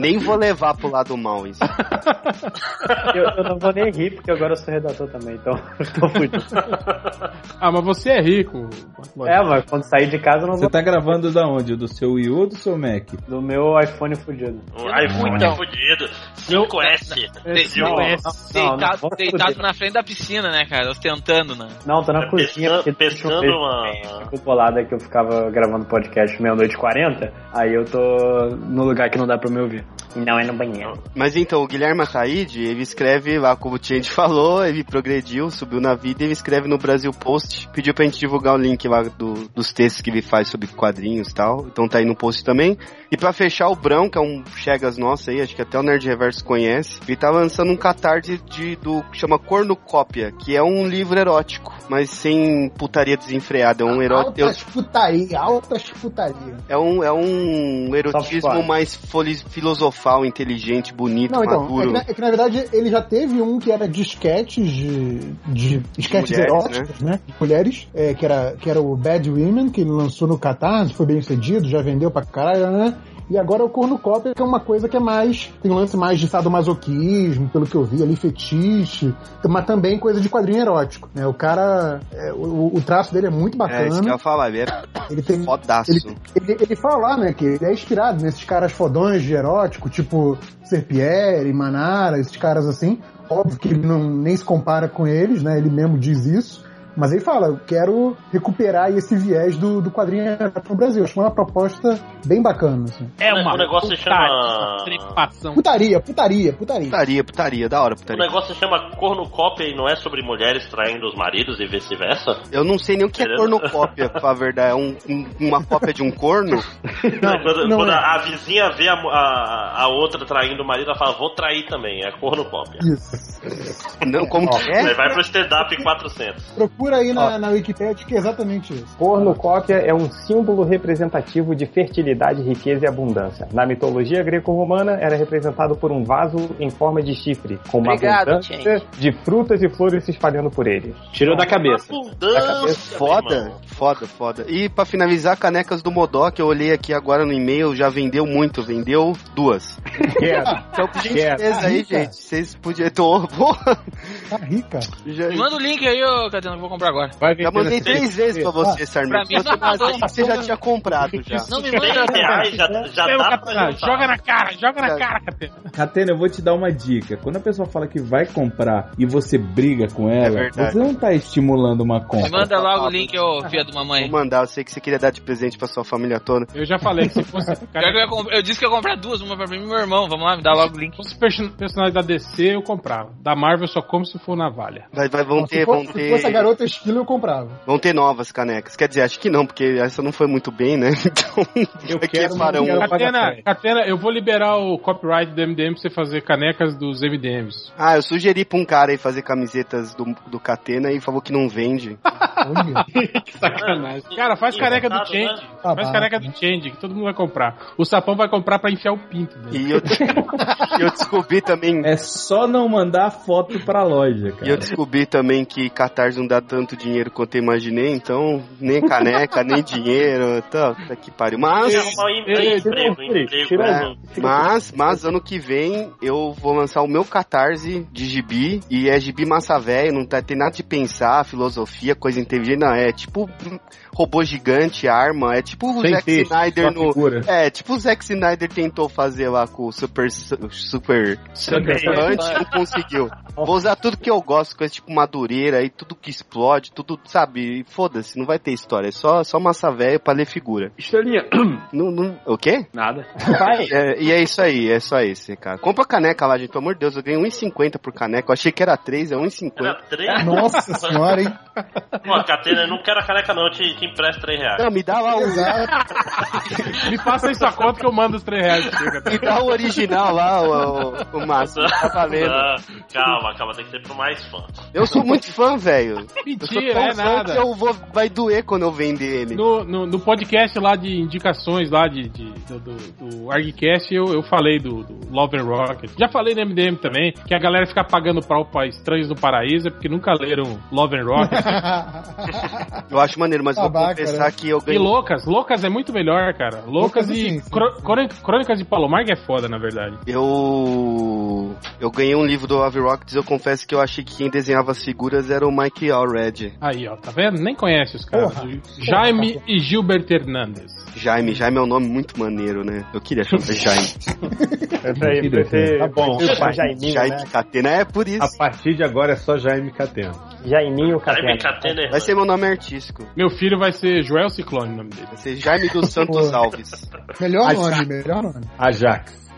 Nem vou levar pro lado mal isso. Eu, eu não vou nem rir, porque agora eu sou redator também, então eu tô fudido. Ah, mas você é rico. É, mas quando sair de casa eu não Você vou. tá gravando da onde? Do seu Wii U ou do seu Mac? Do meu iPhone fudido. Um iPhone Então. fudido. 5S. Esse Não, não é. Não, não, Deitado, vamos deitado fuder. na frente da piscina, né, cara? Ostentando, né? Não, tô na É, pescando- cozinha. porque pescando eu uma- Fico bolado é que eu ficava gravando podcast meia-noite e 40, aí eu tô no lugar que não dá pra me ouvir. Não, é no banheiro. Mas então, o Guilherme Ataíde, ele escreve lá, como o Change falou, ele progrediu, subiu na vida, ele escreve no Brasil Post, pediu pra gente divulgar o link lá do- dos textos que ele faz sobre quadrinhos e tal, então tá aí no post também. E pra fechar, o Brão, que é um Chegas nosso aí, acho que até o Nerd Reverso conhece, ele tá lançando um catarse de, do, que chama Cornucópia, que é um livro erótico, mas sem putaria desenfreada, é Ah, um erótico... Altas putaria, altas putaria. É um, é Tá um erotismo fora. mais foli- filosofal, inteligente, bonito, Não, então, é que, maduro. na, é que na verdade ele já teve um que era de esquetes de, de esquetes mulheres, eróticos, né? De mulheres, é, que, era, que era o Bad Women, que ele lançou no Catarse, foi bem sucedido, já vendeu pra caralho, né? E agora o cornucópia, que é uma coisa que é mais. Tem um lance mais de sadomasoquismo, pelo que eu vi ali, fetiche, mas também coisa de quadrinho erótico, né? O cara. é, o, o traço dele é muito É, isso bacana. que eu ia falar, ele é ele tem fodaço. ele, ele, ele fala lá, né, que ele é inspirado nesses caras fodões de erótico, tipo Serpieri, Manara, esses caras assim. Óbvio que ele não, nem se compara com eles, né? Ele mesmo diz isso. Mas ele fala, eu quero recuperar esse viés do, do quadrinho erótico no Brasil. Acho uma proposta bem bacana, assim. É uma O negócio se chama- trepação. Putaria, putaria, putaria. Putaria, putaria, da hora, O putaria. negócio se chama cornucópia e não é sobre mulheres traindo os maridos e vice-versa? Eu não sei nem o que é Entendeu? cornocópia, pra verdade. É um- um- uma cópia de um corno? quando não quando é. a, a vizinha vê a, mu- a, a outra traindo o marido, ela fala, vou trair também, é cornucópia. Isso. Não, como que Aí é? Vai pro stand-up 400. Procura aí na, na Wikipédia que é exatamente isso. Cornucópia é um símbolo representativo de fertilidade, riqueza e abundância. Na mitologia greco-romana, era representado por um vaso em forma de chifre, com uma Obrigado, abundância de frutas e flores se espalhando por ele. Tirou da cabeça. Abundância, meu é Foda, irmão. foda, foda. E pra finalizar, canecas do Modok, eu olhei aqui agora no e-mail, já vendeu muito, vendeu duas. Quero. Ah, tá Então, por gentileza aí, gente, vocês podiam... Tô, Porra! É, Tá rica. Me Manda o link aí, ô Catena, que eu vou comprar agora. Já mandei três vezes pra você, Sarmento. Pra mim, Você, não, mas não, você já tinha comprado já. Não me manda. reais já, já um Pelo dá pra Catena, juntar. joga na cara, joga na Já- cara, Catena. Catena, eu vou te dar uma dica. Quando a pessoa fala que vai comprar e você briga com ela, verdade. você não tá estimulando uma Me compra. manda logo o link, ô filha de mamãe. Tá Vou mandar, eu sei que você queria dar de presente pra sua família toda. Eu já falei que se fosse. Pior Cara, que eu, ia comp- eu disse que ia comprar duas, uma pra mim e meu irmão. Vamos lá, me dá logo o link. se fosse person- personagem da DC, eu comprava. Da Marvel, eu só como se for navalha. Vai, vai, vão se ter, fosse, vão se fosse a ter, garota esquilo, eu comprava. vão ter novas canecas. Quer dizer, acho que não, porque essa não foi muito bem, né? Então, Eu aqui quero, é para um. quero. Catena, Catena, eu vou liberar o copyright do MDM pra você fazer canecas dos MDMs. Ah, eu sugeri pra um cara aí fazer camisetas do, do Catena e falou que não vende. Olha, Sacanagem. Cara, faz careca do Engraçado, Change. tá Faz barato, careca né? do Change, que todo mundo vai comprar. O sapão vai comprar pra enfiar o pinto dele. E eu, eu descobri também. É só não mandar a foto pra E loja, eu cara. descobri também que Catarse não dá tanto dinheiro quanto eu imaginei, então nem caneca, nem dinheiro, tá, tá que pariu. Mas, É, Tem que arrumar um em- Ei, emprego, tira um, emprego. tira né? um. mas, mas ano que vem eu vou lançar o meu Catarse de gibi, e é gibi massa velho, não tá, tem nada de pensar, filosofia, coisa inteligente, não, é tipo robô gigante, arma, é tipo o Sem Zack texto, Snyder só no... figura. É, tipo o Zack Snyder tentou fazer lá com o Super... Su- Super... Super Antes não conseguiu. Vou usar tudo que eu gosto, coisa tipo madureira e tudo que explode, tudo, sabe? E Foda-se, não vai ter história. É só, só massa velha pra ler figura. Estrelinha. Não, não, o quê? Nada. É, e é isso aí, é só esse, cara. Compra caneca lá, gente. Pelo amor de Deus, eu ganhei 1,50 por caneca. Eu achei que era 3, é 1,50. Era três? Nossa senhora, hein? Pô, Catena, eu não quero a caneca não, eu te, te empresto 3 reais. Não, me dá lá o, Exato. Me passa isso a conta que eu mando os 3 reais. pra você, Catena. me dá o original lá, o, o, o Márcio. Tá valendo. Não, calma, calma, tem que ser pro mais fã. Eu sou muito fã, velho. Eu sou Mentira, tão é fã nada. que eu vou, vai doer quando eu vender ele. No, no, no podcast lá de indicações lá de, de- do, do, do ArgCast, eu, eu falei do, do Love and Rocket. Já falei no MDM também que a galera fica pagando pau pra Estranhos no Paraíso é porque nunca leram Love and Rocket. Eu acho maneiro, mas vou Babaca, confessar né? que eu e ganhei Loucas, Loucas é muito melhor, cara. Loucas Loucas, é e sim, sim, Cro- sim. Crônica- Crônicas de Palomar que é foda, na verdade. Eu. Eu ganhei um livro do Love Rockets, eu confesso que eu achei que quem desenhava as figuras era o Mike Allred. Aí, ó, tá vendo? Nem conhece os caras. Porra. Jaime e Gilberto Hernandes. Jaime, Jaime é um nome muito maneiro, né? Eu queria chamar Jaime. É pra ir, pra ser- Tá bom. pra ser o Jaiminho, Jaime né? Catena, é por isso. A partir de agora é só Jaime Catena. Jaiminho Jaime Catena. Catena Vai Hernandes. ser meu nome É um artístico. Meu filho vai ser Joel Ciclone, o nome dele. Vai ser Jaime dos Santos Alves. tá. É. Melhor Ai, nome, melhor nome. Ajax.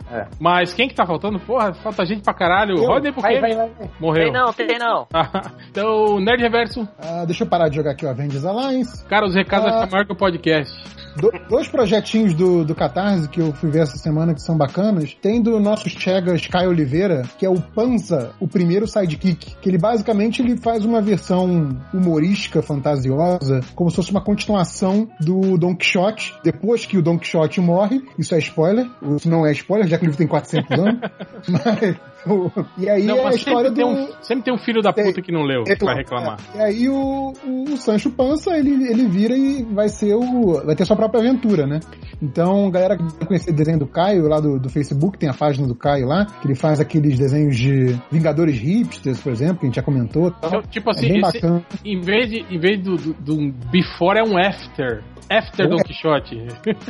Mas quem que tá faltando? Porra, falta gente pra caralho. Rodney, por quê? Vai, vai, vai. Morreu. Tem não, tem não. então, Nerd Reverso, Ah, deixa eu parar de jogar aqui o Avengers Alliance. cara, os recados Ah. vão ficar maior que o podcast. Do- dois projetinhos do, do Catarse que eu fui ver essa semana que são bacanas. Tem do nosso Chega Sky Oliveira, que é o Panza, o primeiro sidekick. Que ele basicamente ele faz uma versão humorística, fantasiosa, como se fosse uma continuação do Don Quixote. Depois que o Don Quixote morre, isso é spoiler. Isso não é spoiler, já que o livro tem 400 anos. Mas, o- e aí não, é a mas história sempre, tem do... um, sempre tem um filho da puta Tem. que não leu, É, que vai claro. reclamar. É. E aí o, o Sancho Pança, ele, ele vira e vai ser o. vai ter sua própria aventura, né? Então, galera que não conhecer o desenho do Caio lá do, do Facebook, tem a página do Caio lá, que ele faz aqueles desenhos de Vingadores Hipsters, por exemplo, que a gente já comentou. tal. Então, tipo é assim, bem esse- bacana. em vez, de, em vez do, do, do um before é um after. After Don Quixote.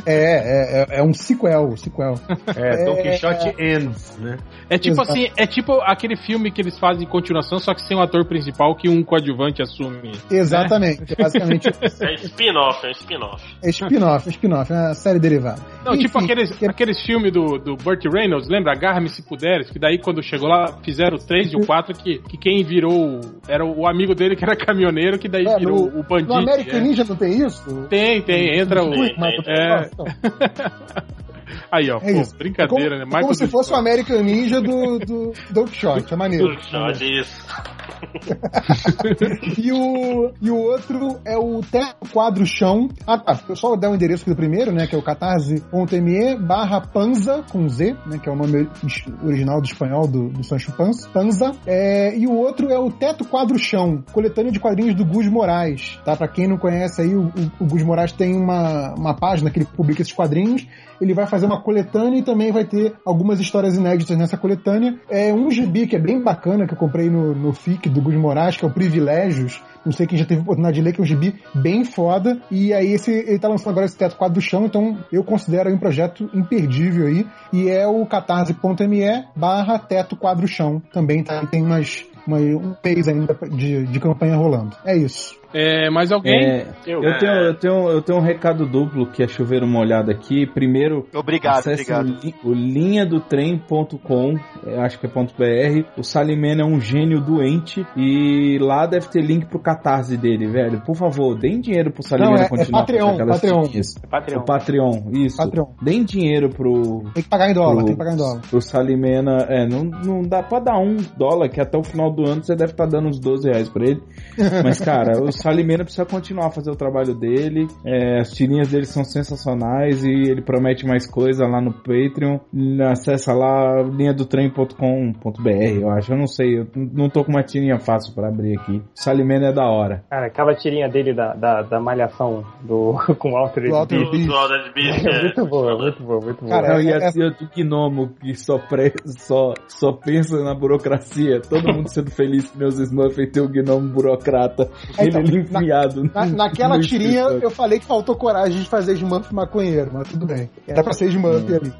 É, é, é, é um sequel, sequel. É, Don É. Quixote Ends, né? É tipo Exato. assim, é tipo aquele filme que eles fazem em continuação, só que sem o ator principal que um coadjuvante assume. Exatamente. É basicamente É spin-off, é um spin-off. é spin-off, é spin-off, é uma série derivada. Não, tipo Enfim, aqueles, que- aqueles filmes do, do Burt Reynolds, lembra? Agarra-me se puderes, que daí quando chegou lá fizeram o 3 e o 4, que, que quem virou o- era o amigo dele que era caminhoneiro, que daí É, virou no- o bandido. No American é. Ninja não tem isso? Tem, tem, entra o. Tem, Mata o tem. É. pessoal. Aí, ó, então. É pô, isso. brincadeira, É como, é né? como Michael se Jackson. fosse o American Ninja do, do Don Quixote, é maneiro. Só disso. e, o, e o outro é o Teto Quadro Chão. Ah, tá. Eu só dar o endereço aqui do primeiro, né? Que é o catarse.me barra panza com Z, né? Que é o nome original do espanhol do, do Sancho Panza. Panza. É, e o outro é o Teto Quadro Chão, coletânea de quadrinhos do Gus Moraes, tá? Pra quem não conhece aí, o, o, o Gus Moraes tem uma, uma página que ele publica esses quadrinhos. Ele vai fazer uma coletânea e também vai ter algumas histórias inéditas nessa coletânea. É um gibi que é bem bacana, que eu comprei no, no FIC do Gus Moraes, que é o Privilégios. Não sei quem já teve oportunidade de ler, que é um gibi bem foda. E aí esse, ele tá lançando agora esse Teto Quadro do Chão, então eu considero aí um projeto imperdível aí. E é o catarse.me barra Teto Quadro Chão. Também tá, tem umas, uma, um mês ainda de, de campanha rolando. É isso. É, mais alguém? É, eu, tenho, eu, tenho, eu tenho um recado duplo que é chover uma olhada aqui. Primeiro, Obrigado, acesse obrigado. o li- O, linhadotrem.com, é, acho que é ponto .br. O Salimena é um gênio doente e lá deve ter link pro catarse dele, velho. Por favor, deem dinheiro pro Salimena Não, é, é continuar. Patreon, fazendo aquelas Patreon. tirinhas. Patreon. O Patreon, isso. Patreon. Deem dinheiro pro. Tem que pagar em dólar, pro- tem que pagar em dólar. Pro Salimena, é, não, não dá pra dar um dólar, que até o final do ano você deve estar dando uns 12 reais pra ele. Mas, cara, o Salimena precisa continuar a fazer o trabalho dele. É, as tirinhas dele são sensacionais e ele promete mais coisa lá no Patreon. Acessa lá linhadotrem.com.br, eu acho. Eu não sei, eu não tô com uma tirinha fácil pra abrir aqui. Salimena é da hora. Cara, aquela tirinha dele da, da, da malhação do, com o Walter Do Walter Bill. Bill. Do Walter Bill, É muito boa, muito boa, muito boa. é, Cara, e assim, eu do gnomo que só, pre- só, só pensa na burocracia. Todo mundo sendo feliz que meus Smurfs e tem o gnomo burocrata. É, ele então, ele enfiado. Na- Hum, no- naquela no tirinha escritório. eu falei que faltou coragem de fazer Smurf maconheiro, mas tudo bem. É. Era pra ser Hum. Smurf ali.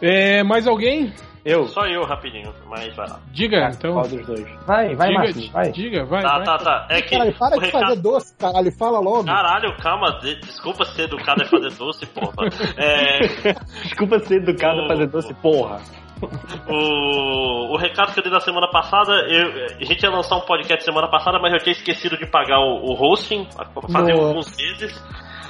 É, mais alguém? Eu. Só eu, rapidinho, mas vai lá. Diga, então. qual dos dois? Vai, vai, diga, Marcos, vai. Diga, vai. Tá, vai. tá, tá. É que. Caralho, para o de recado- fazer doce, caralho, fala logo. Caralho, calma, de- desculpa ser educado é fazer doce, porra. É, Desculpa ser educado a fazer doce, porra. o, o recado que eu dei da semana passada, eu- a gente ia lançar um podcast semana passada, mas eu tinha esquecido de pagar o, o hosting, fazer Nossa. alguns meses.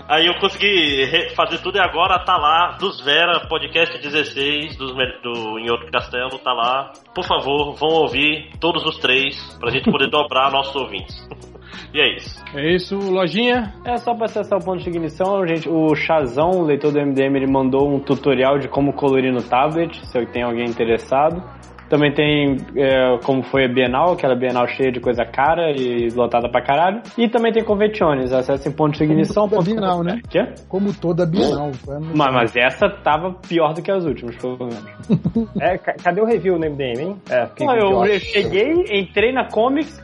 Aí eu consegui re- fazer tudo e agora tá lá, dos Vera, podcast 16 dos, mel- do Em Outro Castelo, tá lá. Por favor, vão ouvir todos os três, pra gente poder dobrar nossos ouvintes. E é isso. É isso, lojinha. É só pra acessar o ponto de ignição, gente. O Chazão, o leitor do MDM, ele mandou um tutorial de como colorir no tablet, se tem alguém interessado. Também tem é, como foi a Bienal, aquela Bienal cheia de coisa cara e lotada pra caralho. E também tem conventiones, acessem ponto de um ignição. Como toda Bienal, né? Quê? Como toda Bienal. Mas, mas essa tava pior do que as últimas, pelo menos. É, ca- cadê o review no MDM, hein? É, fiquei Não, eu, idiota. eu cheguei, entrei na Comics,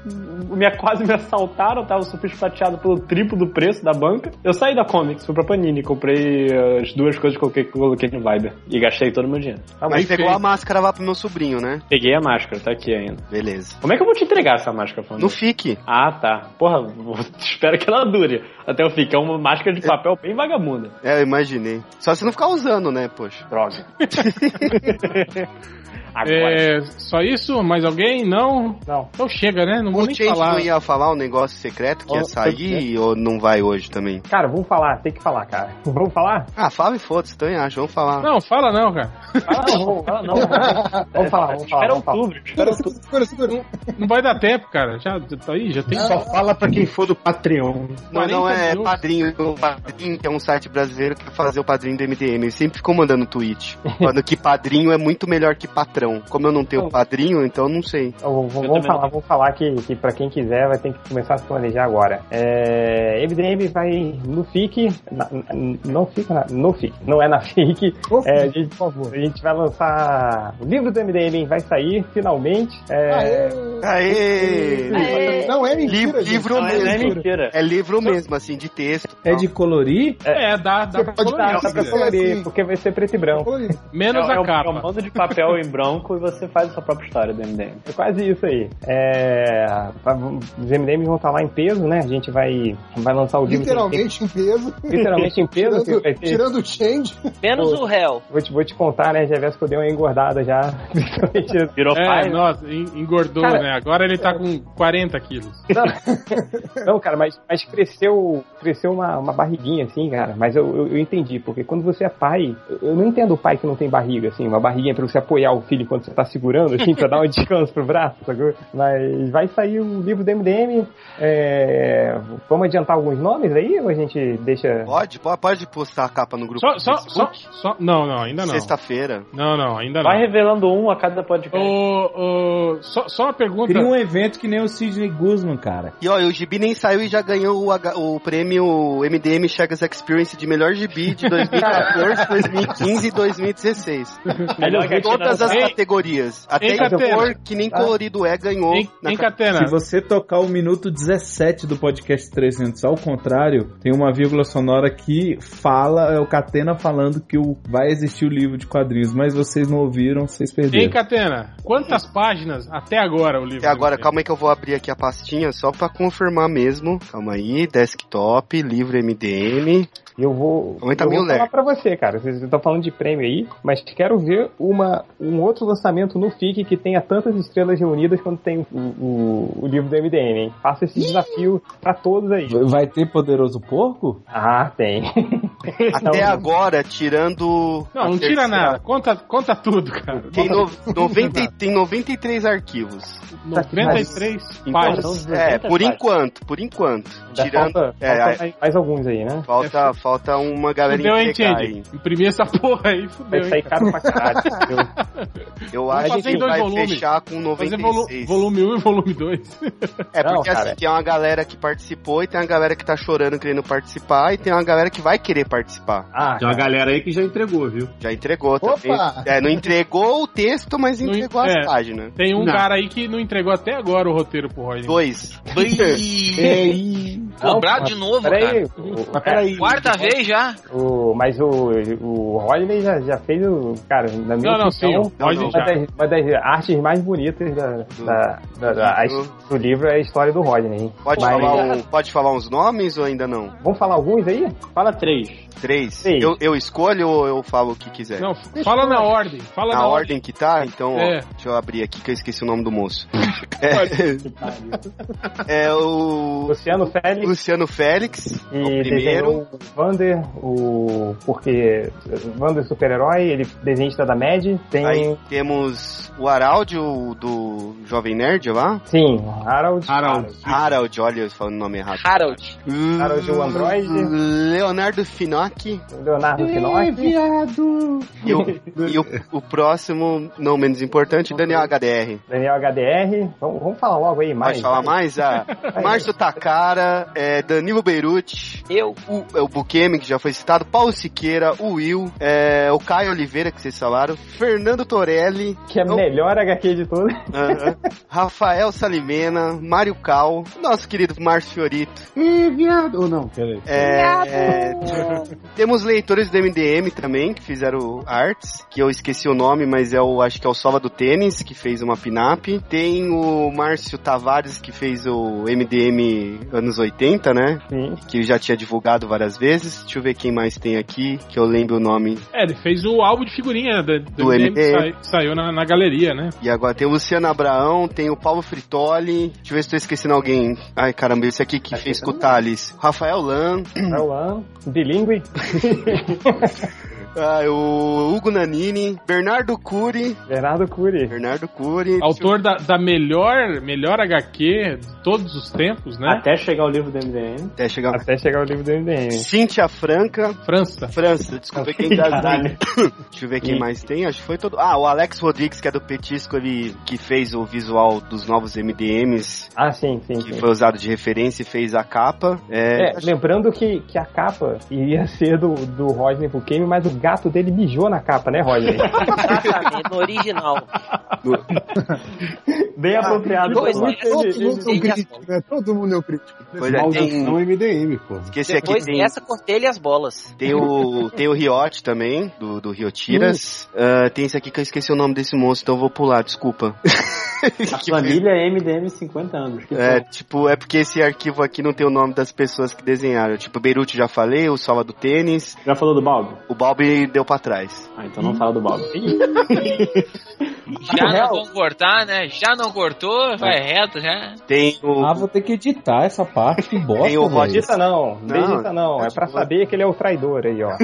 me, quase me assaltaram, eu tava super chateado pelo triplo do preço da banca. Eu saí da Comics, fui pra Panini, comprei eh, as duas coisas que eu coloquei, coloquei no Viber e gastei todo o meu dinheiro. Ah, Mas pegou a máscara lá pro meu sobrinho, né? Tá Peguei a máscara, tá aqui ainda. Beleza. Como é que eu vou te entregar essa máscara, Fernando? Não fique. Ah, tá. Porra, vou- espero que ela dure até eu fique. É uma máscara de papel bem vagabunda. É, eu imaginei. Só se não ficar usando, né, poxa. Droga. É, só isso? Mais alguém? Não? Não. Então chega, né? Não vou O nem Chase falar. não ia falar um negócio secreto que ia Oh, sair ou não vai hoje também? Cara, vamos falar, tem que falar, cara. Vamos falar? Ah, fala e foda-se, também acho. Vamos falar. Não, fala né? não, cara. Fala não, fala não. É, Vamos falar, vamos falar. Espera um um Vamos falar. outubro. Não vai dar tempo, cara. Já tá aí, já tem. Só fala pra quem for do Patreon. Não, não 40 é minutos. padrinho, o padrinho que é um site brasileiro que quer fazer o padrinho do MDM. Ele sempre ficou mandando tweet falando que padrinho é muito melhor que patrão. Como eu não tenho padrinho, então eu não sei. Então, vamos- Eu vamos também falar, vamos falar que, que para quem quiser vai ter que começar a se planejar agora. É, MDM vai no FIC, na- na- não fica na, no FIC, não é na FIC. Ô, É, a filho, gente, por favor. a gente vai lançar o livro do MDM, vai sair finalmente. É, Aê. Aê! Não é mentira, Livro, gente. livro Não, é, não é mesmo. mentira. É livro mesmo, assim, de texto. É de colorir? É, dá, dá Você pra né? pode colorir, dar, se dá pra quiser. colorir, Sim, porque vai ser preto e branco. Oi. Menos é, é a um, é um capa. bando de papel em branco e você faz a sua própria história do MDM. É quase isso aí. É, tá, os MDMs vão estar lá em peso, né? A gente vai, vai lançar o livro. Literalmente em peso. Literalmente em peso. que Tirando, vai ter- tirando o change. Menos o réu. Vou te, vou te contar, né, Gervais, que eu dei uma engordada já. Principalmente Virou É, pai, né? nossa, en- engordou, Cara, né? Agora ele tá com 40 quilos. Não, cara, mas, mas cresceu, cresceu uma, uma barriguinha, assim, cara. Mas eu, eu, eu entendi, porque quando você é pai, eu não entendo o pai que não tem barriga, assim, uma barriguinha pra você apoiar o filho pilha enquanto você tá segurando, assim, pra dar um descanso pro braço, sacou? Mas vai sair o livro do MDM. É, Vamos adiantar alguns nomes aí ou a gente deixa. Pode, po- pode postar a capa no grupo. Só, do só, só, Facebook? só. Não, não, ainda não. Sexta-feira. Não, não, ainda não. Vai revelando um a cada podcast. Ô, ô, só, só uma pergunta. Cria um evento que nem o Sidney Guzman, cara. E olha, o Gibi nem saiu e já ganhou o, H- o prêmio MDM Chagas Experience de melhor Gibi de 2014, 2015 e 2016. Melhor Em todas gatinagem. as Ei, categorias. Até ei, em Catena. cor, que nem Tá. Ah. colorido é, ganhou. na ca- Se você tocar o minuto 17 do podcast 300 ao contrário, tem uma vírgula sonora que fala, é o Catena falando que o, vai existir o livro de quadrinhos, mas vocês não ouviram, vocês Hein, perderam. Catena? Quantas páginas até agora o livro? Até agora, calma aí que eu vou abrir aqui a pastinha só pra confirmar mesmo. Calma aí, desktop, livro MDM. Eu vou. Tá Aumenta eu meio vou falar leque. pra você, cara. Vocês estão falando de prêmio aí, mas quero ver uma, um outro lançamento no FIC que tenha tantas estrelas reunidas quanto tem o, o, o livro do MDM, hein? Faça esse desafio pra todos aí. Vai ter Poderoso Porco? Ah, tem. Até Não. agora, tirando. Não, a não tira terceira, nada. Conta, conta tudo, cara. Tem, Conta no, 90, tem 93 arquivos. 93 Então, páginas. É, por enquanto, por enquanto. Ainda Tirando. falta- é, falta aí- Mais alguns aí, né? falta, falta uma É. Fudeu, galerinha hein, que cai. Change? Imprimir essa porra aí, fudeu. Vai sair hein, Tá caro cara. tá pra caralho, Eu Vamos acho fazer em que dois vai volumes. fechar com Fazer Tá volu 96. volume 1 e volume 2. É Não, porque cara. assim, tem uma galera que participou e tem uma galera que tá chorando querendo participar e tem uma galera que vai querer participar. Ah, Tem uma galera aí que já entregou, viu? Já entregou Opa! também. É, não entregou o texto, mas Não en- entregou é, as páginas. Tem um Não. cara aí que não entregou até agora o roteiro pro Roy. Dois. Cobrado de novo, peraí, cara. o- É, peraí. Quarta vez já. O, mas o, o Rodney já, já fez o. Cara, na minha Não, não, sim, o opinião, Rodney uma, já. das, uma das artes mais bonitas da, da- da- da- a- Uhum. do- do livro é a história do Rodney. hein? Pode, Mas- é assim, falar um- pode falar uns nomes ou ainda não? Vamos falar alguns aí? Fala três. Três? Eu, eu escolho ou eu falo o que quiser? Não, fala na ordem. Fala na, na ordem, que tá, então, ó, É. deixa eu abrir aqui que eu esqueci o nome do moço. É, é o. Luciano Félix. Luciano Félix, é E o primeiro. desenhou é o Vander, o. Porque. Vander super-herói, ele desenhista da Mad, tem. Aí temos o Harald, o do Jovem Nerd lá. Sim, Harald. Harald. Harald, olha eu falando o nome errado. Harold. Harold, o androide. Leonardo Finocchi. Leonardo Finocchi. viado! E, o, e o, o próximo, não menos importante, Daniel HDR. Daniel HDR. Vamos, vamos falar logo aí mais. Pode falar mais? Ah, Márcio Takara, é, Danilo Beirute. Eu. O, é, o Bukemi, que já foi citado. Paulo Siqueira, o Will. é, o Caio Oliveira, que vocês falaram. Fernando Torelli. Que é Não- melhor HQ de todas. Aham. Rafael Salimena, Mário Cal, nosso querido Márcio Fiorito. Ih, viado! Ou não? É, é, temos leitores do MDM também, que fizeram artes, que eu esqueci o nome, mas é o, acho que é o Sova do Tênis, que fez uma pinap. Tem o Márcio Tavares, que fez o MDM anos 80, né? Sim. Que eu já tinha divulgado várias vezes. Deixa eu ver quem mais tem aqui, que eu lembro o nome. É, ele fez o álbum de figurinha né? da- do, Do MDM, que MDM. sai- saiu na, na galeria, né? E agora tem o Luciano Abraão, tem o Paulo Fritoli. Deixa eu ver se tô esquecendo alguém. Ai, caramba, esse aqui que fez com o Thales. Rafael Lan. Rafael Lan, bilíngue. Ah, o Hugo Nanini, Bernardo Cury. Bernardo Cury. Bernardo Cury. Autor da, da melhor, melhor HQ de todos os tempos, né? Até chegar o livro do MDM. Até chegar, Até chegar o livro do MDM. Cíntia Franca. França. França, desculpa é quem já Deixa eu ver quem mais tem, acho que foi todo. Ah, o Alex Rodrigues, que é do Petisco, ele que fez o visual dos novos MDMs, Ah, sim, sim. que sim. foi usado de referência e fez a capa. É, É, lembrando que, que a capa iria ser do, do Rodney Bukemi, mas o gato dele mijou na capa, né, Rodney? Exatamente, no original. Bem apropriado. Pois Todo é, todo ele- mundo é um ele- crítico, né? Todo mundo é um crítico. Pois é, tem- Maldição MDM, pô. Esqueci Depois aqui, tem, dessa, cortei ele as bolas. tem o, tem o Riot também, do, do Riotiras. Ah, tem esse aqui que eu esqueci o nome desse moço, então eu vou pular, desculpa. A família é MDM 50 anos. Que É, bom. tipo, é porque esse arquivo aqui não tem o nome das pessoas que desenharam. Tipo, Beirute já falei, o Salva do Tênis. Já falou do Balbi? O Balbi deu pra trás. Ah, então não fala do Balbi. Já não vão cortar, né? Já não cortou, vai reto já. Tem o... Ah, vou ter que editar essa parte, que bosta, Tem o velho. Rodista não, não Não, Vegeta não. É pra saber que ele é o traidor aí, ó.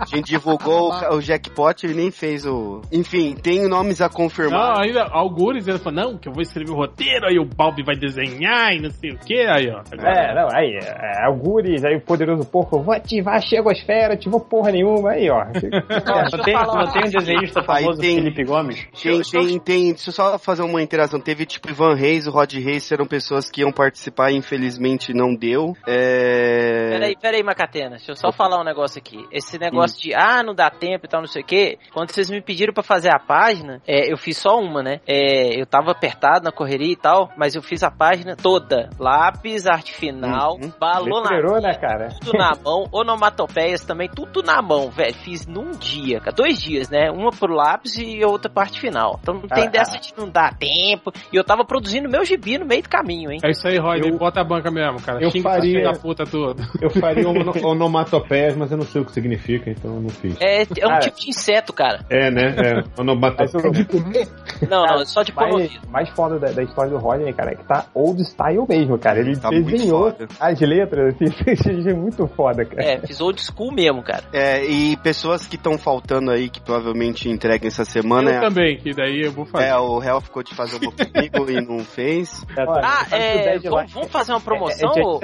A gente divulgou o, o jackpot e nem fez o. Enfim, tem nomes a confirmar. Não, ainda, algures, ele falou, não, que eu vou escrever o roteiro, aí o Balbi vai desenhar e não sei o que, aí, ó. É, não, aí, é, é o Guris, aí o poderoso porco, vou ativar, chego à esfera, ativou porra nenhuma, aí, ó. Não tem, não tem um desenhista famoso, Felipe Gomes? Tem, um tem, tem, deixa eu só fazer uma interação. Teve tipo Ivan Reis, o Rod Reis, eram pessoas que iam participar e infelizmente não deu. É... Peraí, peraí, Macatena, deixa eu só falar um negócio aqui. Esse negócio de, ah, não dá tempo e tal, não sei o quê. Quando vocês me pediram pra fazer a página, é, eu fiz só uma, né? É, eu tava apertado na correria e tal, mas eu fiz a página toda. Lápis, arte final, balão na Letrerou, né, cara? tudo na mão, onomatopeias também, tudo na mão, velho. Fiz num dia, cara, dois dias, né? Uma pro lápis e outra parte final. Então não tem Ah, dessa ah. de não dar tempo. E eu tava produzindo meu gibi no meio do caminho, hein? É isso aí, Roy, bota a banca mesmo, cara. Eu Xinga faria- filho da puta todo. Eu faria ono- onomatopeias, mas eu não sei o que significa, então eu não fiz. É, é um Cara. tipo de inseto, cara. É, né? É, onomatopeias. Não, não, é só de mais, mais foda da, da história do Rodney, cara, é que tá old style mesmo, cara. Ele Tá muito desenhou foda. as letras, assim, isso é muito foda, cara. É, fiz old school mesmo, cara. É, e pessoas que estão faltando aí, que provavelmente entreguem essa semana. eu é... também, que daí eu vou fazer. É, o Hell ficou de fazer um pouco comigo e não fez. tá Ah, é, vamos, vamos fazer uma promoção? É, é dia ô?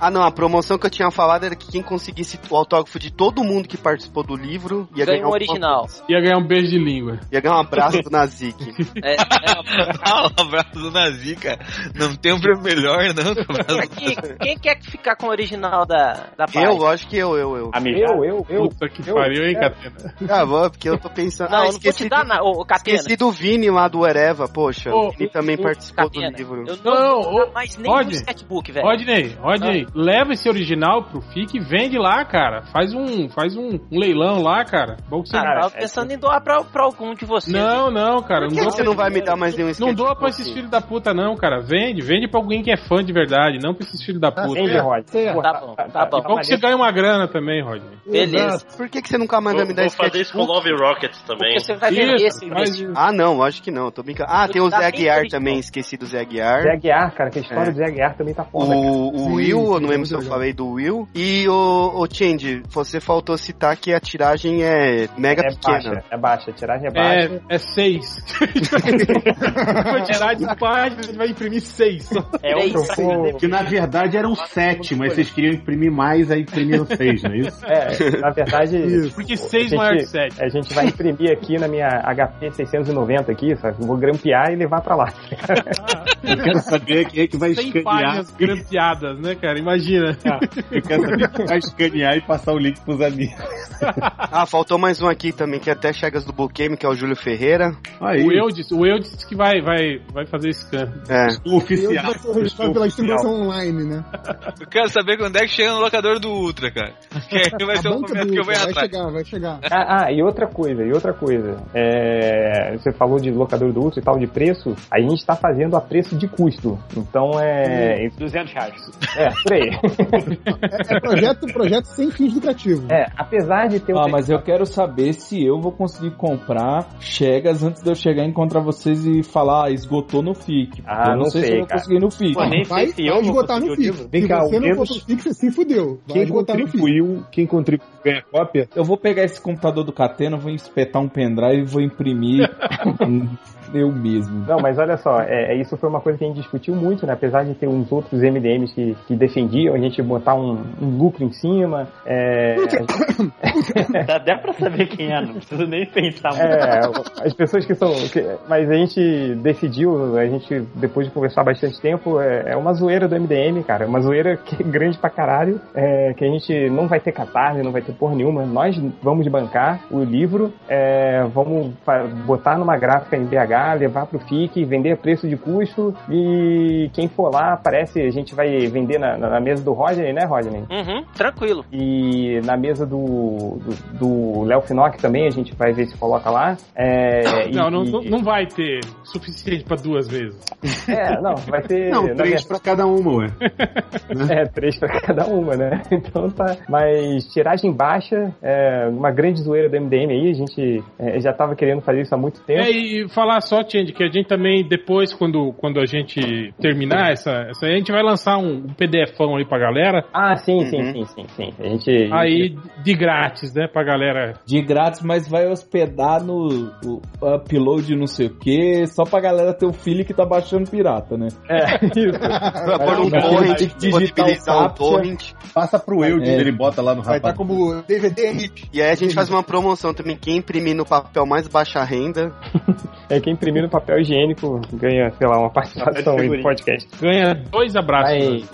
Ah, não, a promoção que eu tinha falado era que quem conseguisse o autógrafo de todo mundo que participou do livro ia Ganha ganhar um um original. Ia ganhar um beijo de língua. Ia ganhar um abraço do Nazik. É, Um abraço do Nazi, cara. Não tem um prêmio melhor, não. que o abraço do- Aqui, quem quer que ficar com o original da, da página? Eu acho que eu, eu, eu. Amigo. Eu, eu, eu. Puta que eu, pariu, hein, é. Catena? Ah, vou, porque eu tô pensando. Não, ah, eu não vou te esqueci, dar nada, ô, ô, Catena. esqueci do Vini lá do Ereva, poxa. Ô, o Vini também ô, participou Catena, do livro. Eu não, Não, não, vou dar ô, mais nem Rodney. um sketchbook, velho. Rodney, Ah. Rodney, leva esse original pro FIC e vende lá, cara. Faz um, faz um, um leilão lá, cara. Bom que você Ah, não- tá tava pensando em doar pra, pra algum de vocês. Não, não, cara. Por que dou você pra- não vai me dar mais nenhum Não sketchbook? doa pra esses filhos da puta, não, cara. Vende, vende pra alguém que é fã de verdade, não pra esses filhos da puta. Vende, Rod. Porra, Tá bom, tá É bom bom. que você ganha uma grana também, Rodney. Beleza. Por que, que você nunca mais Vou, vai me dar vou fazer sketchbook? isso com o Love Rockets também. Porque você vai vender Isso, esse mês. faz isso. Ah, não, acho que não, tô brincando. Ah, Vou tem o te dar Zé bem Aguiar original. também, esqueci do Zé Aguiar. Zé Aguiar, cara, que a história É. do Zé Aguiar também tá foda, cara. O, o Will, eu não lembro se eu falei do Will. E o, o Change, você faltou citar que a tiragem é mega é pequena. baixa, é baixa, a tiragem é baixa. É, é seis. Vou tirar de página, a gente vai imprimir seis. um É Três. outro Pô, Que na verdade eram sete, mas vocês queriam imprimir mais, aí imprimiram seis, não é isso? É, na verdade. Porque a seis gente- maior que sete. A gente vai imprimir aqui na minha HP 690 aqui, sabe? Vou grampear e levar pra lá. Eu quero saber quem é que vai Cem escanear. páginas grampeadas, né, cara? Imagina. Eu quero saber quem vai escanear e passar o link pros amigos. Ah, faltou mais um aqui também, que é até Chagas do Boqueme, que é o Júlio Ferreira. Aí, O Eudes, o Eudes disse que vai, vai, vai fazer scan. É. o Eu oficial. já sou responsável pela distribuição online, né? Eu quero saber quando é que chega no locador do Ultra, cara. Que aí vai A ser o banca momento do que Ultra, eu vou vai ir atrás. chegar, vai chegar. Ah, ah, e outra coisa, e outra coisa. É, você falou de locador do uso e tal, de preço. A gente está fazendo a preço de custo. Então Hum. é. 200 reais. É, por aí. É, é projeto, projeto sem fins lucrativos. É, apesar de ter o Ah, mas eu quero saber se eu vou conseguir comprar Chegas antes de eu chegar e encontrar vocês e falar, ah, esgotou no FIC. Ah, eu não sei, se sei, eu vou cara. conseguir no FIC. Pô, nem Vai, sei se eu vai vou esgotar conseguir no o FIC. livro. Se Vem cá, ao você não for menos- pro FIC, você se fudeu. Vai Quem esgotar no FIC. contribuiu, quem contribuiu ganha cópia. Eu vou pegar esse computador do Catena, vou espetar um pendrive e vou imprimir eu mesmo. Não, mas olha só, é, é, isso foi uma coisa que a gente discutiu muito, né? Apesar de ter uns outros MDMs que, que defendiam a gente botar um, um lucro em cima. É, Dá, dá pra saber quem é, não precisa nem pensar muito. é, as pessoas que são. que- mas a gente decidiu, a gente, depois de conversar bastante tempo, é, é uma zoeira do MDM, cara. Uma zoeira que é grande pra caralho. é, que a gente não vai ter catarse, não vai ter porra nenhuma. Nós vamos bancar o livro, é, vamos fa- botar numa gráfica em BH pegar, levar pro FIC, vender a preço de custo e quem for lá aparece, a gente vai vender na, na- na mesa do Rodney, né, Rodney? Hum, Uhum, tranquilo. E na mesa do do- do Léo Finock também a gente vai ver se coloca lá. É, e- Não, não, e- não- não vai ter suficiente pra duas vezes. É, não, vai ter. na verdade- cada uma, ué. É, três pra cada uma, né? Então tá. Mas tiragem baixa, é, uma grande zoeira do MDM aí, a gente é, já tava querendo fazer isso há muito tempo. É, e falar só, Change, que a gente também, depois, quando, quando a gente terminar essa, essa, a gente vai lançar um, um PDFão aí pra galera. Ah, sim, Uhum. sim, sim, sim, sim. A gente. Aí, de grátis, né, pra galera. De grátis, mas vai hospedar no o upload não sei o que, só pra galera ter o filho que tá baixando pirata, né? É, isso. Vai pôr um torrent, disponibilizar um torrent. Passa pro eu, É. ele bota lá no rapaz. tá como DVD hip. E aí a gente faz uma promoção também, quem imprimir no papel mais baixa renda. É quem imprimir no papel higiênico ganha, sei lá, uma participação aí no podcast. Ganha dois abraços. né?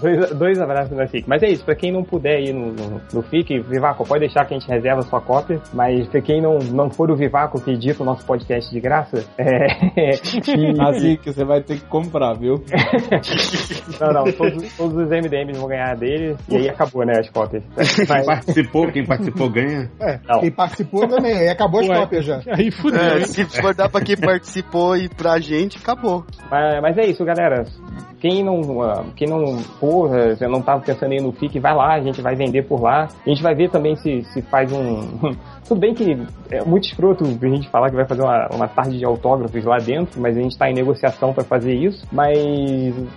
Dois, dois abraços da FIC. Mas é isso, pra quem não puder ir no, no, no FIC, Vivaco, pode deixar que a gente reserva sua cópia, mas pra quem não, não for o Vivaco que edita o nosso podcast de graça, é. Assim que você vai ter que comprar, viu? Não, não, todos, todos os MDMs vão ganhar dele, e aí acabou, né, as cópias. Quem participou, quem participou ganha. É, Não. quem participou também, aí acabou as Ué, cópias já. Aí fudeu. É, se for dar pra quem participou e pra gente, acabou. Mas, mas é isso, galera. Quem não, ah, quem não porra, eu não tava pensando em ir no FIC, vai lá, a gente vai vender por lá. A gente vai ver também se, se faz um. Tudo bem que é muito escroto a gente falar que vai fazer uma, uma tarde de autógrafos lá dentro, mas a gente tá em negociação pra fazer isso. Mas,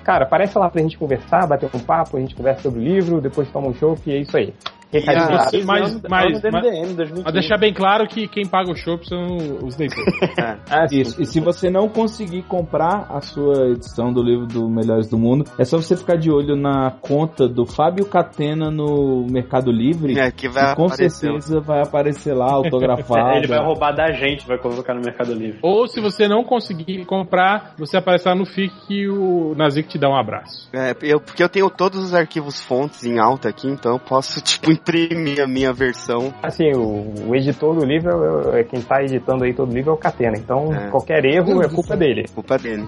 cara, aparece lá pra gente conversar, bater um papo, a gente conversa sobre o livro, depois toma um chopp e é isso aí. Recadinho Ah, mas, dado. mas, mas, mas 2015. deixar bem claro que quem paga o show são os leitores. É. Isso. E se você não conseguir comprar a sua edição do livro do Melhores do Mundo, é só você ficar de olho na conta do Fábio Catena no Mercado Livre. É, que vai e com aparecer. certeza vai aparecer lá autografado. Ele vai roubar da gente, vai colocar no Mercado Livre. Ou se você não conseguir comprar, você aparece lá no FIC e o Nazik te dá um abraço. É, eu, porque eu tenho todos os arquivos fontes em alta aqui, então eu posso, tipo, imprimir a minha versão. Assim, o, o editor do livro, é o- é, quem tá editando aí todo o livro é o Catena. Então, qualquer erro é culpa dele. Culpa dele.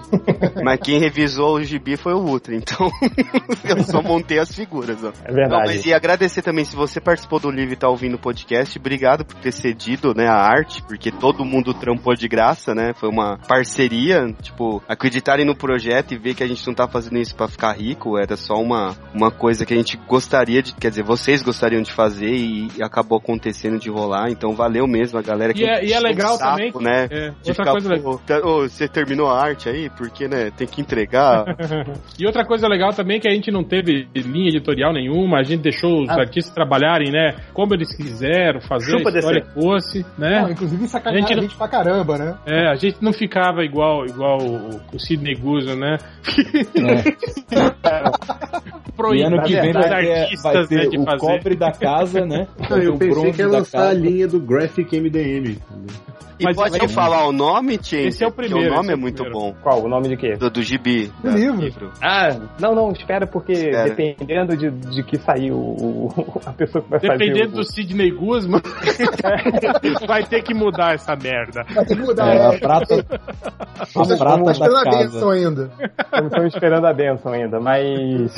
Mas quem revisou o gibi foi o Ultra, então eu só montei as figuras, ó. É verdade. mas e agradecer também, se você participou do livro e tá ouvindo o podcast, obrigado por ter cedido, né, a arte, porque todo mundo trampou de graça, né? Foi uma parceria, tipo, acreditarem no projeto e ver que a gente não tá fazendo isso pra ficar rico, era só uma, uma coisa que a gente gostaria de, quer dizer, vocês gostariam de fazer e, e acabou acontecendo de rolar, então valeu mesmo a galera que E é- e é encheu o legal também que- né? é, de outra ficar, coisa legal. "Pô, tá- ô, você terminou a arte aí, porque, né, tem que entregar. E outra coisa legal também é que a gente não teve linha editorial nenhuma, a gente deixou os Ah. artistas trabalharem, né? Como eles quiseram, fazer Chupa a história DC. que fosse, né? Não, inclusive sacanearam Gente, a não- gente pra caramba, né? É, a gente não ficava igual, igual o, o Sidney Guzzo, né? E ano que vem vai Proibido ter, vai ter o cobre da casa, né? Não, eu O pensei bronze que ia da lançar a casa. linha do Graphic MDM. E pode eu falar o nome, Tien? Esse é o primeiro, Porque o esse nome é é o muito primeiro. bom. Qual? O nome de quê? Do, do gibi. Do livro. Ah, não, não, espera, porque dependendo de, de que sair o, o- a pessoa que vai Dependendo do fazer. Sidney Guzman, vai ter que mudar essa merda. Vai ter que mudar, É, é. a prata- Vocês a estão prata esperando da a casa. benção ainda. do. Estamos esperando a benção ainda, mas.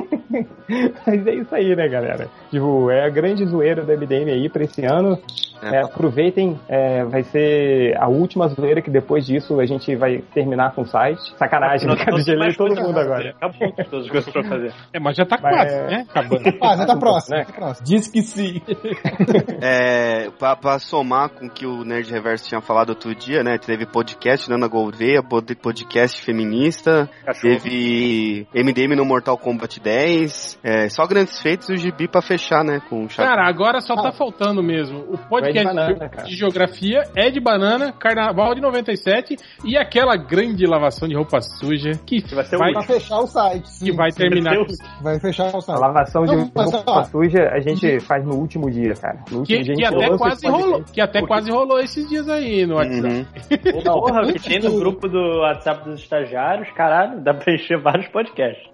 mas é isso aí, né, galera? Tipo, é a grande zoeira do MDM aí pra esse ano. É, aproveitem, é, vai ser a última zoeira que depois disso a gente vai terminar com o site. Sacanagem, né, Nós- cara, nós- gelei mais todo coisas mundo pra agora. Acabou todas as coisas pra fazer. É, mas já tá Mas- Né? quase, né? Acabando. Ah, já tá próximo, tá próximo. Diz que sim. É, pra, pra somar com o que o Nerd Reverso tinha falado outro dia, né? Teve podcast Nana Gouveia, pod- podcast feminista, teve MDM no Mortal Kombat 10, é, só grandes feitos e o gibi pra fechar, né? Com o Chaco. Cara, agora só Ah. tá faltando mesmo. O podcast Vai de banana, de- cara. de geografia é de banana, carnaval de 97 e aquela grande lavação de roupa suja que vai, Vai fechar o site. que vai terminar. Vai fechar o site. A lavação de Não, mas, ó, roupa suja a gente faz no último dia, cara. No último Que, dia a que gente até lança assim. quase esse podcast. rolou, que até quase rolou esses dias aí no WhatsApp. Não, Porra, o que tem no grupo do WhatsApp dos estagiários, caralho, dá pra encher vários podcasts.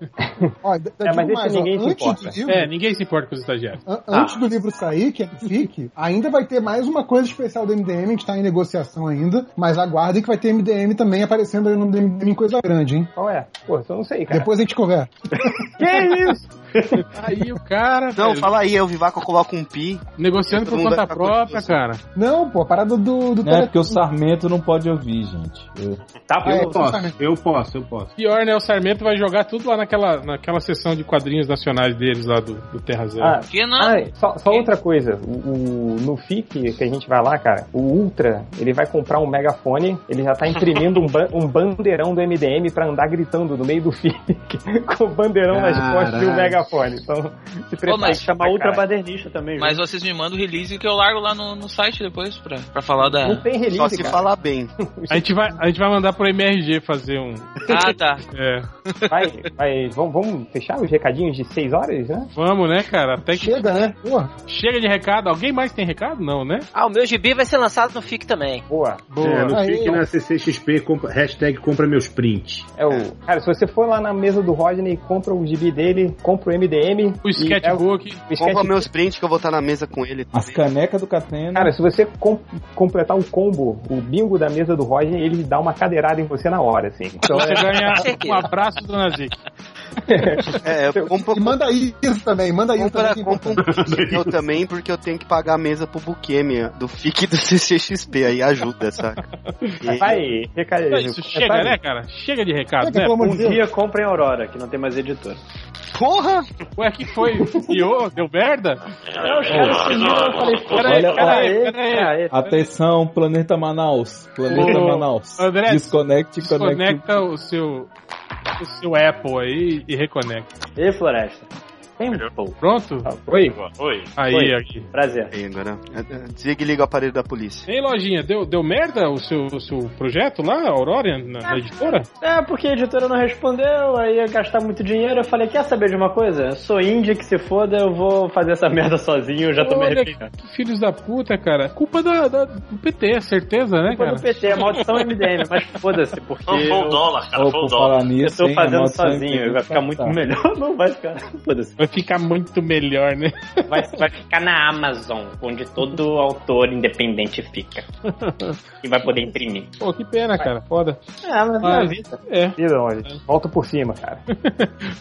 Ó, d- d- É, mas digo esse ninguém ninguém se antes importa. do livro- É, ninguém se importa com os estagiários. An- Antes do livro sair, que é fique, ainda vai ter mais uma coisa especial do MDM, a gente tá em negociação ainda, mas aguardem que vai ter MDM também aparecendo aí no MDM em coisa grande, hein? Qual é? Pô, eu não sei, cara. Depois a gente conversa. Que isso? Aí o cara. Não, velho. fala aí, eu Vivaco coloca um pi. Negociando Todo mundo vai ficar curioso. Não, pô, a parada do. do Não, é porque o Sarmento não pode ouvir, gente. Eu... Tá Eu bom. posso, eu posso, eu posso. Pior, né? O Sarmento vai jogar tudo lá naquela, naquela sessão de quadrinhos nacionais deles lá do, do Terra Zero. Ah, ah, só, só outra coisa. O, o- no FIC que a gente vai lá, cara, o Ultra, ele vai comprar um megafone, ele já tá imprimindo um, ban- um bandeirão do MDM pra andar gritando no meio do FIC com o bandeirão nas costas e o Caralho. megafone. Então, se prepara. Ô, mas- chamar ultra cara. badernista também. Mas vocês me mandam o release que eu largo lá no, no site depois pra, pra falar da. Não tem release, Só se cara. falar bem. A gente, vai, a gente vai mandar pro MRG fazer um. Ah, tá. É. Vai, vai, vamos, vamos fechar os recadinhos de 6 horas, né? Vamos, né, cara? Até que... Chega, né? Chega de recado. Alguém mais tem recado? Não, né? Ah, o meu gibi vai ser lançado no FIC também. Boa. É, não fique na CCXP, compa- hashtag compra meus prints. É o. Cara, se você for lá na mesa do Rodney, compra o gibi dele, compra é o MDM. O sketchbook. o Compra sketchbook. meus prints que eu vou estar na mesa com ele. As canecas do Catena. Cara, se você com- completar o combo, o bingo da mesa do Rodney, ele dá uma cadeirada em você na hora, assim. Então, Você é- ganha um abraço, dona Zica. É, um E manda isso também, manda isso Compra, também. compra um buquê eu também, porque eu tenho que pagar a mesa pro buquê minha, do FIC e do CCXP, aí ajuda, saca? E- Vai, fica aí. Não, isso É, chega, sabe? né, cara? Chega de recado, Chega, né? pelo amor Um de Deus. Um dia dia comprem Aurora, que não tem mais editor. Porra! Ué, que foi? Piou? Deu merda? Não, os caras se viram, eu falei, peraí, Olha, peraí, ó. peraí. Atenção, Planeta Manaus. Planeta Ô, Manaus. André, desconecte, conecte. Desconecta o seu, o seu Apple aí e reconecta. E Floresta? Pronto? Oi. Oi. Aí, Oi. aqui. Prazer. Aí, agora. é, é, Desliga e liga o aparelho da polícia. Ei, lojinha, deu, deu merda o seu, o seu projeto lá, Aurora, na, na editora? Ah, É, porque a editora não respondeu, aí ia gastar muito dinheiro. Eu falei, quer saber de uma coisa? Eu sou índia que se foda, eu vou fazer essa merda sozinho, eu já tô me Olha, arrependendo. que filhos da puta, cara. Culpa da, da- do PT, certeza, né, Culpa cara? do PT, maldição MDM, mas foda-se, porque. Não, foi um eu- dólar, cara, eu- foi um dólar. Falar nisso, eu tô hein, a fazendo maldição sozinho, MDM vai ficar tá. muito melhor, não vai ficar. Foda-se. Vai ficar muito melhor, né? Vai, vai ficar na Amazon, onde todo autor independente fica. E vai poder imprimir. Pô, que pena, cara. Foda. Ah, mas Mas- É. Volta por cima, cara.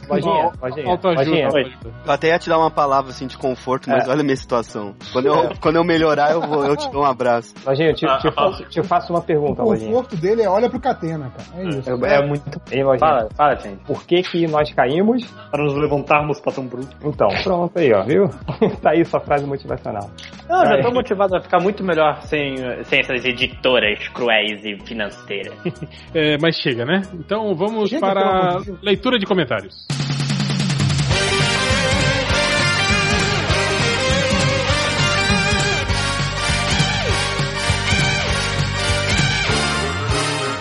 Lojinha, lojinha, Autoajuda, lojinha. autoajuda. Eu até ia te dar uma palavra assim de conforto, mas É. olha a minha situação. Quando eu, quando eu melhorar, eu, vou, eu te dou um abraço. Lojinha, eu te, te faço, te faço uma O pergunta, Lojinha. conforto dele é olha pro Catena, cara. É isso. É, é muito bem, Lojinha. Fala, fala, gente. Por que que nós caímos? Para nos levantarmos, patão bruto. Então, pronto aí, ó, viu? tá aí sua frase motivacional. Não, já Vai. tô motivado a ficar muito melhor sem, sem essas editoras cruéis e financeiras. É, mas chega, né? Então vamos Chega, pelo para amor de Deus. leitura de comentários.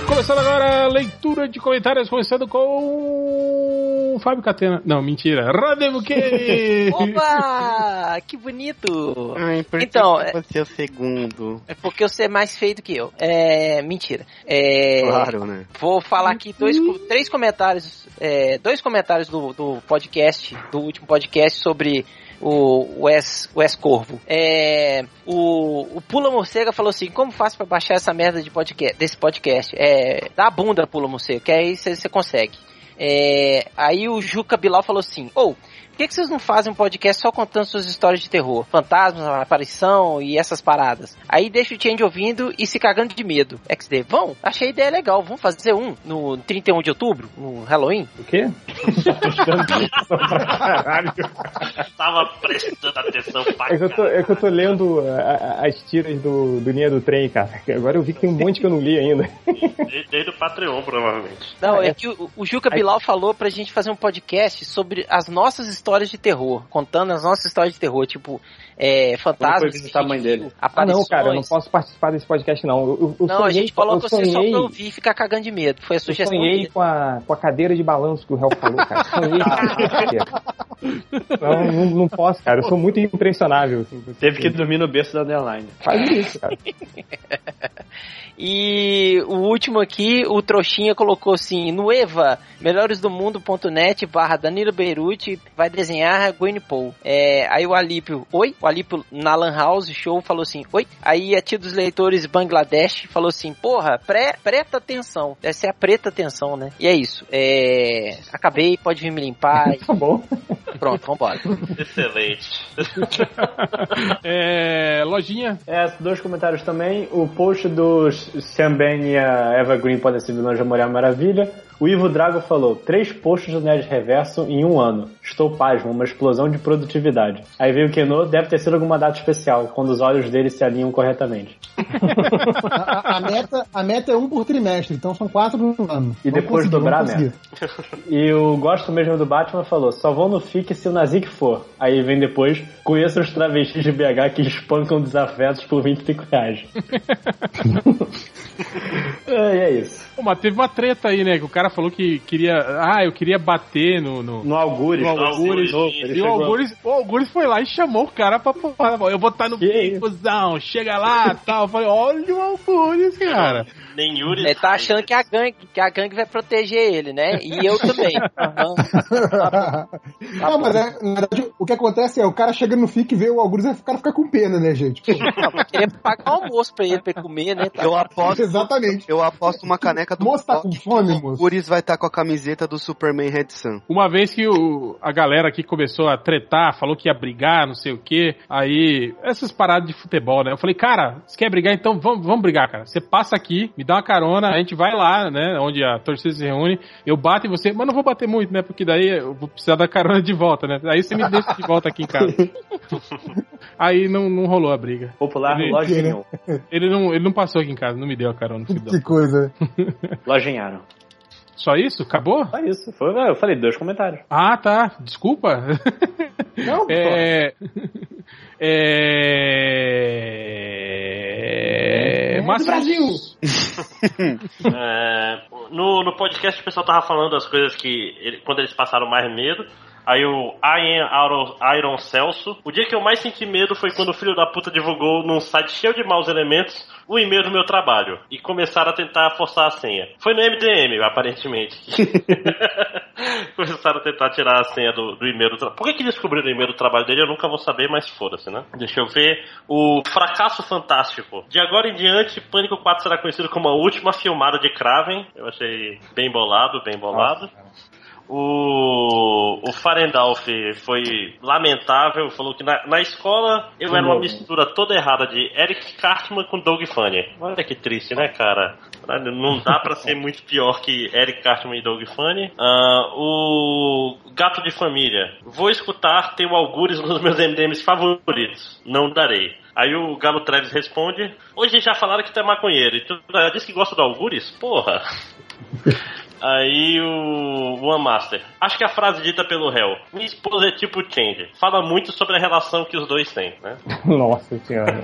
Começando agora a leitura de comentários, começando com. Fábio Catena. Não, mentira. Radevo que Opa! Que bonito! Ai, por que Então, Ah, que é- você é o segundo. É porque você é mais feio do que eu. É. Mentira. É, Claro, né? Vou falar aqui dois, co- três comentários. é, dois comentários do, do podcast, do último podcast sobre o Wes, Wes Corvo. É, o, o Pula Morcega falou assim: como faço pra baixar essa merda de podcast, desse podcast? É, dá a bunda, Pula Morcega, que aí você consegue. É, aí o Juca Bilal falou assim: ou. por que, que vocês não fazem um podcast só contando suas histórias de terror? Fantasmas, aparição e essas paradas. Aí deixa o Change ouvindo e se cagando de medo. XD, vão? Achei a ideia legal. Vamos fazer um no 31 de outubro, no Halloween? O quê? Tava prestando atenção pra É que eu tô, é que eu tô lendo a- a- as tiras do, do Linha do Trem, cara. Agora eu vi que tem um monte que eu não li ainda. Desde, desde o Patreon, provavelmente. Não, é que o, o Juca Bilal falou pra gente fazer um podcast sobre as nossas histórias de terror, contando as nossas histórias de terror, tipo, é, Quando foi fantasmas. visitar a mãe dele. Ah, não, cara, eu não aparições. posso participar desse podcast, não. Eu, eu- eu Não, a sonhei- gente coloca eu você só sonhei- pra ouvir e ficar cagando de medo. Foi a Eu sugestão sonhei dele. com a, com a cadeira de balanço que o réu falou, cara. Sonhei. Não, não, não posso, cara. Eu sou muito impressionável. assim. Teve que dormir no berço da Underline. Faz isso, cara. E o último aqui, o Trouxinha colocou assim: no Eva, melhoresdomundo.net barra Danilo Beirute vai desenhar Gwen Paul. É, aí o Alípio, oi? O Alípio na Lan House Show falou assim: oi? Aí a tia dos leitores Bangladesh falou assim: porra, pré, preta atenção. Deve ser a preta atenção, né? E é isso. É, acabei, pode vir me limpar. tá bom. Pronto, vambora. Excelente. É, lojinha. É, dois comentários também. O post do Sam Ben e a Eva Green podem ser vilões da Mulher Maravilha. O Ivo Drago falou: três posts do Nerd Reverso em um ano. Estou pasmo, uma explosão de produtividade. Aí veio o Keno, deve ter sido alguma data especial, quando os olhos dele se alinham corretamente. A, a meta, a meta é um por trimestre, então são quatro no ano. E Vamos depois conseguir, dobrar a vamos meta. E o gosto mesmo do Batman falou: só vão no FIC se o Nazik for. Aí vem depois: conheço os travestis de BH que espancam desafetos por 25 reais. é, e é isso. Pô, mas teve uma treta aí, né? Que o cara falou que queria. Ah, eu queria bater no. No, no Algures. No Algures. No Algures. Ele E o chegou. Algures, o Algures foi lá e chamou o cara pra porra. Eu vou estar no picozão, chega lá tal. Eu falei, olha o Algures, cara. Nem Yuri. Ele tá achando que a gangue, que a gangue vai proteger ele, né? E eu também. Então, Não, mas é, na verdade, o que acontece é o cara chega no FIC, vê o Algures e o cara fica com pena, né, gente? Pô, queria pagar o almoço pra ele pra ele comer, né? Eu aposto. Exatamente. Eu aposto uma caneca do. Moço, tá com fome, O Curis vai estar com a camiseta do Superman Red Sun. Uma vez que o- a galera aqui começou a tretar, falou que ia brigar, não sei o quê, aí essas paradas de futebol, né? Eu falei, cara, você quer brigar? Então vamos, vamos brigar, cara. Você passa aqui, me dá uma carona, a gente vai lá, né? Onde a torcida se reúne, eu bato em você, mas não vou bater muito, né? Porque daí eu vou precisar da carona de volta, né? Aí você me deixa de volta aqui em casa. aí não, não rolou a briga. Popular né? Ele- lojinho. Ele não, ele não passou aqui em casa, não me deu a carona. filho da- Que coisa. Lojinharam. Só isso? Acabou? Só isso. Foi, eu falei dois comentários. Ah, tá. Desculpa. Não, pô. É. É. É Mas... do Brasil. É, no, no podcast o pessoal tava falando das coisas que ele- quando eles passaram mais medo. Aí o Iron, Iron, Iron Celso. O dia que eu mais senti medo foi quando o filho da puta divulgou num site cheio de maus elementos o e-mail do meu trabalho. E começaram a tentar forçar a senha. Foi no MDM, aparentemente. começaram a tentar tirar a senha do, do e-mail do trabalho. Por que, que descobriram o e-mail do trabalho dele? Eu nunca vou saber, mas foda-se, né? Deixa eu ver. O Fracasso Fantástico. De agora em diante, Pânico 4 será conhecido como a última filmada de Kraven. Eu achei bem bolado, bem bolado. O, o Farendalf foi lamentável, falou que na, na escola eu De era uma novo. mistura toda errada de Eric Cartman com Doug Funny. Olha que triste, né, cara? Caralho, Não dá pra ser muito pior que Eric Cartman e Doug Funny. Ah, o Gato de Família. Vou escutar, tenho algures nos meus MDMs favoritos. Não darei. Aí o Galo Treves responde: Hoje já falaram que tu é maconheiro. E tu já disse que gosta de algures? Porra! Aí o One Master. Acho que a frase dita pelo réu. Minha esposa é tipo Change. Fala muito sobre a relação que os dois têm, né? Nossa senhora.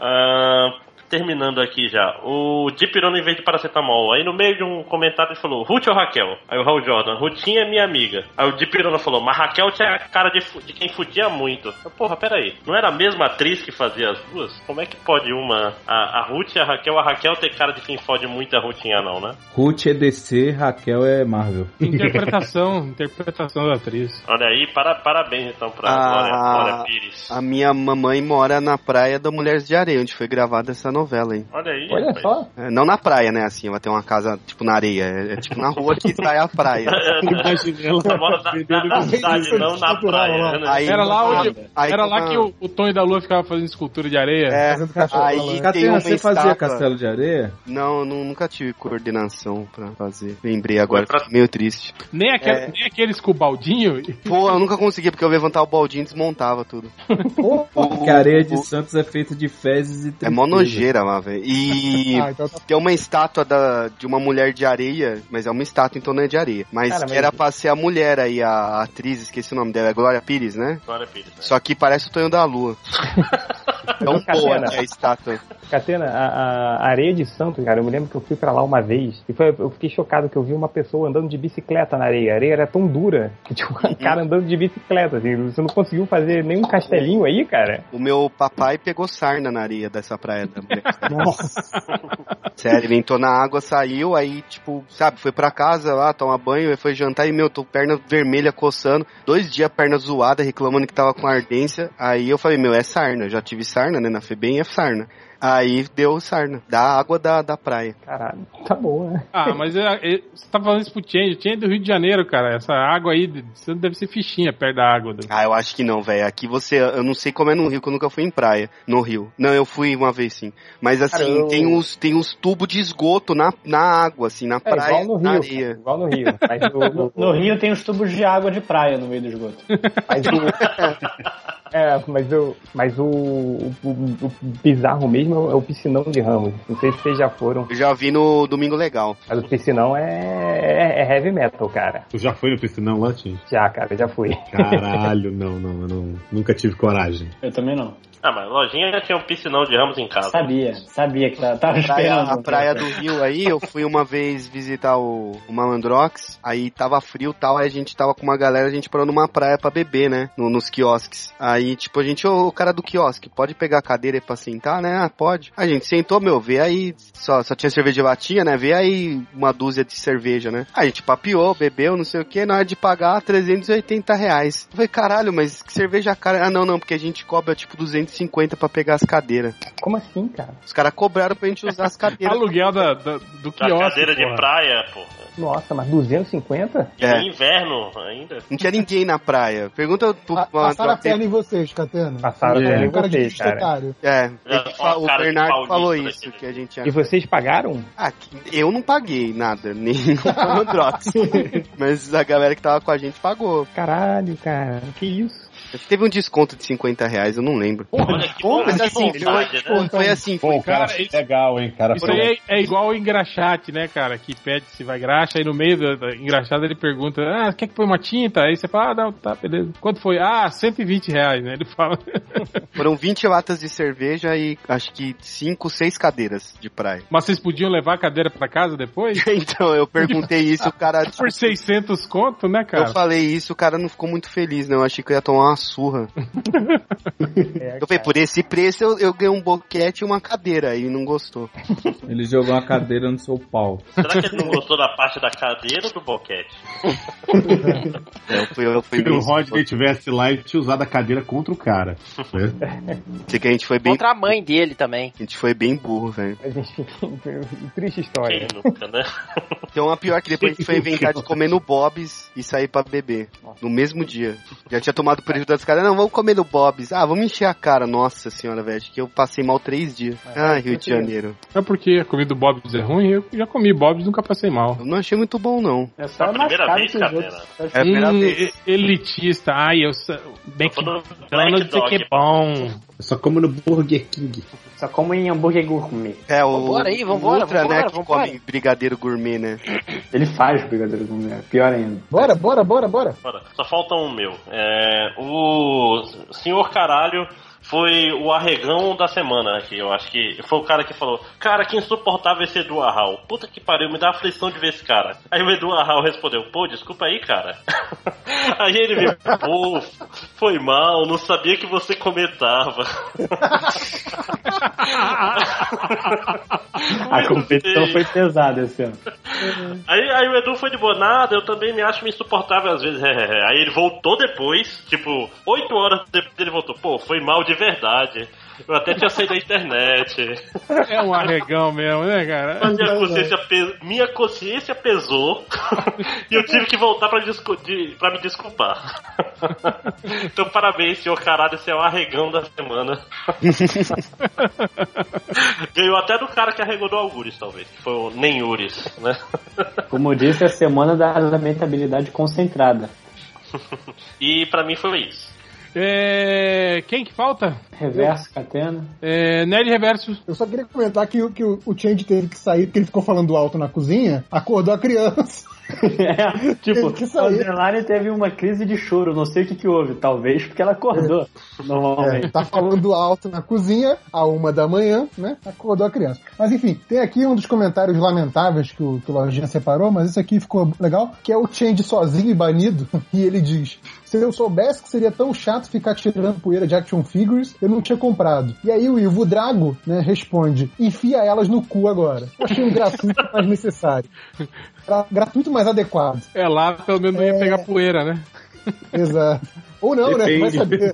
Ah, terminando aqui já. O Dipirona em vez de paracetamol. Aí no meio de um comentário ele falou, Ruth ou Raquel? Aí o Raul Jordan, Rutinha é minha amiga. Aí o Dipirona falou, mas Raquel tinha a cara de, fu- de quem fudia muito. Eu, Porra, peraí. Não era a mesma atriz que fazia as duas? Como é que pode uma, a, a Ruth e a Raquel, a Raquel ter cara de quem fode muito a Rutinha não, né? Ruth é DC, Raquel é Marvel. Interpretação, interpretação da atriz. Olha aí, para, parabéns então pra Glória, Ah. Glória Pires. A minha mamãe mora na praia da Mulheres de Areia, onde foi gravada essa novela aí. Olha aí. Olha rapaz. só. É, não na praia, né? Assim, ela tem uma casa tipo na areia. É, é tipo na rua que sai a praia. Imaginei ela mora na, na, na cidade, não na praia. Né? Aí- Era lá, onde, aí era tem lá uma- que o, o Tonho da Lua ficava fazendo escultura de areia. É, Fazendo cachorro aí falando. tem Catena, uma você fazia estátua. Castelo de Areia? Não, nu- nunca tive coordenação pra fazer. Lembrei agora, Foi pra- fiquei meio triste. Nem, aquele, É. nem aqueles com o baldinho. Pô, eu nunca conseguia, porque eu levantava o baldinho e desmontava tudo. Pô, Porque a areia de Santos é feita de fezes e É mó tristeza. nojeira lá, velho. E Ah, então tá tem uma estátua da, de uma mulher de areia, mas é uma estátua, então não é de areia. Mas Cara, que mas- era pra ser a mulher aí, a atriz, esqueci o nome dela, é Glória Pires, né? Glória Pires. né? Só que parece o Tonho da Lua. Tão boa que é a estátua. Catena, a, a areia de Santos, cara, eu me lembro que eu fui pra lá uma vez e foi- eu fiquei chocado que eu vi uma pessoa andando de bicicleta na areia. A areia era tão dura que tinha um cara andando de bicicleta, assim. Você não conseguiu fazer nenhum castelinho aí, cara? O meu papai pegou sarna na areia dessa praia da mulher. Sério, ele entrou na água, saiu, aí, tipo, sabe, foi pra casa lá, tomar banho, aí foi jantar e, meu, tô perna vermelha coçando. Dois dias, perna zoada, reclamando que tava com ardência. Aí eu falei, meu, é sarna. Eu já tive sarna, né? Na Febem é sarna. Aí deu sarna, da água da, da praia. Caralho, tá bom, né? Ah, mas é, é, você tá falando isso pro Change. O Change é do Rio de Janeiro, cara. Essa água aí, você deve ser fichinha perto da água. Do... Ah, eu acho que não, velho. Aqui você. Eu não sei como é no Rio, que eu nunca fui em praia. No Rio. Não, eu fui uma vez sim. Mas assim, Cara, eu- tem uns tem uns tubos de esgoto na, na água, assim, na É, praia. igual no na Rio, areia. cara, igual no Rio. Mas o- No, no Rio tem os tubos de água de praia no meio do esgoto. É, mas, eu, mas o, o, o- o bizarro mesmo é o- é o piscinão de Ramos. Não sei se vocês já foram. Eu já vi no Domingo Legal. Mas o piscinão é, é- é heavy metal, cara. Tu já foi no piscinão lá, Tim? Já, cara, já fui. Caralho, não, não, eu não, nunca tive coragem. Eu também não. Ah, mas lojinha já tinha um piscinão de ramos em casa. Sabia, sabia que tava, tava A praia, esperando. a praia do Rio aí, eu fui uma vez visitar o, o Malandrox, aí tava frio e tal, aí a gente tava com uma galera, a gente parou numa praia pra beber, né? no- nos quiosques. Aí, tipo, a gente, ô, o cara do quiosque, pode pegar a cadeira aí pra sentar, né? Ah, pode. A gente sentou, meu, vê aí, só, só tinha cerveja de latinha, né? Vê aí uma dúzia de cerveja, né? Aí a gente papiou, bebeu, não sei o que, na hora de pagar 380 reais. Eu falei, caralho, mas que cerveja cara? Ah, não, não, porque a gente cobra, tipo, 250 pra pegar as cadeiras. Como assim, cara? Os caras cobraram pra gente usar as cadeiras. Aluguel da, da- do Da quiosque. cadeira de porra. praia, pô. Nossa, mas 250? E É. no inverno ainda. Não tinha ninguém na praia. Pergunta pro Ah, Passaram a Malandrox. perna em vocês, Catena. Passaram a perna em O cara de vocês, cara. bichotário. É, Já, ele ó, fa- o cara de Bernardo paulista né? falou daquele. isso, que a gente... E vocês pagaram? Ah, que- eu não paguei nada, nem o Malandrox. Mas a galera que tava com a gente pagou. Caralho, cara, que isso? Teve um desconto de 50 reais, eu não lembro. Olha que bom, Mas que assim, vontade, foi, né? foi assim, foi... Pô, cara, Cara, isso- legal, hein, cara. Isso Foi- aí Então, é, é igual o engraxate, né, cara? Que pede se vai graxa, aí no meio da, da engraxada ele pergunta, ah, quer que põe uma tinta? Aí você fala, ah, não, tá, beleza. Quanto foi? Ah, 120 reais, né? Ele fala. Foram 20 latas de cerveja e acho que 5, 6 cadeiras de praia. Mas vocês podiam levar a cadeira pra casa depois? Então, eu perguntei isso, o cara... Por 600 conto, né, cara? Eu falei isso, o cara não ficou muito feliz, né? Eu achei que eu ia tomar uma surra. eu falei, por esse preço eu, eu ganhei um boquete e uma cadeira, e não gostou. Ele jogou uma cadeira no seu pau. Será que ele não gostou da parte da cadeira ou do boquete? É, eu fui, eu fui Se o bem- Rodney tivesse lá, ele tinha usado a cadeira contra o cara. né? Sei que a gente foi bem, Contra a mãe dele também. a gente foi bem burro, velho. Mas enfim, triste Quem história. nunca, né? Então a pior é que depois a gente foi inventar de comer no Bob's e sair pra beber. No mesmo dia. Já tinha tomado prejuízo das caras. Não, vamos comer no Bob's. Ah, vamos encher a cara. Nossa senhora, velho. Acho que eu passei mal três dias. Ah, Rio de Janeiro. É porque a comida do Bob's é ruim, eu já comi Bob's nunca passei mal. Eu não achei muito bom, não. É só a mais primeira caro vez, que os cara, outros. É a primeira Hum, vez. e- elitista, ai, eu sa- Todo McDonald's é que é bom. Eu só como no Burger King. Só como em hambúrguer gourmet. É, o, Vambora aí, o vambora, Ultra, vambora, né, que vambora. come brigadeiro gourmet, né? Ele faz brigadeiro gourmet, é pior ainda. Bora, bora, bora, bora. Ora, Só falta um meu. É, o senhor caralho foi o arregão da semana aqui, eu acho que foi o cara que falou, cara, que insuportável esse Edu Arral. Puta que pariu, me dá aflição de ver esse cara. Aí o Edu Arral respondeu, pô, desculpa aí, cara. aí ele me, pô, foi mal, não sabia que você comentava. A competição foi pesada esse ano. Aí, aí o Edu foi de bonada, eu também me acho insuportável às vezes. aí ele voltou depois, tipo, oito horas depois ele voltou. Pô, foi mal de verdade. Eu até tinha saído da internet. É um arregão mesmo, né, cara? Mas minha Então, consciência, pe- minha consciência pesou e eu tive que voltar pra, descu- de- pra me desculpar. então parabéns, senhor caralho, esse é o arregão da semana. Ganhou até do cara que arregou do Algures, talvez, que foi o Nenhures, né? Como eu disse, é a semana da lamentabilidade concentrada. E pra mim foi isso. É, quem que falta? Reverso, catena. É, Nerd Reverso. Eu só queria comentar que, o- que o, o Change teve que sair porque ele ficou falando alto na cozinha, acordou a criança. É, tipo, Que a sair. Angelari teve uma crise de choro, não sei o que, que houve, talvez porque ela acordou. Normalmente. É, tá falando alto na cozinha, a uma da manhã, né? Acordou a criança. Mas enfim, tem aqui um dos comentários lamentáveis que o, que o Lojinha separou, mas isso aqui ficou legal, que é o Change sozinho e banido. E ele diz: Se eu soubesse que seria tão chato ficar tirando poeira de action figures, eu não tinha comprado. E aí o Ivo Drago, né, responde: Enfia elas no cu agora. Eu achei um gratuito, mas necessário. Gra- gratuito, mas adequado. É lá, pelo menos não ia pegar poeira, né? Exato. Ou não, né? Vai saber.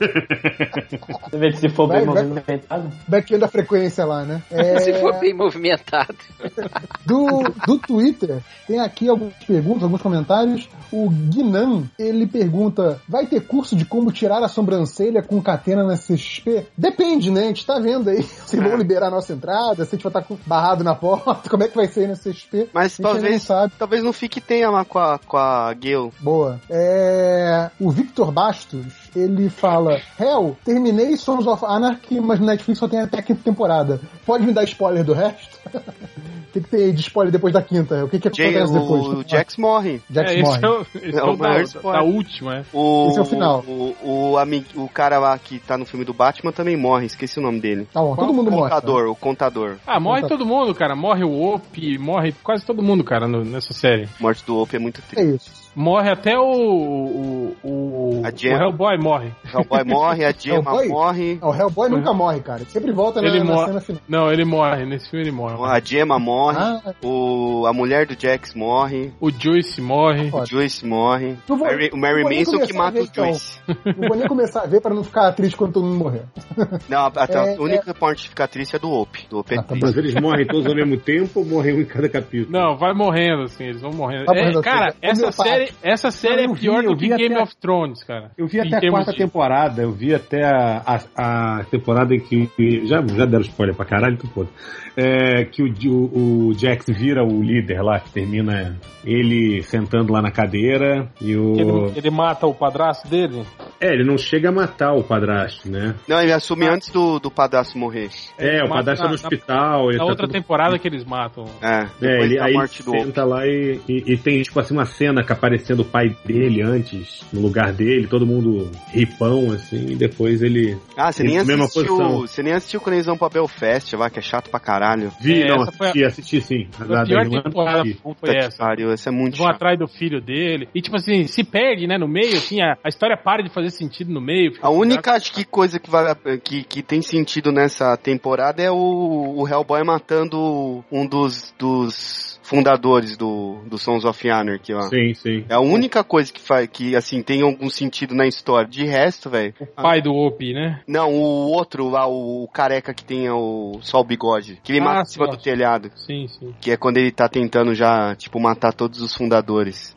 Se for Vai, bem vai. movimentado. Daqui da frequência lá, né? É... Se for bem movimentado. do, do Twitter, tem aqui algumas perguntas, alguns comentários. O Guinan, ele pergunta: vai ter curso de como tirar a sobrancelha com catena na CXP? Depende, né? A gente tá vendo aí se É. vão liberar a nossa entrada, se a gente vai estar com- barrado na porta, como é que vai ser aí na CXP? Mas A gente ainda não talvez, talvez não fique tenha lá com a, com a Gale. Boa. É, o Victor Bastos, ele fala: Hell, terminei Sons of Anarchy, mas no Netflix só tem até a quinta temporada. Pode me dar spoiler do resto? O que, que tem de spoiler depois da quinta? O que, que Jay, acontece depois? o Jax morre. Jax É, esse morre. é o- esse é o da- da última, é. O, Esse é o final. O, o, ami- o cara lá que tá no filme do Batman também morre, esqueci o nome dele. Tá bom, todo mundo o morre, contador, O contador. Ah, morre todo mundo, cara. Morre o Op, morre quase todo mundo, cara, no- nessa série. Morte do Op é muito triste. É isso. Morre até o. O, o, o Gemma. Hellboy morre. Hellboy morre, a Gemma É Hellboy? morre. Não, o Hellboy nunca morre, cara. Ele sempre volta na, Ele na morre. cena final. Não, ele morre. Nesse filme ele morre. A Gemma morre. Ah. O, a mulher do Jax morre. O Joyce morre. O Joyce morre. Eu vou- Mary- o Mary eu vou nem Manson que começar a mata ver, o então. Joyce. Não vou nem começar a ver pra não ficar triste quando todo mundo morrer. Não, a, a- a É, Ah, tá única parte que fica triste é do Op. Do Op é triste. Mas eles morrem todos ao mesmo tempo ou morrem um em cada capítulo? Não, vai morrendo, assim, eles vão morrendo. Vai É, morrendo, cara, assim. essa Homeopático. série, essa série Eu é vi, pior eu do que vi até Game a- of Thrones, cara. Eu vi Em até a termos quarta de- temporada, eu vi até a, a, a temporada em que. Já, já deram spoiler pra caralho, então foda. É, que o, o, o Jax vira o líder lá, que termina ele sentando lá na cadeira e o. Ele, ele mata o padrasto dele? É, ele não chega a matar o padrasto, né? Não, ele assume antes do, do padrasto morrer. É, o Mata Ah. padrasto tá na- no hospital. ele Na tá outra todo- temporada que eles matam. É, É, depois ele, da aí ele morte do Op. senta lá e, e, e tem tipo assim uma cena que aparecendo o pai dele antes, no lugar dele, todo mundo ripão, assim, e depois ele. Ah, você ele nem, na mesma assistiu, posição. você nem assistiu quando eles vão pra Belfast, lá, que é chato pra caralho. Vi, É, não, essa foi a- assisti, assisti sim. Foi a pior temporada foi Puta que essa. pariu, essa é muito Eles vão chato. atrás do filho dele. E tipo assim, se perde, né, no meio, assim, a, a história para de fazer sentido no meio. fica- A única acho que, coisa que, vai, que, que tem sentido nessa temporada é o, o Hellboy matando um dos, dos fundadores do, do Sons of Anarchy lá. Sim, sim. É a única coisa que faz que assim tem algum sentido na história. De resto, velho. Pai do Op, né? Não, o outro lá, o careca que tem é o só o bigode, que ele Ah, mata em sim, cima do telhado, Sim, sim. que é quando ele tá tentando já, tipo, matar todos os fundadores.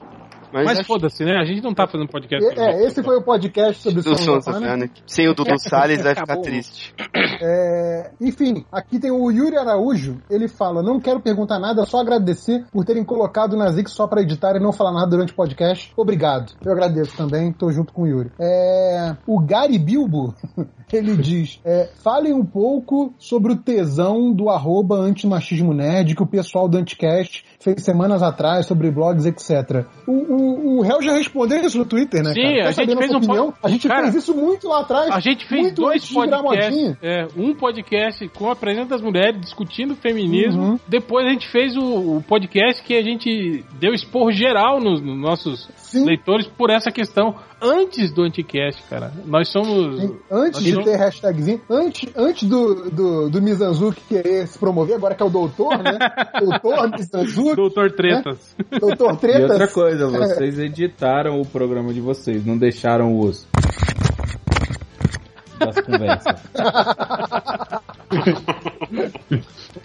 Mas, Mas acho foda-se, né? A gente não tá fazendo podcast. E- é, esse foi o né? podcast sobre que do né? Sons Sons of of Anarchy. Anarchy. Sem o Dudu Salles vai ficar Acabou. triste. É, enfim, aqui tem o Yuri Araújo. Ele fala: Não quero perguntar nada, só agradecer por terem colocado o Nazik só pra editar e não falar nada durante o podcast. Obrigado. Eu agradeço também, tô junto com o Yuri. É, o Gary Bilbo, ele diz: é, Falem um pouco sobre o tesão do arroba antimachismo nerd que o pessoal do Anticast fez semanas atrás sobre blogs, etc. O, o, o Hel já respondeu isso no Twitter, né? Sim, cara? Quer a gente saber nossa fez um pod- opinião? A gente Cara, fez isso muito lá atrás. A gente fez muito dois antes de virar modinha. podcasts. É, um podcast com a presença das mulheres discutindo feminismo. Uhum. Depois a gente fez o, o podcast que a gente deu esporro geral nos, nos nossos leitores por essa questão antes do anticast, cara. Nós somos. Antes nós de somos- ter hashtagzinho, antes, antes do, do, do Mizanzuki querer se promover, agora que é o doutor, né? doutor Mizanzuki. né? Doutor Tretas. Doutor E Tretas. outra coisa, vocês editaram o programa de vocês, não deixaram os. das conversas.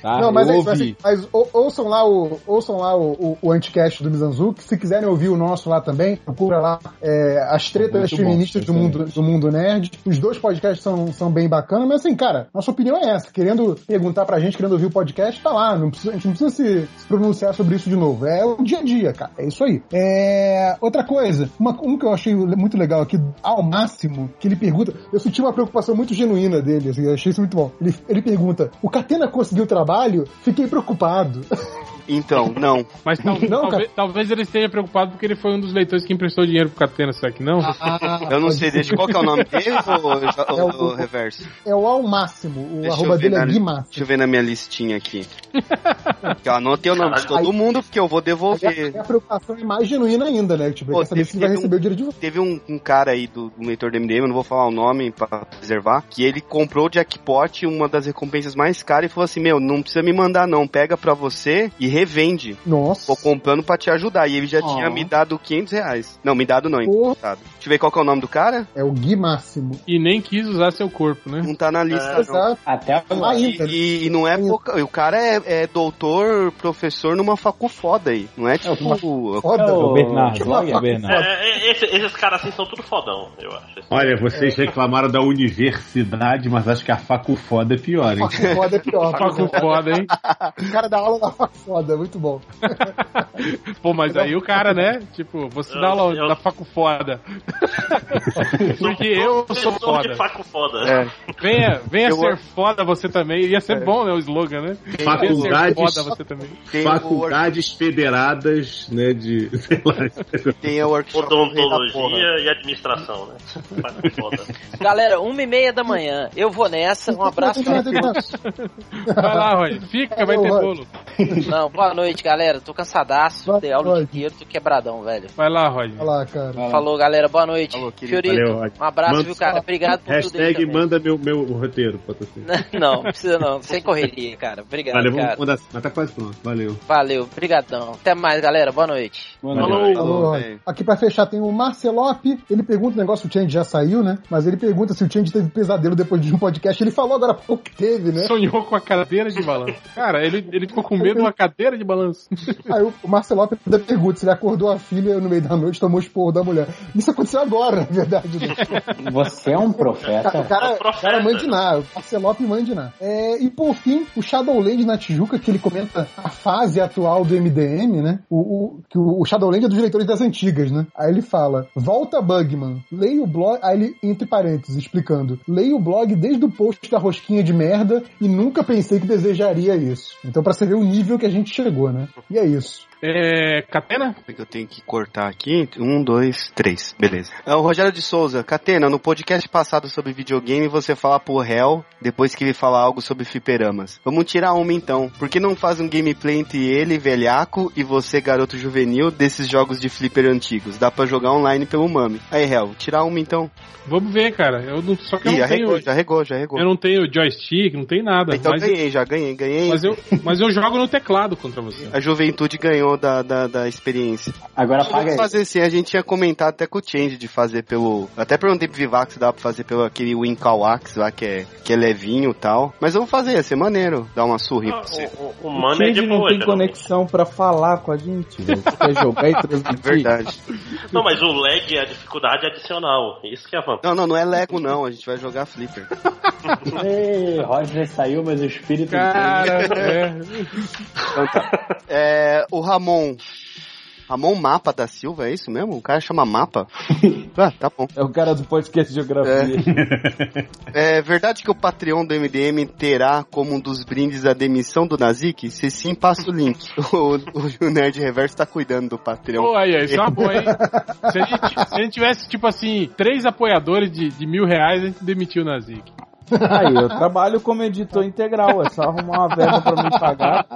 tá, Não, mas eu é isso, ouvi. mas, mas ou- ouçam lá o ouçam lá o, o, o anticast do Mizanzuki. Se quiserem ouvir o nosso lá também, procura lá é, as tretas Muito bom, feministas do mundo, do mundo nerd. Os dois podcasts são, são bem bacanas, mas assim, cara, nossa opinião é essa. Querendo perguntar pra gente, querendo ouvir o podcast, tá lá. Não precisa- a gente não precisa se, se pronunciar sobre isso de novo. É o dia a dia, cara. É isso aí. É, outra coisa, uma, um que eu achei muito legal aqui, ao máximo, que ele pergunta. Eu senti uma preocupação muito genuína dele, assim, eu achei isso muito bom. Ele, ele pergunta: o Catena conseguiu trabalho? Fiquei preocupado. Então, não. Mas tal- talvez, talvez ele esteja preocupado porque ele foi um dos leitores que emprestou dinheiro pro Catena, será que não? Ah, eu não sei, deixa qual que é o nome dele ou, ou- É ou o- reverso? É o ao máximo. O Deixa arroba eu ver dele é na- Guimar. Deixa eu ver na minha listinha aqui. Que eu anotei o nome de todo mundo, porque eu vou devolver. É a preocupação é mais genuína ainda, né? Tipo, ele quer saber se ele vai receber o dinheiro de volta. Teve um, um cara aí do, do leitor do MDM, eu não vou falar o nome pra preservar, que ele comprou o jackpot, uma das recompensas mais caras, e falou assim: Meu, não precisa me mandar, não. Pega pra você e revende. Nossa. Tô comprando pra te ajudar. E ele já Ó. tinha me dado 500 reais. Não, me dado não, Porra. emprestado. Deixa eu ver qual que é o nome do cara. É o Gui Máximo. E nem quis usar seu corpo, né? Não tá na lista, É, não. exato. Até agora. Ainda. E, e não é pouca. O cara é, é doutor, professor numa facu foda aí. Não é tipo. foda. É o Bernardo, olha, É, é, esse- esses caras assim são tudo fodão, eu acho. Olha, vocês É. reclamaram da universidade, mas acho que a facu foda é pior, hein? Facu foda é pior. Facu foda, hein? O cara dá aula na facu foda, muito bom. Pô, mas aí o cara, né? Tipo, você dá aula da facu foda. Porque eu Professor sou de foda. É. faco foda. Venha, venha Eu- ser foda você também. Ia É. ser bom, né? O slogan, né? Venha ser Faculdades- foda você também. Faculdades federadas, né, de... Sei lá. Tem a é workshop Odontologia e administração, né? Faco foda. Galera, uma e meia da manhã. Eu vou nessa. Um abraço pra todos. Vai lá, Roy. Fica, vai ter bolo. Não, boa noite, galera. Tô cansadaço. Dei aula o dia inteiro, tô quebradão, velho. Vai lá, Roy. Vai lá, cara. Falou, galera. Boa noite. querido. Fiorito, Valeu, Roy. um abraço, Manda- viu, cara? Obrigado por tudo aí Hashtag também. manda meu, meu roteiro, patrocínio. Não, não precisa não. Sem correria, cara. Obrigado, Valeu, vamos cara. mandar. Mas tá quase pronto, valeu. Valeu, brigadão. Até mais, galera. Boa noite. Valeu. Alô, Valeu. Aqui pra fechar tem o Marcelope. Ele pergunta o negócio, o Change já saiu, né? Mas ele pergunta se o Change teve pesadelo depois de um podcast. Ele falou agora há pouco que teve, né? Sonhou com a cadeira de balanço. Cara, ele, ele ficou com medo de uma cadeira de balanço. Aí o Marcelope ainda pergunta se ele acordou a filha no meio da noite tomou o esporro da mulher. Isso aconteceu agora, na verdade. né? Você é um Cara, profeta? cara, cara mandinar, o Marcelope mandinar. É, e por fim, o Shadowland na Tijuca, que ele comenta a fase atual do MDM, né? O, o- que o, o Shadowland é dos leitores das antigas, né? Aí ele fala: volta Bugman, leia o blog. Aí ele, entre parênteses, explicando: leia o blog desde o post da rosquinha de merda e nunca pensei que desejaria isso. Então, pra você ver o nível que a gente chegou, né? E é isso. É. Catena? Eu tenho que cortar aqui. Um, dois, três. Beleza. É o Rogério de Souza. Catena, no podcast passado sobre videogame, você fala pro réu depois que ele fala algo sobre fliperamas. Vamos tirar uma então. Por que não faz um gameplay entre ele, velhaco, e você, garoto juvenil, desses jogos de flipper antigos? Dá pra jogar online pelo Mami. Aí, réu, tirar uma então. Vamos ver, cara. Eu não, só que eu Ih, não arregou, tenho. já regou, já regou. Eu não tenho joystick, não tem nada. Então mas, ganhei, já ganhei, ganhei. mas eu, mas eu jogo no teclado contra você. A juventude ganhou da, da, da experiência. Agora paga Vamos aí. fazer sim, a gente ia comentar até com o Change de fazer pelo. Até perguntei pro Vivax se dá pra fazer pelo aquele Wincalwax lá que é, que é levinho e tal. Mas vamos fazer, ia ser maneiro dar uma surra Ah, em você. O, mano é de Change não boa, tem geralmente. conexão pra falar com a gente, velho. Você quer jogar e transmitir? Verdade. Não, mas o lag, a dificuldade é adicional. Isso que é a vantagem. Não, não, não é Lego não, a gente vai jogar Flipper. Ei, Roger saiu, mas o espírito. Cara, É. Então tá. É, o Ramon. Ramon Mapa da Silva, é isso mesmo? O cara chama Mapa? ah, tá bom. É o cara do podcast de geografia. É verdade que o Patreon do MDM terá como um dos brindes a demissão do Nazik? Se sim, passa o link. O, o Nerd Reverso tá cuidando do Patreon. Pô, aí, aí, isso é uma boa, hein? Se a gente, se a gente tivesse, tipo assim, três apoiadores de, de mil reais, a gente demitiu o Nazik. Aí, eu trabalho como editor integral, é só arrumar uma verba pra me pagar.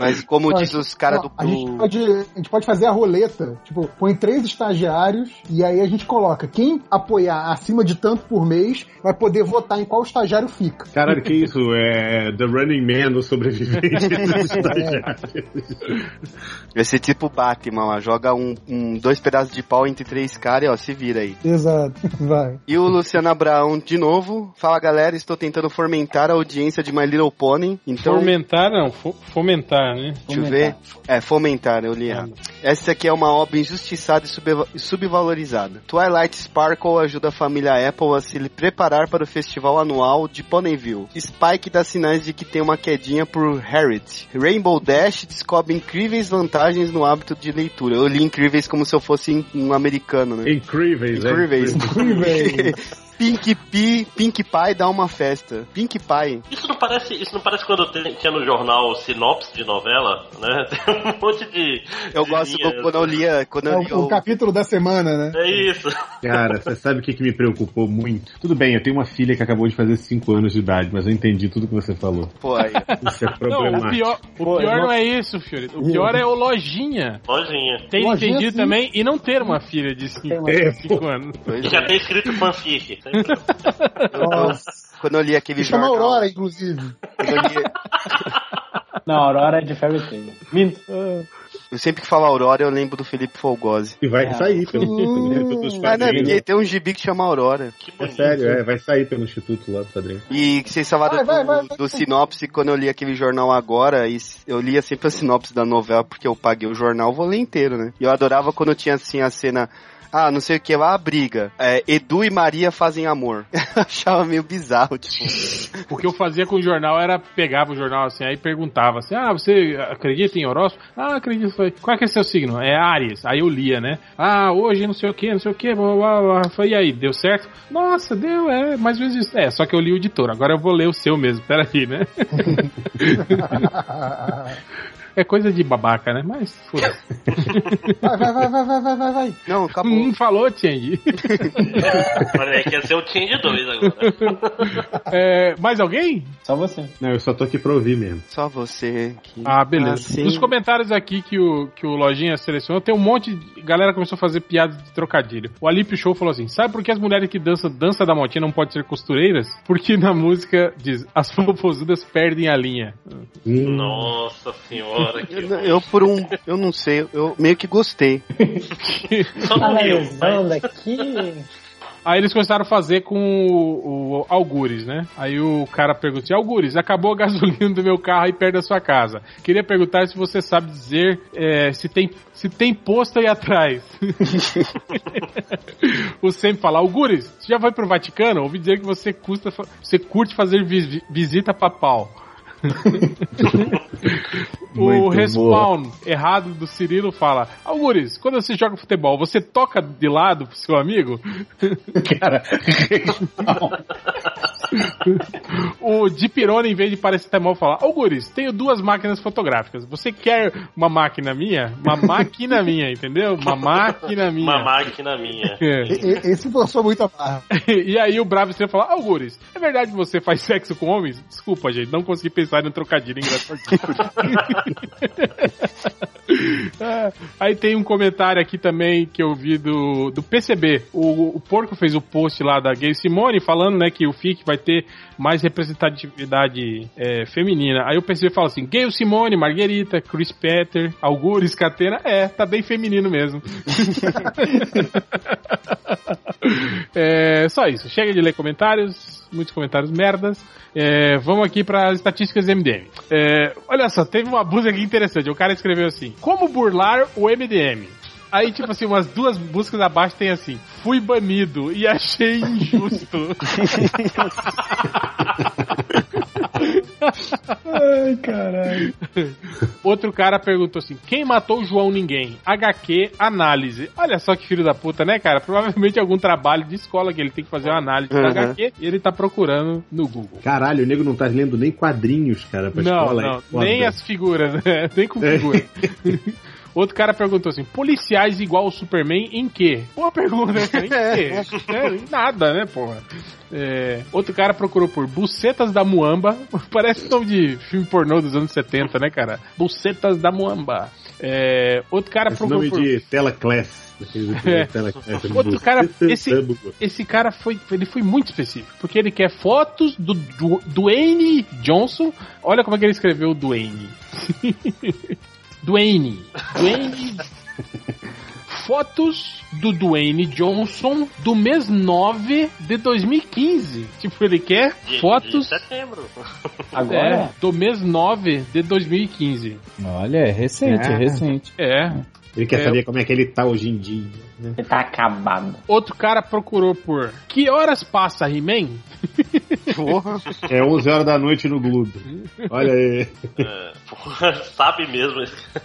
Mas como Mas, diz os caras do... A gente, pode, a gente pode fazer a roleta. Tipo, põe três estagiários e aí a gente coloca quem apoiar acima de tanto por mês vai poder votar em qual estagiário fica. Caralho, que isso? É The Running Man, o sobrevivente dos Vai ser tipo Batman lá, joga um, um- dois pedaços de pau entre três caras e ó, se vira aí. Exato, vai. E o Luciano Abraão de novo. Fala galera, estou tentando fomentar a audiência de My Little Pony. Então, Fomentar, não, fo- fomentar, né? deixa eu ver. É, fomentar, eu li errado. Essa aqui é uma obra injustiçada e subva- subvalorizada. Twilight Sparkle ajuda a família Apple a se preparar para o festival anual de Ponyville. Spike dá sinais de que tem uma quedinha por Harriet. Rainbow Dash descobre incríveis vantagens no hábito de leitura. Eu li incríveis como se eu fosse um americano, né? Incríveis, é. Incríveis. Incríveis. Pink Pie, Pink Pie dá uma festa. Pink Pie. Isso não parece, isso não parece quando tem- tinha no jornal sinopse de novela, né? Tem um monte de. Eu de gosto linha. do- quando eu lia. Quando É eu lia o, o o... capítulo da semana, né? É isso. Cara, você sabe o que, que me preocupou muito? Tudo bem, eu tenho uma filha que acabou de fazer 5 anos de idade, mas eu entendi tudo que você falou. Pô, aí. Isso é Não, o problemático. pior, o Pô, pior eu não é isso, Fiore. O pior é o Lojinha. Lojinha. Ter Lojinha, entendido assim. sim. também e não ter uma filha de 5 É, anos. E já tem escrito fanfic. Tá Sempre Quando eu li aquele Chama jornal. Aurora, inclusive. Não, Aurora é de Fairy Tail. Minto. É. Eu sempre que falo Aurora, eu lembro do Felipe Folgose. E vai sair Ah. pelo- pelos Hum, ah, né, quadrinhos. porque tem um gibi que chama Aurora. É sério, é, vai sair pelo instituto lá do quadrinho. E que vocês falaram Vai, vai, do, vai, vai. do sinopse, quando eu li aquele jornal agora, e s- eu lia sempre a sinopse da novela, porque eu paguei o jornal, vou ler inteiro, né? E eu adorava quando tinha, assim, a cena... Ah, não sei o que lá, a briga. É, Edu e Maria fazem amor. Eu achava meio bizarro, tipo... O que eu fazia com o jornal era pegava o jornal assim, aí perguntava assim: Ah, você acredita em horóscopo? Ah, acredito. Falei, Qual é que é seu signo? É Ares. Aí eu lia, né? Ah, hoje não sei o que, não sei o que, blá blá blá. Falei, e aí, deu certo? Nossa, deu, é, mais ou menos isso. É, só que eu li o editor, agora eu vou ler o seu mesmo, peraí, né? é coisa de babaca, né? Mas foda-se. Vai, vai, vai, vai, vai, vai, vai, vai. Não, acabou. Não Hum, falou, Change. Olha é aí, quer ser o Change 2 agora. É, mais alguém? Só você. Não, eu só tô aqui pra ouvir mesmo. Só você que. Ah, beleza. assim. Nos comentários aqui que o, que o Lojinha selecionou, tem um monte de galera começou a fazer piadas de trocadilho. O Alípio Show falou assim: sabe por que as mulheres que dançam dança da motinha não podem ser costureiras? Porque na música diz, as fofozudas perdem a linha. Nossa senhora, que. Eu, eu por um. Eu não sei, eu meio que gostei. Só não riu, mas- aqui. Aí eles começaram a fazer com o, o Algures, né? Aí o cara pergunta: assim, Algures, acabou a gasolina do meu carro e perde a sua casa. Queria perguntar se você sabe dizer é, se, tem, se tem posto aí atrás. o sempre fala: Algures, você já foi pro Vaticano? Ouvi dizer que você, custa, fa- você curte fazer visi- visita papal. O Muito respawn errado do Cirilo fala: Algures, quando você joga futebol, você toca de lado pro seu amigo? Cara, O Dipirone, em vez de paracetamol, fala: Algures, tenho duas máquinas fotográficas. Você quer uma máquina minha? Uma máquina minha, entendeu? Uma máquina minha. Uma máquina minha. É. E- e- Esse forçou muito a barra. E aí o Bravo Estrela fala, Algures, é verdade que você faz sexo com homens? Desculpa, gente, não consegui pensar em um trocadilho engraçado. É, aí tem um comentário aqui também que eu vi do, do PCB. O, o Porco fez o post lá da Gay Simone falando, né, que o FIC vai ter mais representatividade é, feminina. Aí o PCB fala assim, Gay Simone, Marguerita, Chris Petter, Algures, Catena. É, tá bem feminino mesmo. É só isso. Chega de ler comentários. Muitos comentários merdas. É, vamos aqui para as estatísticas MDM. É, olha só, teve uma busca aqui interessante. O cara escreveu assim: Como burlar o MDM? Aí, tipo assim, umas duas buscas abaixo tem assim: Fui banido e achei injusto. Ai, caralho. Outro cara perguntou assim: quem matou o João Ninguém? HQ análise. Olha só que filho da puta, né, cara? Provavelmente algum trabalho de escola que ele tem que fazer uma análise da Uhum. HQ e ele tá procurando no Google. Caralho, o nego não tá lendo nem quadrinhos, cara, pra Não, escola. não, é foda. nem as figuras, né? Nem com figura. Outro cara perguntou assim: policiais igual o Superman em quê? Boa pergunta, essa, em quê? É, em nada, né, porra? É, outro cara procurou por Bucetas da Muamba. Parece nome de filme pornô dos anos 70, né, cara? Bucetas da Muamba. É, outro cara Esse procurou nome por. de Tela Class. É. Tela Class. Outro cara, esse, esse cara foi, ele foi muito específico, porque ele quer fotos do, Du- Dwayne Johnson. Olha como é que ele escreveu Dwayne. Dwayne. Dwayne. Fotos do Dwayne Johnson do mês 9 de 2015. Tipo, ele quer De- fotos De setembro. é, do mês 9 de 2015. Olha, é recente, é, É. recente. É. Ele quer É, saber como é que ele tá hoje em dia. né? Ele tá acabado. Outro cara procurou por que horas passa He-Man? É 11 horas da noite no Globo. Olha aí. É, porra, sabe mesmo.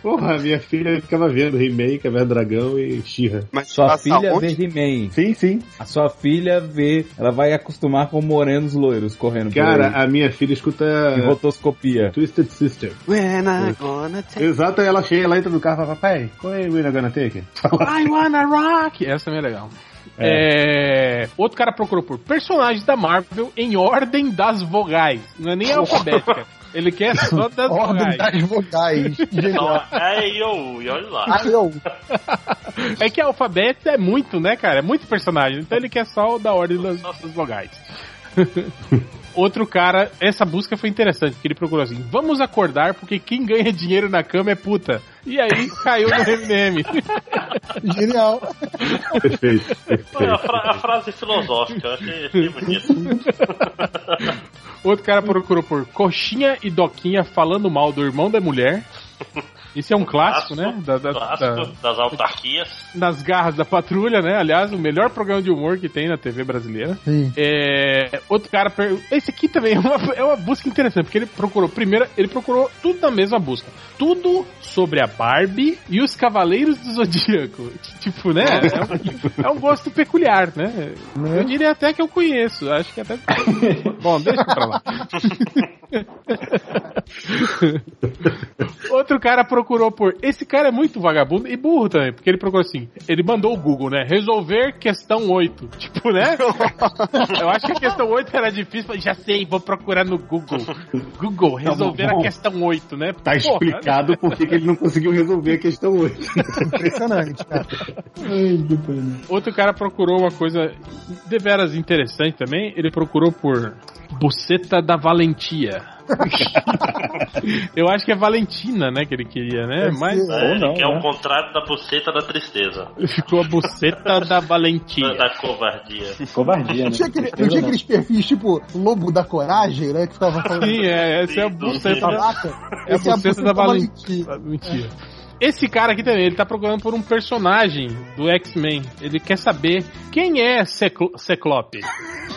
Porra, minha filha ficava vendo He-Man, Caverna do Dragão e She-Ra. Mas Sua filha vê He-Man. Sim, sim. A sua filha vê. Ela vai acostumar com morenos loiros correndo por Cara, aí. a minha filha escuta. E rotoscopia. Twisted Sister. When I gonna take Exato, aí ela chega, ela entra no carro e fala: Papai, qual é o Winner Gonna Take? I wanna rock! Essa também é legal. É, Outro cara procurou por personagens da Marvel em ordem das vogais. Não é nem alfabética. Ele quer só das Ordem vogais. das vocais. Então, é eu, e olha lá. Aí eu, É que alfabeto é muito, né, cara? É muito personagem. Então ele quer só o da ordem das nossas assim. vogais. Outro cara, essa busca foi interessante, porque ele procurou assim: vamos acordar, porque quem ganha dinheiro na cama é puta. E aí caiu no MDM. genial. Perfeito. Olha, a, fra- a frase filosófica, eu achei, achei bonito. Outro cara procurou por Coxinha e Doquinha falando mal do irmão da mulher. Isso é um clássico, né? Da- da- da- Clássico das autarquias. nas garras da patrulha, né? Aliás, o melhor programa de humor que tem na TV brasileira. É, outro cara. per- Esse aqui também é uma, é uma busca interessante, porque ele procurou. Primeiro, ele procurou tudo na mesma busca. Tudo sobre a Barbie e os Cavaleiros do Zodíaco. Tipo, né? É um, é um gosto peculiar, né? Eu diria até que eu conheço. Acho que até. Bom, deixa pra lá. Outro cara procurou por. Esse cara é muito vagabundo e burro também, porque ele procurou assim. Ele mandou o Google, né? Resolver questão 8. Tipo, né? Eu acho que a questão 8 era difícil. Falei, Já sei, vou procurar no Google. Google, resolver Tá bom. a questão 8, né? Tá Porra, explicado por que que ele não conseguiu resolver a questão hoje. Impressionante, cara. Outro cara procurou uma coisa deveras interessante também. Ele procurou por buceta da valentia. Eu acho que é Valentina, né, que ele queria, né? Deve Mas ser. É, não, que é o né? contrário da buceta da tristeza. ficou a buceta da Da, valentia. da covardia. Covardia, né? Tinha aquele, não tinha aqueles perfis tipo Lobo da Coragem, né? Que tava falando. Sim, é, essa é a buceta da, Babaca. é a Essa buceta da Valentim. valentia. Mentira. Esse cara aqui também, ele tá procurando por um personagem do X-Men. Ele quer saber quem é Ceclo Ceclope.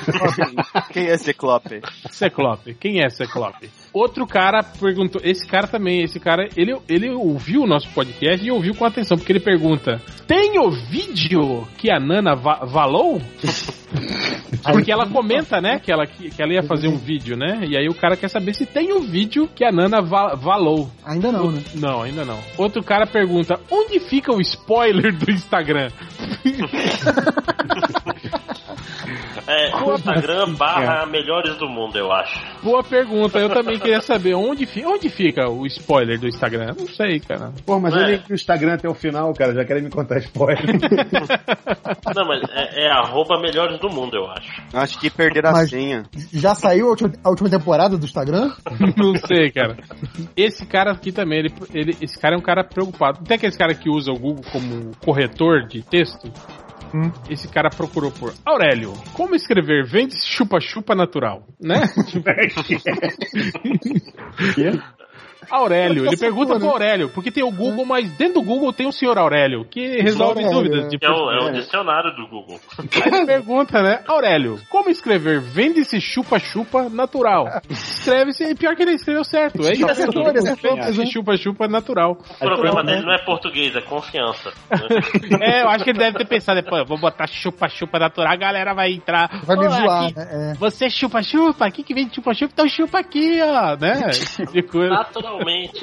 Quem é Ciclope? Ciclope. Quem é Ciclope? Outro cara perguntou. Esse cara também, esse cara, ele, ele ouviu o nosso podcast e ouviu com atenção, porque ele pergunta: Tem o vídeo que a Nana va- valou? Porque ela comenta, né, que ela, que, que ela ia Uhum. fazer um vídeo, né? E aí o cara quer saber se tem o vídeo que a Nana va- valou. Ainda não, né? Não, ainda não. Outro cara pergunta: onde fica o spoiler do Instagram? É, Instagram barra melhores do mundo, eu acho. Boa pergunta. Eu também queria saber onde, fi- onde fica o spoiler do Instagram. Não sei, cara. Pô, mas É. olha aí o Instagram até o final, cara. Já querem me contar spoiler. Não, mas é, é arroba melhores do mundo, eu acho. Acho que perderam a Mas- senha. Já saiu a última, a última temporada do Instagram? Não sei, cara. Esse cara aqui também, ele, ele- esse cara é um cara preocupado. Tem aquele cara que usa o Google como corretor de texto. Esse cara procurou por Aurélio, como escrever vende chupa-chupa natural, né? Aurélio, ele pergunta pro Aurélio, porque tem o Google, mas dentro do Google tem o senhor Aurélio, que resolve Aurélio, dúvidas Que é. tipo, de é o, é o português. dicionário do Google. Aí pergunta, né? Aurélio, como escrever vende-se chupa-chupa natural? Escreve-se, e pior que ele escreveu certo. É isso. Acertou, ele acertou, Vende-se né? chupa-chupa natural. O problema né? dele não é português, é confiança. né? É, eu acho que ele deve ter pensado, pô, eu vou botar chupa-chupa natural, a galera vai entrar. Vai me Olá, zoar, aqui, né? É. Você chupa-chupa? Aqui que vem de chupa-chupa? Então chupa aqui, ó, né? Esse tipo de coisa. Naturalmente.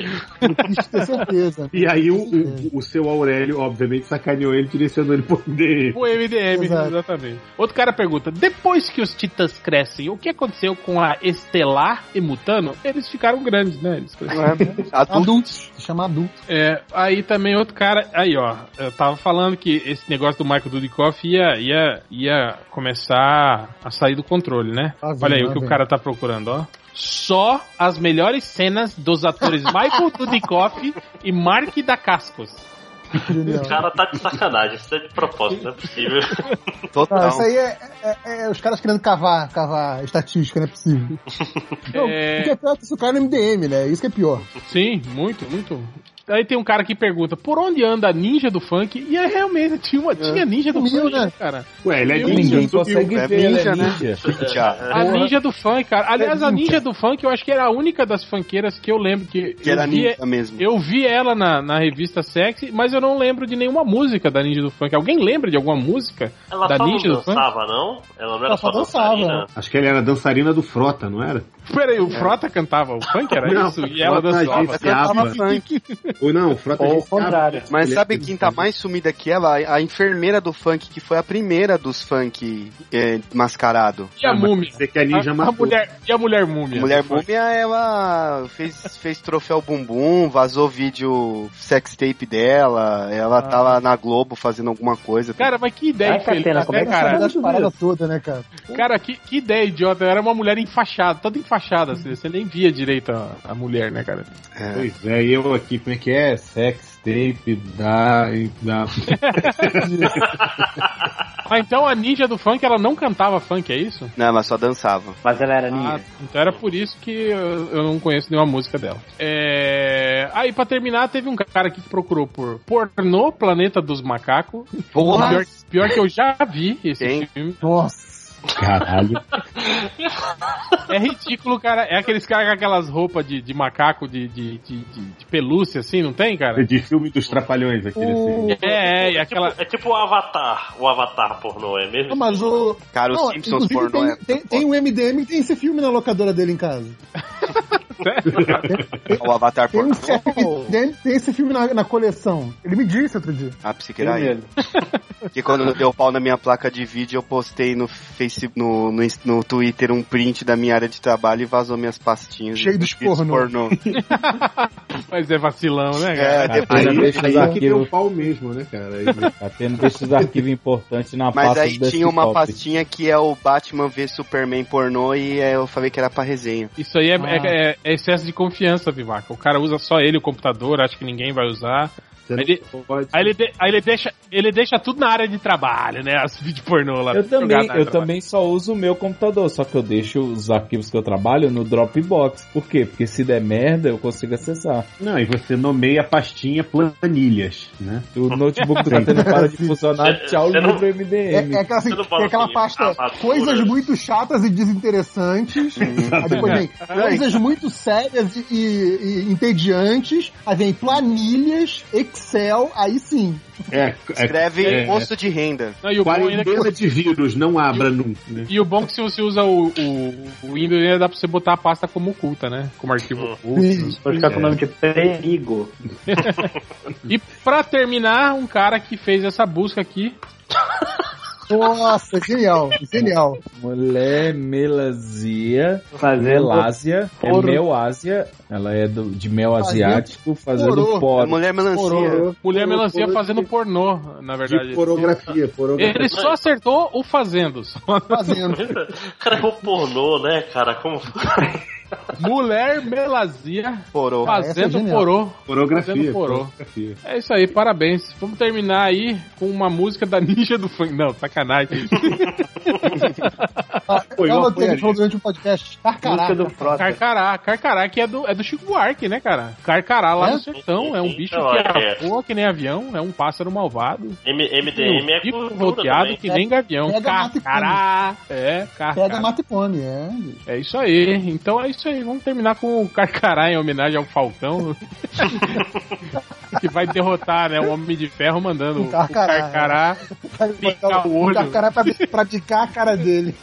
Isso, com certeza. E aí o, o, o seu Aurélio, obviamente, sacaneou ele, direcionou ele pro dele. Tipo O MDM, Exato. exatamente. Outro cara pergunta: depois que os titãs crescem, o que aconteceu com a Estelar e Mutano? Eles ficaram grandes, né? Eles cresceram. Adulto. Adultos. Se chama adulto. É, aí também outro cara. Aí, ó, eu tava falando que esse negócio do Michael Dudikoff ia, ia, ia começar a sair do controle, né? Tá vendo, Olha aí tá o que o vendo. cara tá procurando, ó. Só as melhores cenas dos atores Michael Dudikoff e Mark Dacascos. Genial. O cara tá de sacanagem, isso é de propósito, não é possível. Ah, Total. isso aí é, é- é os caras querendo cavar, cavar estatística, não é possível. Não, É. O que é pior é que isso cai no MDM, né? Isso que é pior. Sim, muito, muito. Aí tem um cara que pergunta por onde anda a ninja do funk? E é realmente tinha, uma, tinha ninja do Sumiu, funk, né? cara. Ué, ele é Sumiu. ninja, Ninguém sumiu. consegue É ver, ele ninja, é né? ninja. A ninja do funk, cara. Aliás, É a ninja. ninja do funk eu acho que era a única das funkeiras que eu lembro que. Que eu era vi- ninja mesmo. Eu vi ela na, na revista Sexy, mas eu não lembro de nenhuma música da ninja do funk. Alguém lembra de alguma música Ela da só não ninja do funk? dançava, não? Ela não era Ela só né? só dançava. dançarina. Acho que ele era dançarina do Frota, não era? Peraí, o Frota cantava o funk, era Não, isso? E Frota ela agenciava. dançava. Cantava funk. Ou não, o Frota Ou agenciava. o contrário. Mas sabe quem tá mais sumida que ela? A enfermeira do funk, que foi a primeira dos funk eh, mascarado. E a múmia? Dizer que a ninja a, a matou. mulher, e a mulher múmia? Mulher do funk? Múmia, ela fez, fez troféu bumbum, vazou vídeo sex tape dela, ela tá lá na Globo fazendo alguma coisa. Cara, mas que ideia infeliz, né, cara? Essa parada toda, né, cara? Cara, que, que ideia idiota. Era uma mulher enfaixada, toda enfaixada. Assim, você nem via direito a, a mulher, né, cara? Pois é, e eu aqui, como é que é? Sex tape da. da... Ah, então a ninja do funk, ela não cantava funk, é isso? Não, mas só dançava. Mas ela era Ah, então era por isso que eu, eu não conheço nenhuma música dela. É... Aí, pra terminar, teve um cara aqui que procurou por Pornô Planeta dos Macacos. Porra! Pior, pior que eu já vi esse Quem? filme. Nossa! Caralho. É ridículo, cara. É aqueles caras com aquelas roupas de, de macaco, de, de, de, de- de pelúcia, assim, não tem, cara? De filme dos Trapalhões, aquele assim. É, é, e aquela... É tipo o Avatar, o Avatar pornô, é mesmo? Não, mas o. Cara, Não, inclusive tem, tem, tem um MDM que tem esse filme na locadora dele em casa. O Avatar Tem pornô. um certo MDM que tem esse filme na, na coleção. Ele me disse outro dia. A psiqueira Que quando deu pau na minha placa de vídeo, eu postei no Facebook, no, no, Inst- no Twitter um print da minha área de trabalho e vazou minhas pastinhas. Cheio dos vídeos pornô. Mas é vacilão, né, É, cara? depois- Aí Deixa os aí que deu arquivos- pau mesmo, né, cara? Aí- Tá tendo desses arquivos importantes na Mas pasta aí do tinha uma desktop. pastinha que é o Batman v Superman pornô e eh, eu falei que era pra resenha. Isso aí é, Ah. é- é- é excesso de confiança, Vivaca. O cara usa só ele o computador, acha que ninguém vai usar. Aí ele, aí ele de- aí ele deixa, ele deixa tudo na área de trabalho, né? As vídeo pornô lá. Eu jogado também, na área eu de trabalho. também só uso o meu computador, só que eu deixo os arquivos que eu trabalho no Dropbox. Por quê? Porque se der merda, eu consigo acessar. Não, e você nomeia a pastinha planilhas, né? O notebook tá tendo para de funcionar, tchau, Cê- cê livro É, MDM. é aquela, assim, tem aquela pasta Ah, coisas muito chatas e desinteressantes. aí depois vem coisas muito sérias e, e- e entediantes. Aí vem planilhas, Excel, aí sim. Escreve é- imposto de renda. Não, e o bom ainda é que- Quarentena de vírus, não abra nunca, né? E o bom é que se você usa o, o, o Windows, ainda dá pra você botar a pasta como oculta, né? Como arquivo oculto. Pode ficar com o nome de perigo. E pra terminar, um cara que fez essa busca aqui. Nossa, genial, genial. Mulher Melazia. Fazendo- Melásia. É Ouro. Melásia. Ela é do- de mel Fazendo asiático fazendo ouro. poro. É Mulher melancia. É, Mulher Pornô, melancia pornô fazendo de- pornô, na verdade. De pornografia, pornografia. Ele só acertou o fazendo. só. Fazendo. Cara, é um pornô, né, cara? Como... Mulher Melazia Porô. Ah, essa é fazendo genial. porô. Pornografia. Fazendo porô. pornografia. É isso aí, parabéns. Vamos terminar aí com uma música da Ninja do Funk. Não, sacanagem. Ah, Foi eu uma anotei que porcaria. falou durante o podcast. Carcará. Música do Frota. Carcará. Carcará que é do, é do Chico Buarque, né, cara? Carcará lá É? no sertão. É um bicho Então, é. que voa que nem avião. É um pássaro malvado. M- MDM é Fico cultura volteado também. né? que nem gavião. Pega, mata e Carcará. É, Pega, carcará. mata e come, é. É isso aí. Então é isso aí. Vamos terminar com o Carcará em homenagem ao Falcão. que vai derrotar, né? O Homem de Ferro mandando o Carcará. Carcará. Vai Pica botar o olho. Carcará pra, pra picar a cara dele.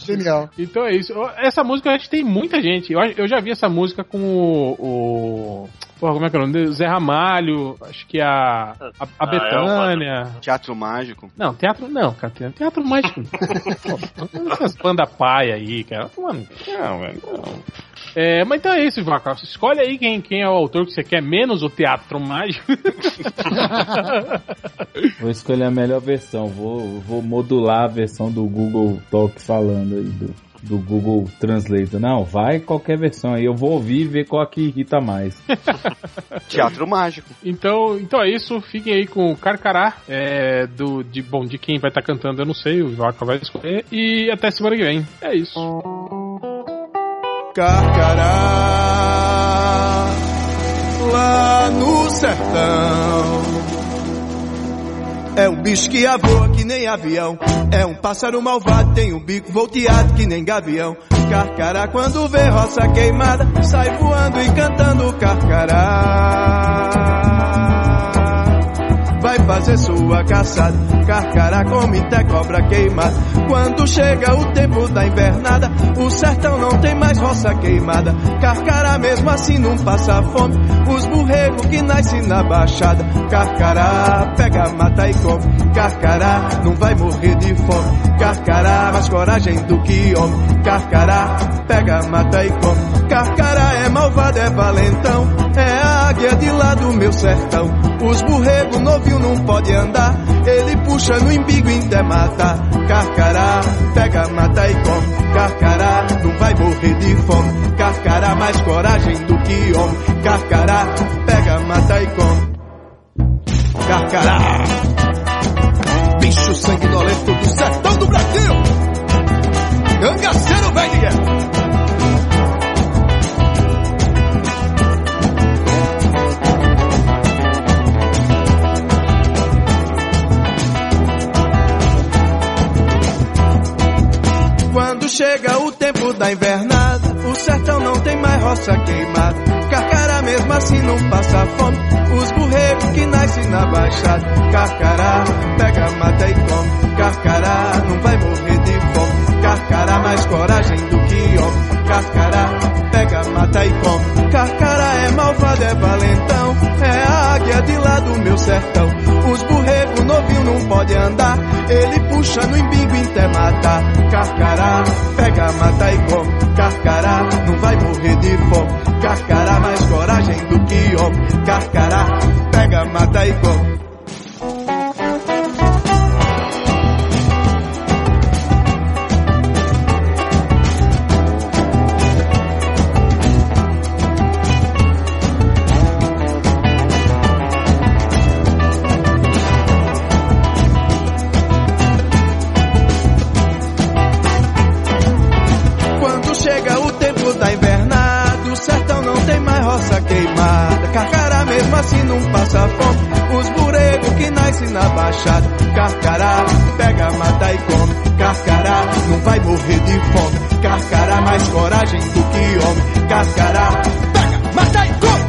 genial. Então é isso. Essa música eu acho que tem muita gente. Eu, eu já vi essa música com o. o- porra, como é que é o nome dele? Zé Ramalho, acho que a. A, a Ah, é, Betânia. Teatro mágico. Não, teatro não, cara. Te- Teatro mágico. Pô, Essas bandas paia aí, cara. Mano, não, velho. não. É, mas então é isso, Vaca. Escolhe aí quem, quem é o autor que você quer menos o teatro mágico. Vou escolher a melhor versão. Vou, vou modular a versão do Google Talk falando aí do, do Google Translator. Não, vai qualquer versão aí. Eu vou ouvir e ver qual a que irrita mais. Teatro mágico. Então, então é isso. Fiquem aí com o Carcará. É, do, de, bom, de quem vai estar cantando, eu não sei. O Vaca vai escolher. E até semana que vem. É isso. Carcará. lá no sertão. É um bicho que voa que nem avião. É um pássaro malvado, tem um bico volteado que nem gavião. Carcará quando vê roça queimada, sai voando e cantando carcará. Vai fazer sua caçada, carcará come até cobra queimada. Quando chega o tempo da invernada, o sertão não tem mais roça queimada. Carcará mesmo assim não passa fome, os burregos que nascem na baixada. Carcará pega, mata e come. Carcará não vai morrer de fome. Carcará mais coragem do que homem. Carcará pega, mata e come. Carcará é malvado, é valentão. É a águia de lá do meu sertão. Os burrego novinho não pode andar. Ele puxa no embigo e até matar. Carcará pega, mata e come. Carcará não vai morrer de fome. Carcará mais coragem do que homem. Carcará pega, mata e come. Carcará, bicho sanguinolento do sertão do Brasil. Cangaceiro velho é. de guerra. Quando chega o tempo da invernada, o sertão não tem mais roça queimada. Carcará mesmo assim não passa fome, os burregos que nascem na baixada. Carcará pega, mata e come, carcará não vai morrer de fome. Carcará mais coragem do que homem, carcará pega, mata e come. Carcará é malvado, é valentão, é a águia de lá do meu sertão. Os burregos novinho não pode andar, ele puxa no embingo e até matar. Carcará, pega, mata e come. Carcará, não vai morrer de fome. Carcará, mais coragem do que homem. Carcará, pega, mata e come. Quando chega o tempo da invernada, o sertão não tem mais roça queimada. Carcará mesmo assim não passa fome. Os buregos que nascem na baixada. Carcará pega, mata e come. Carcará não vai morrer de fome. Carcará mais coragem do que homem. Carcará pega, mata e come.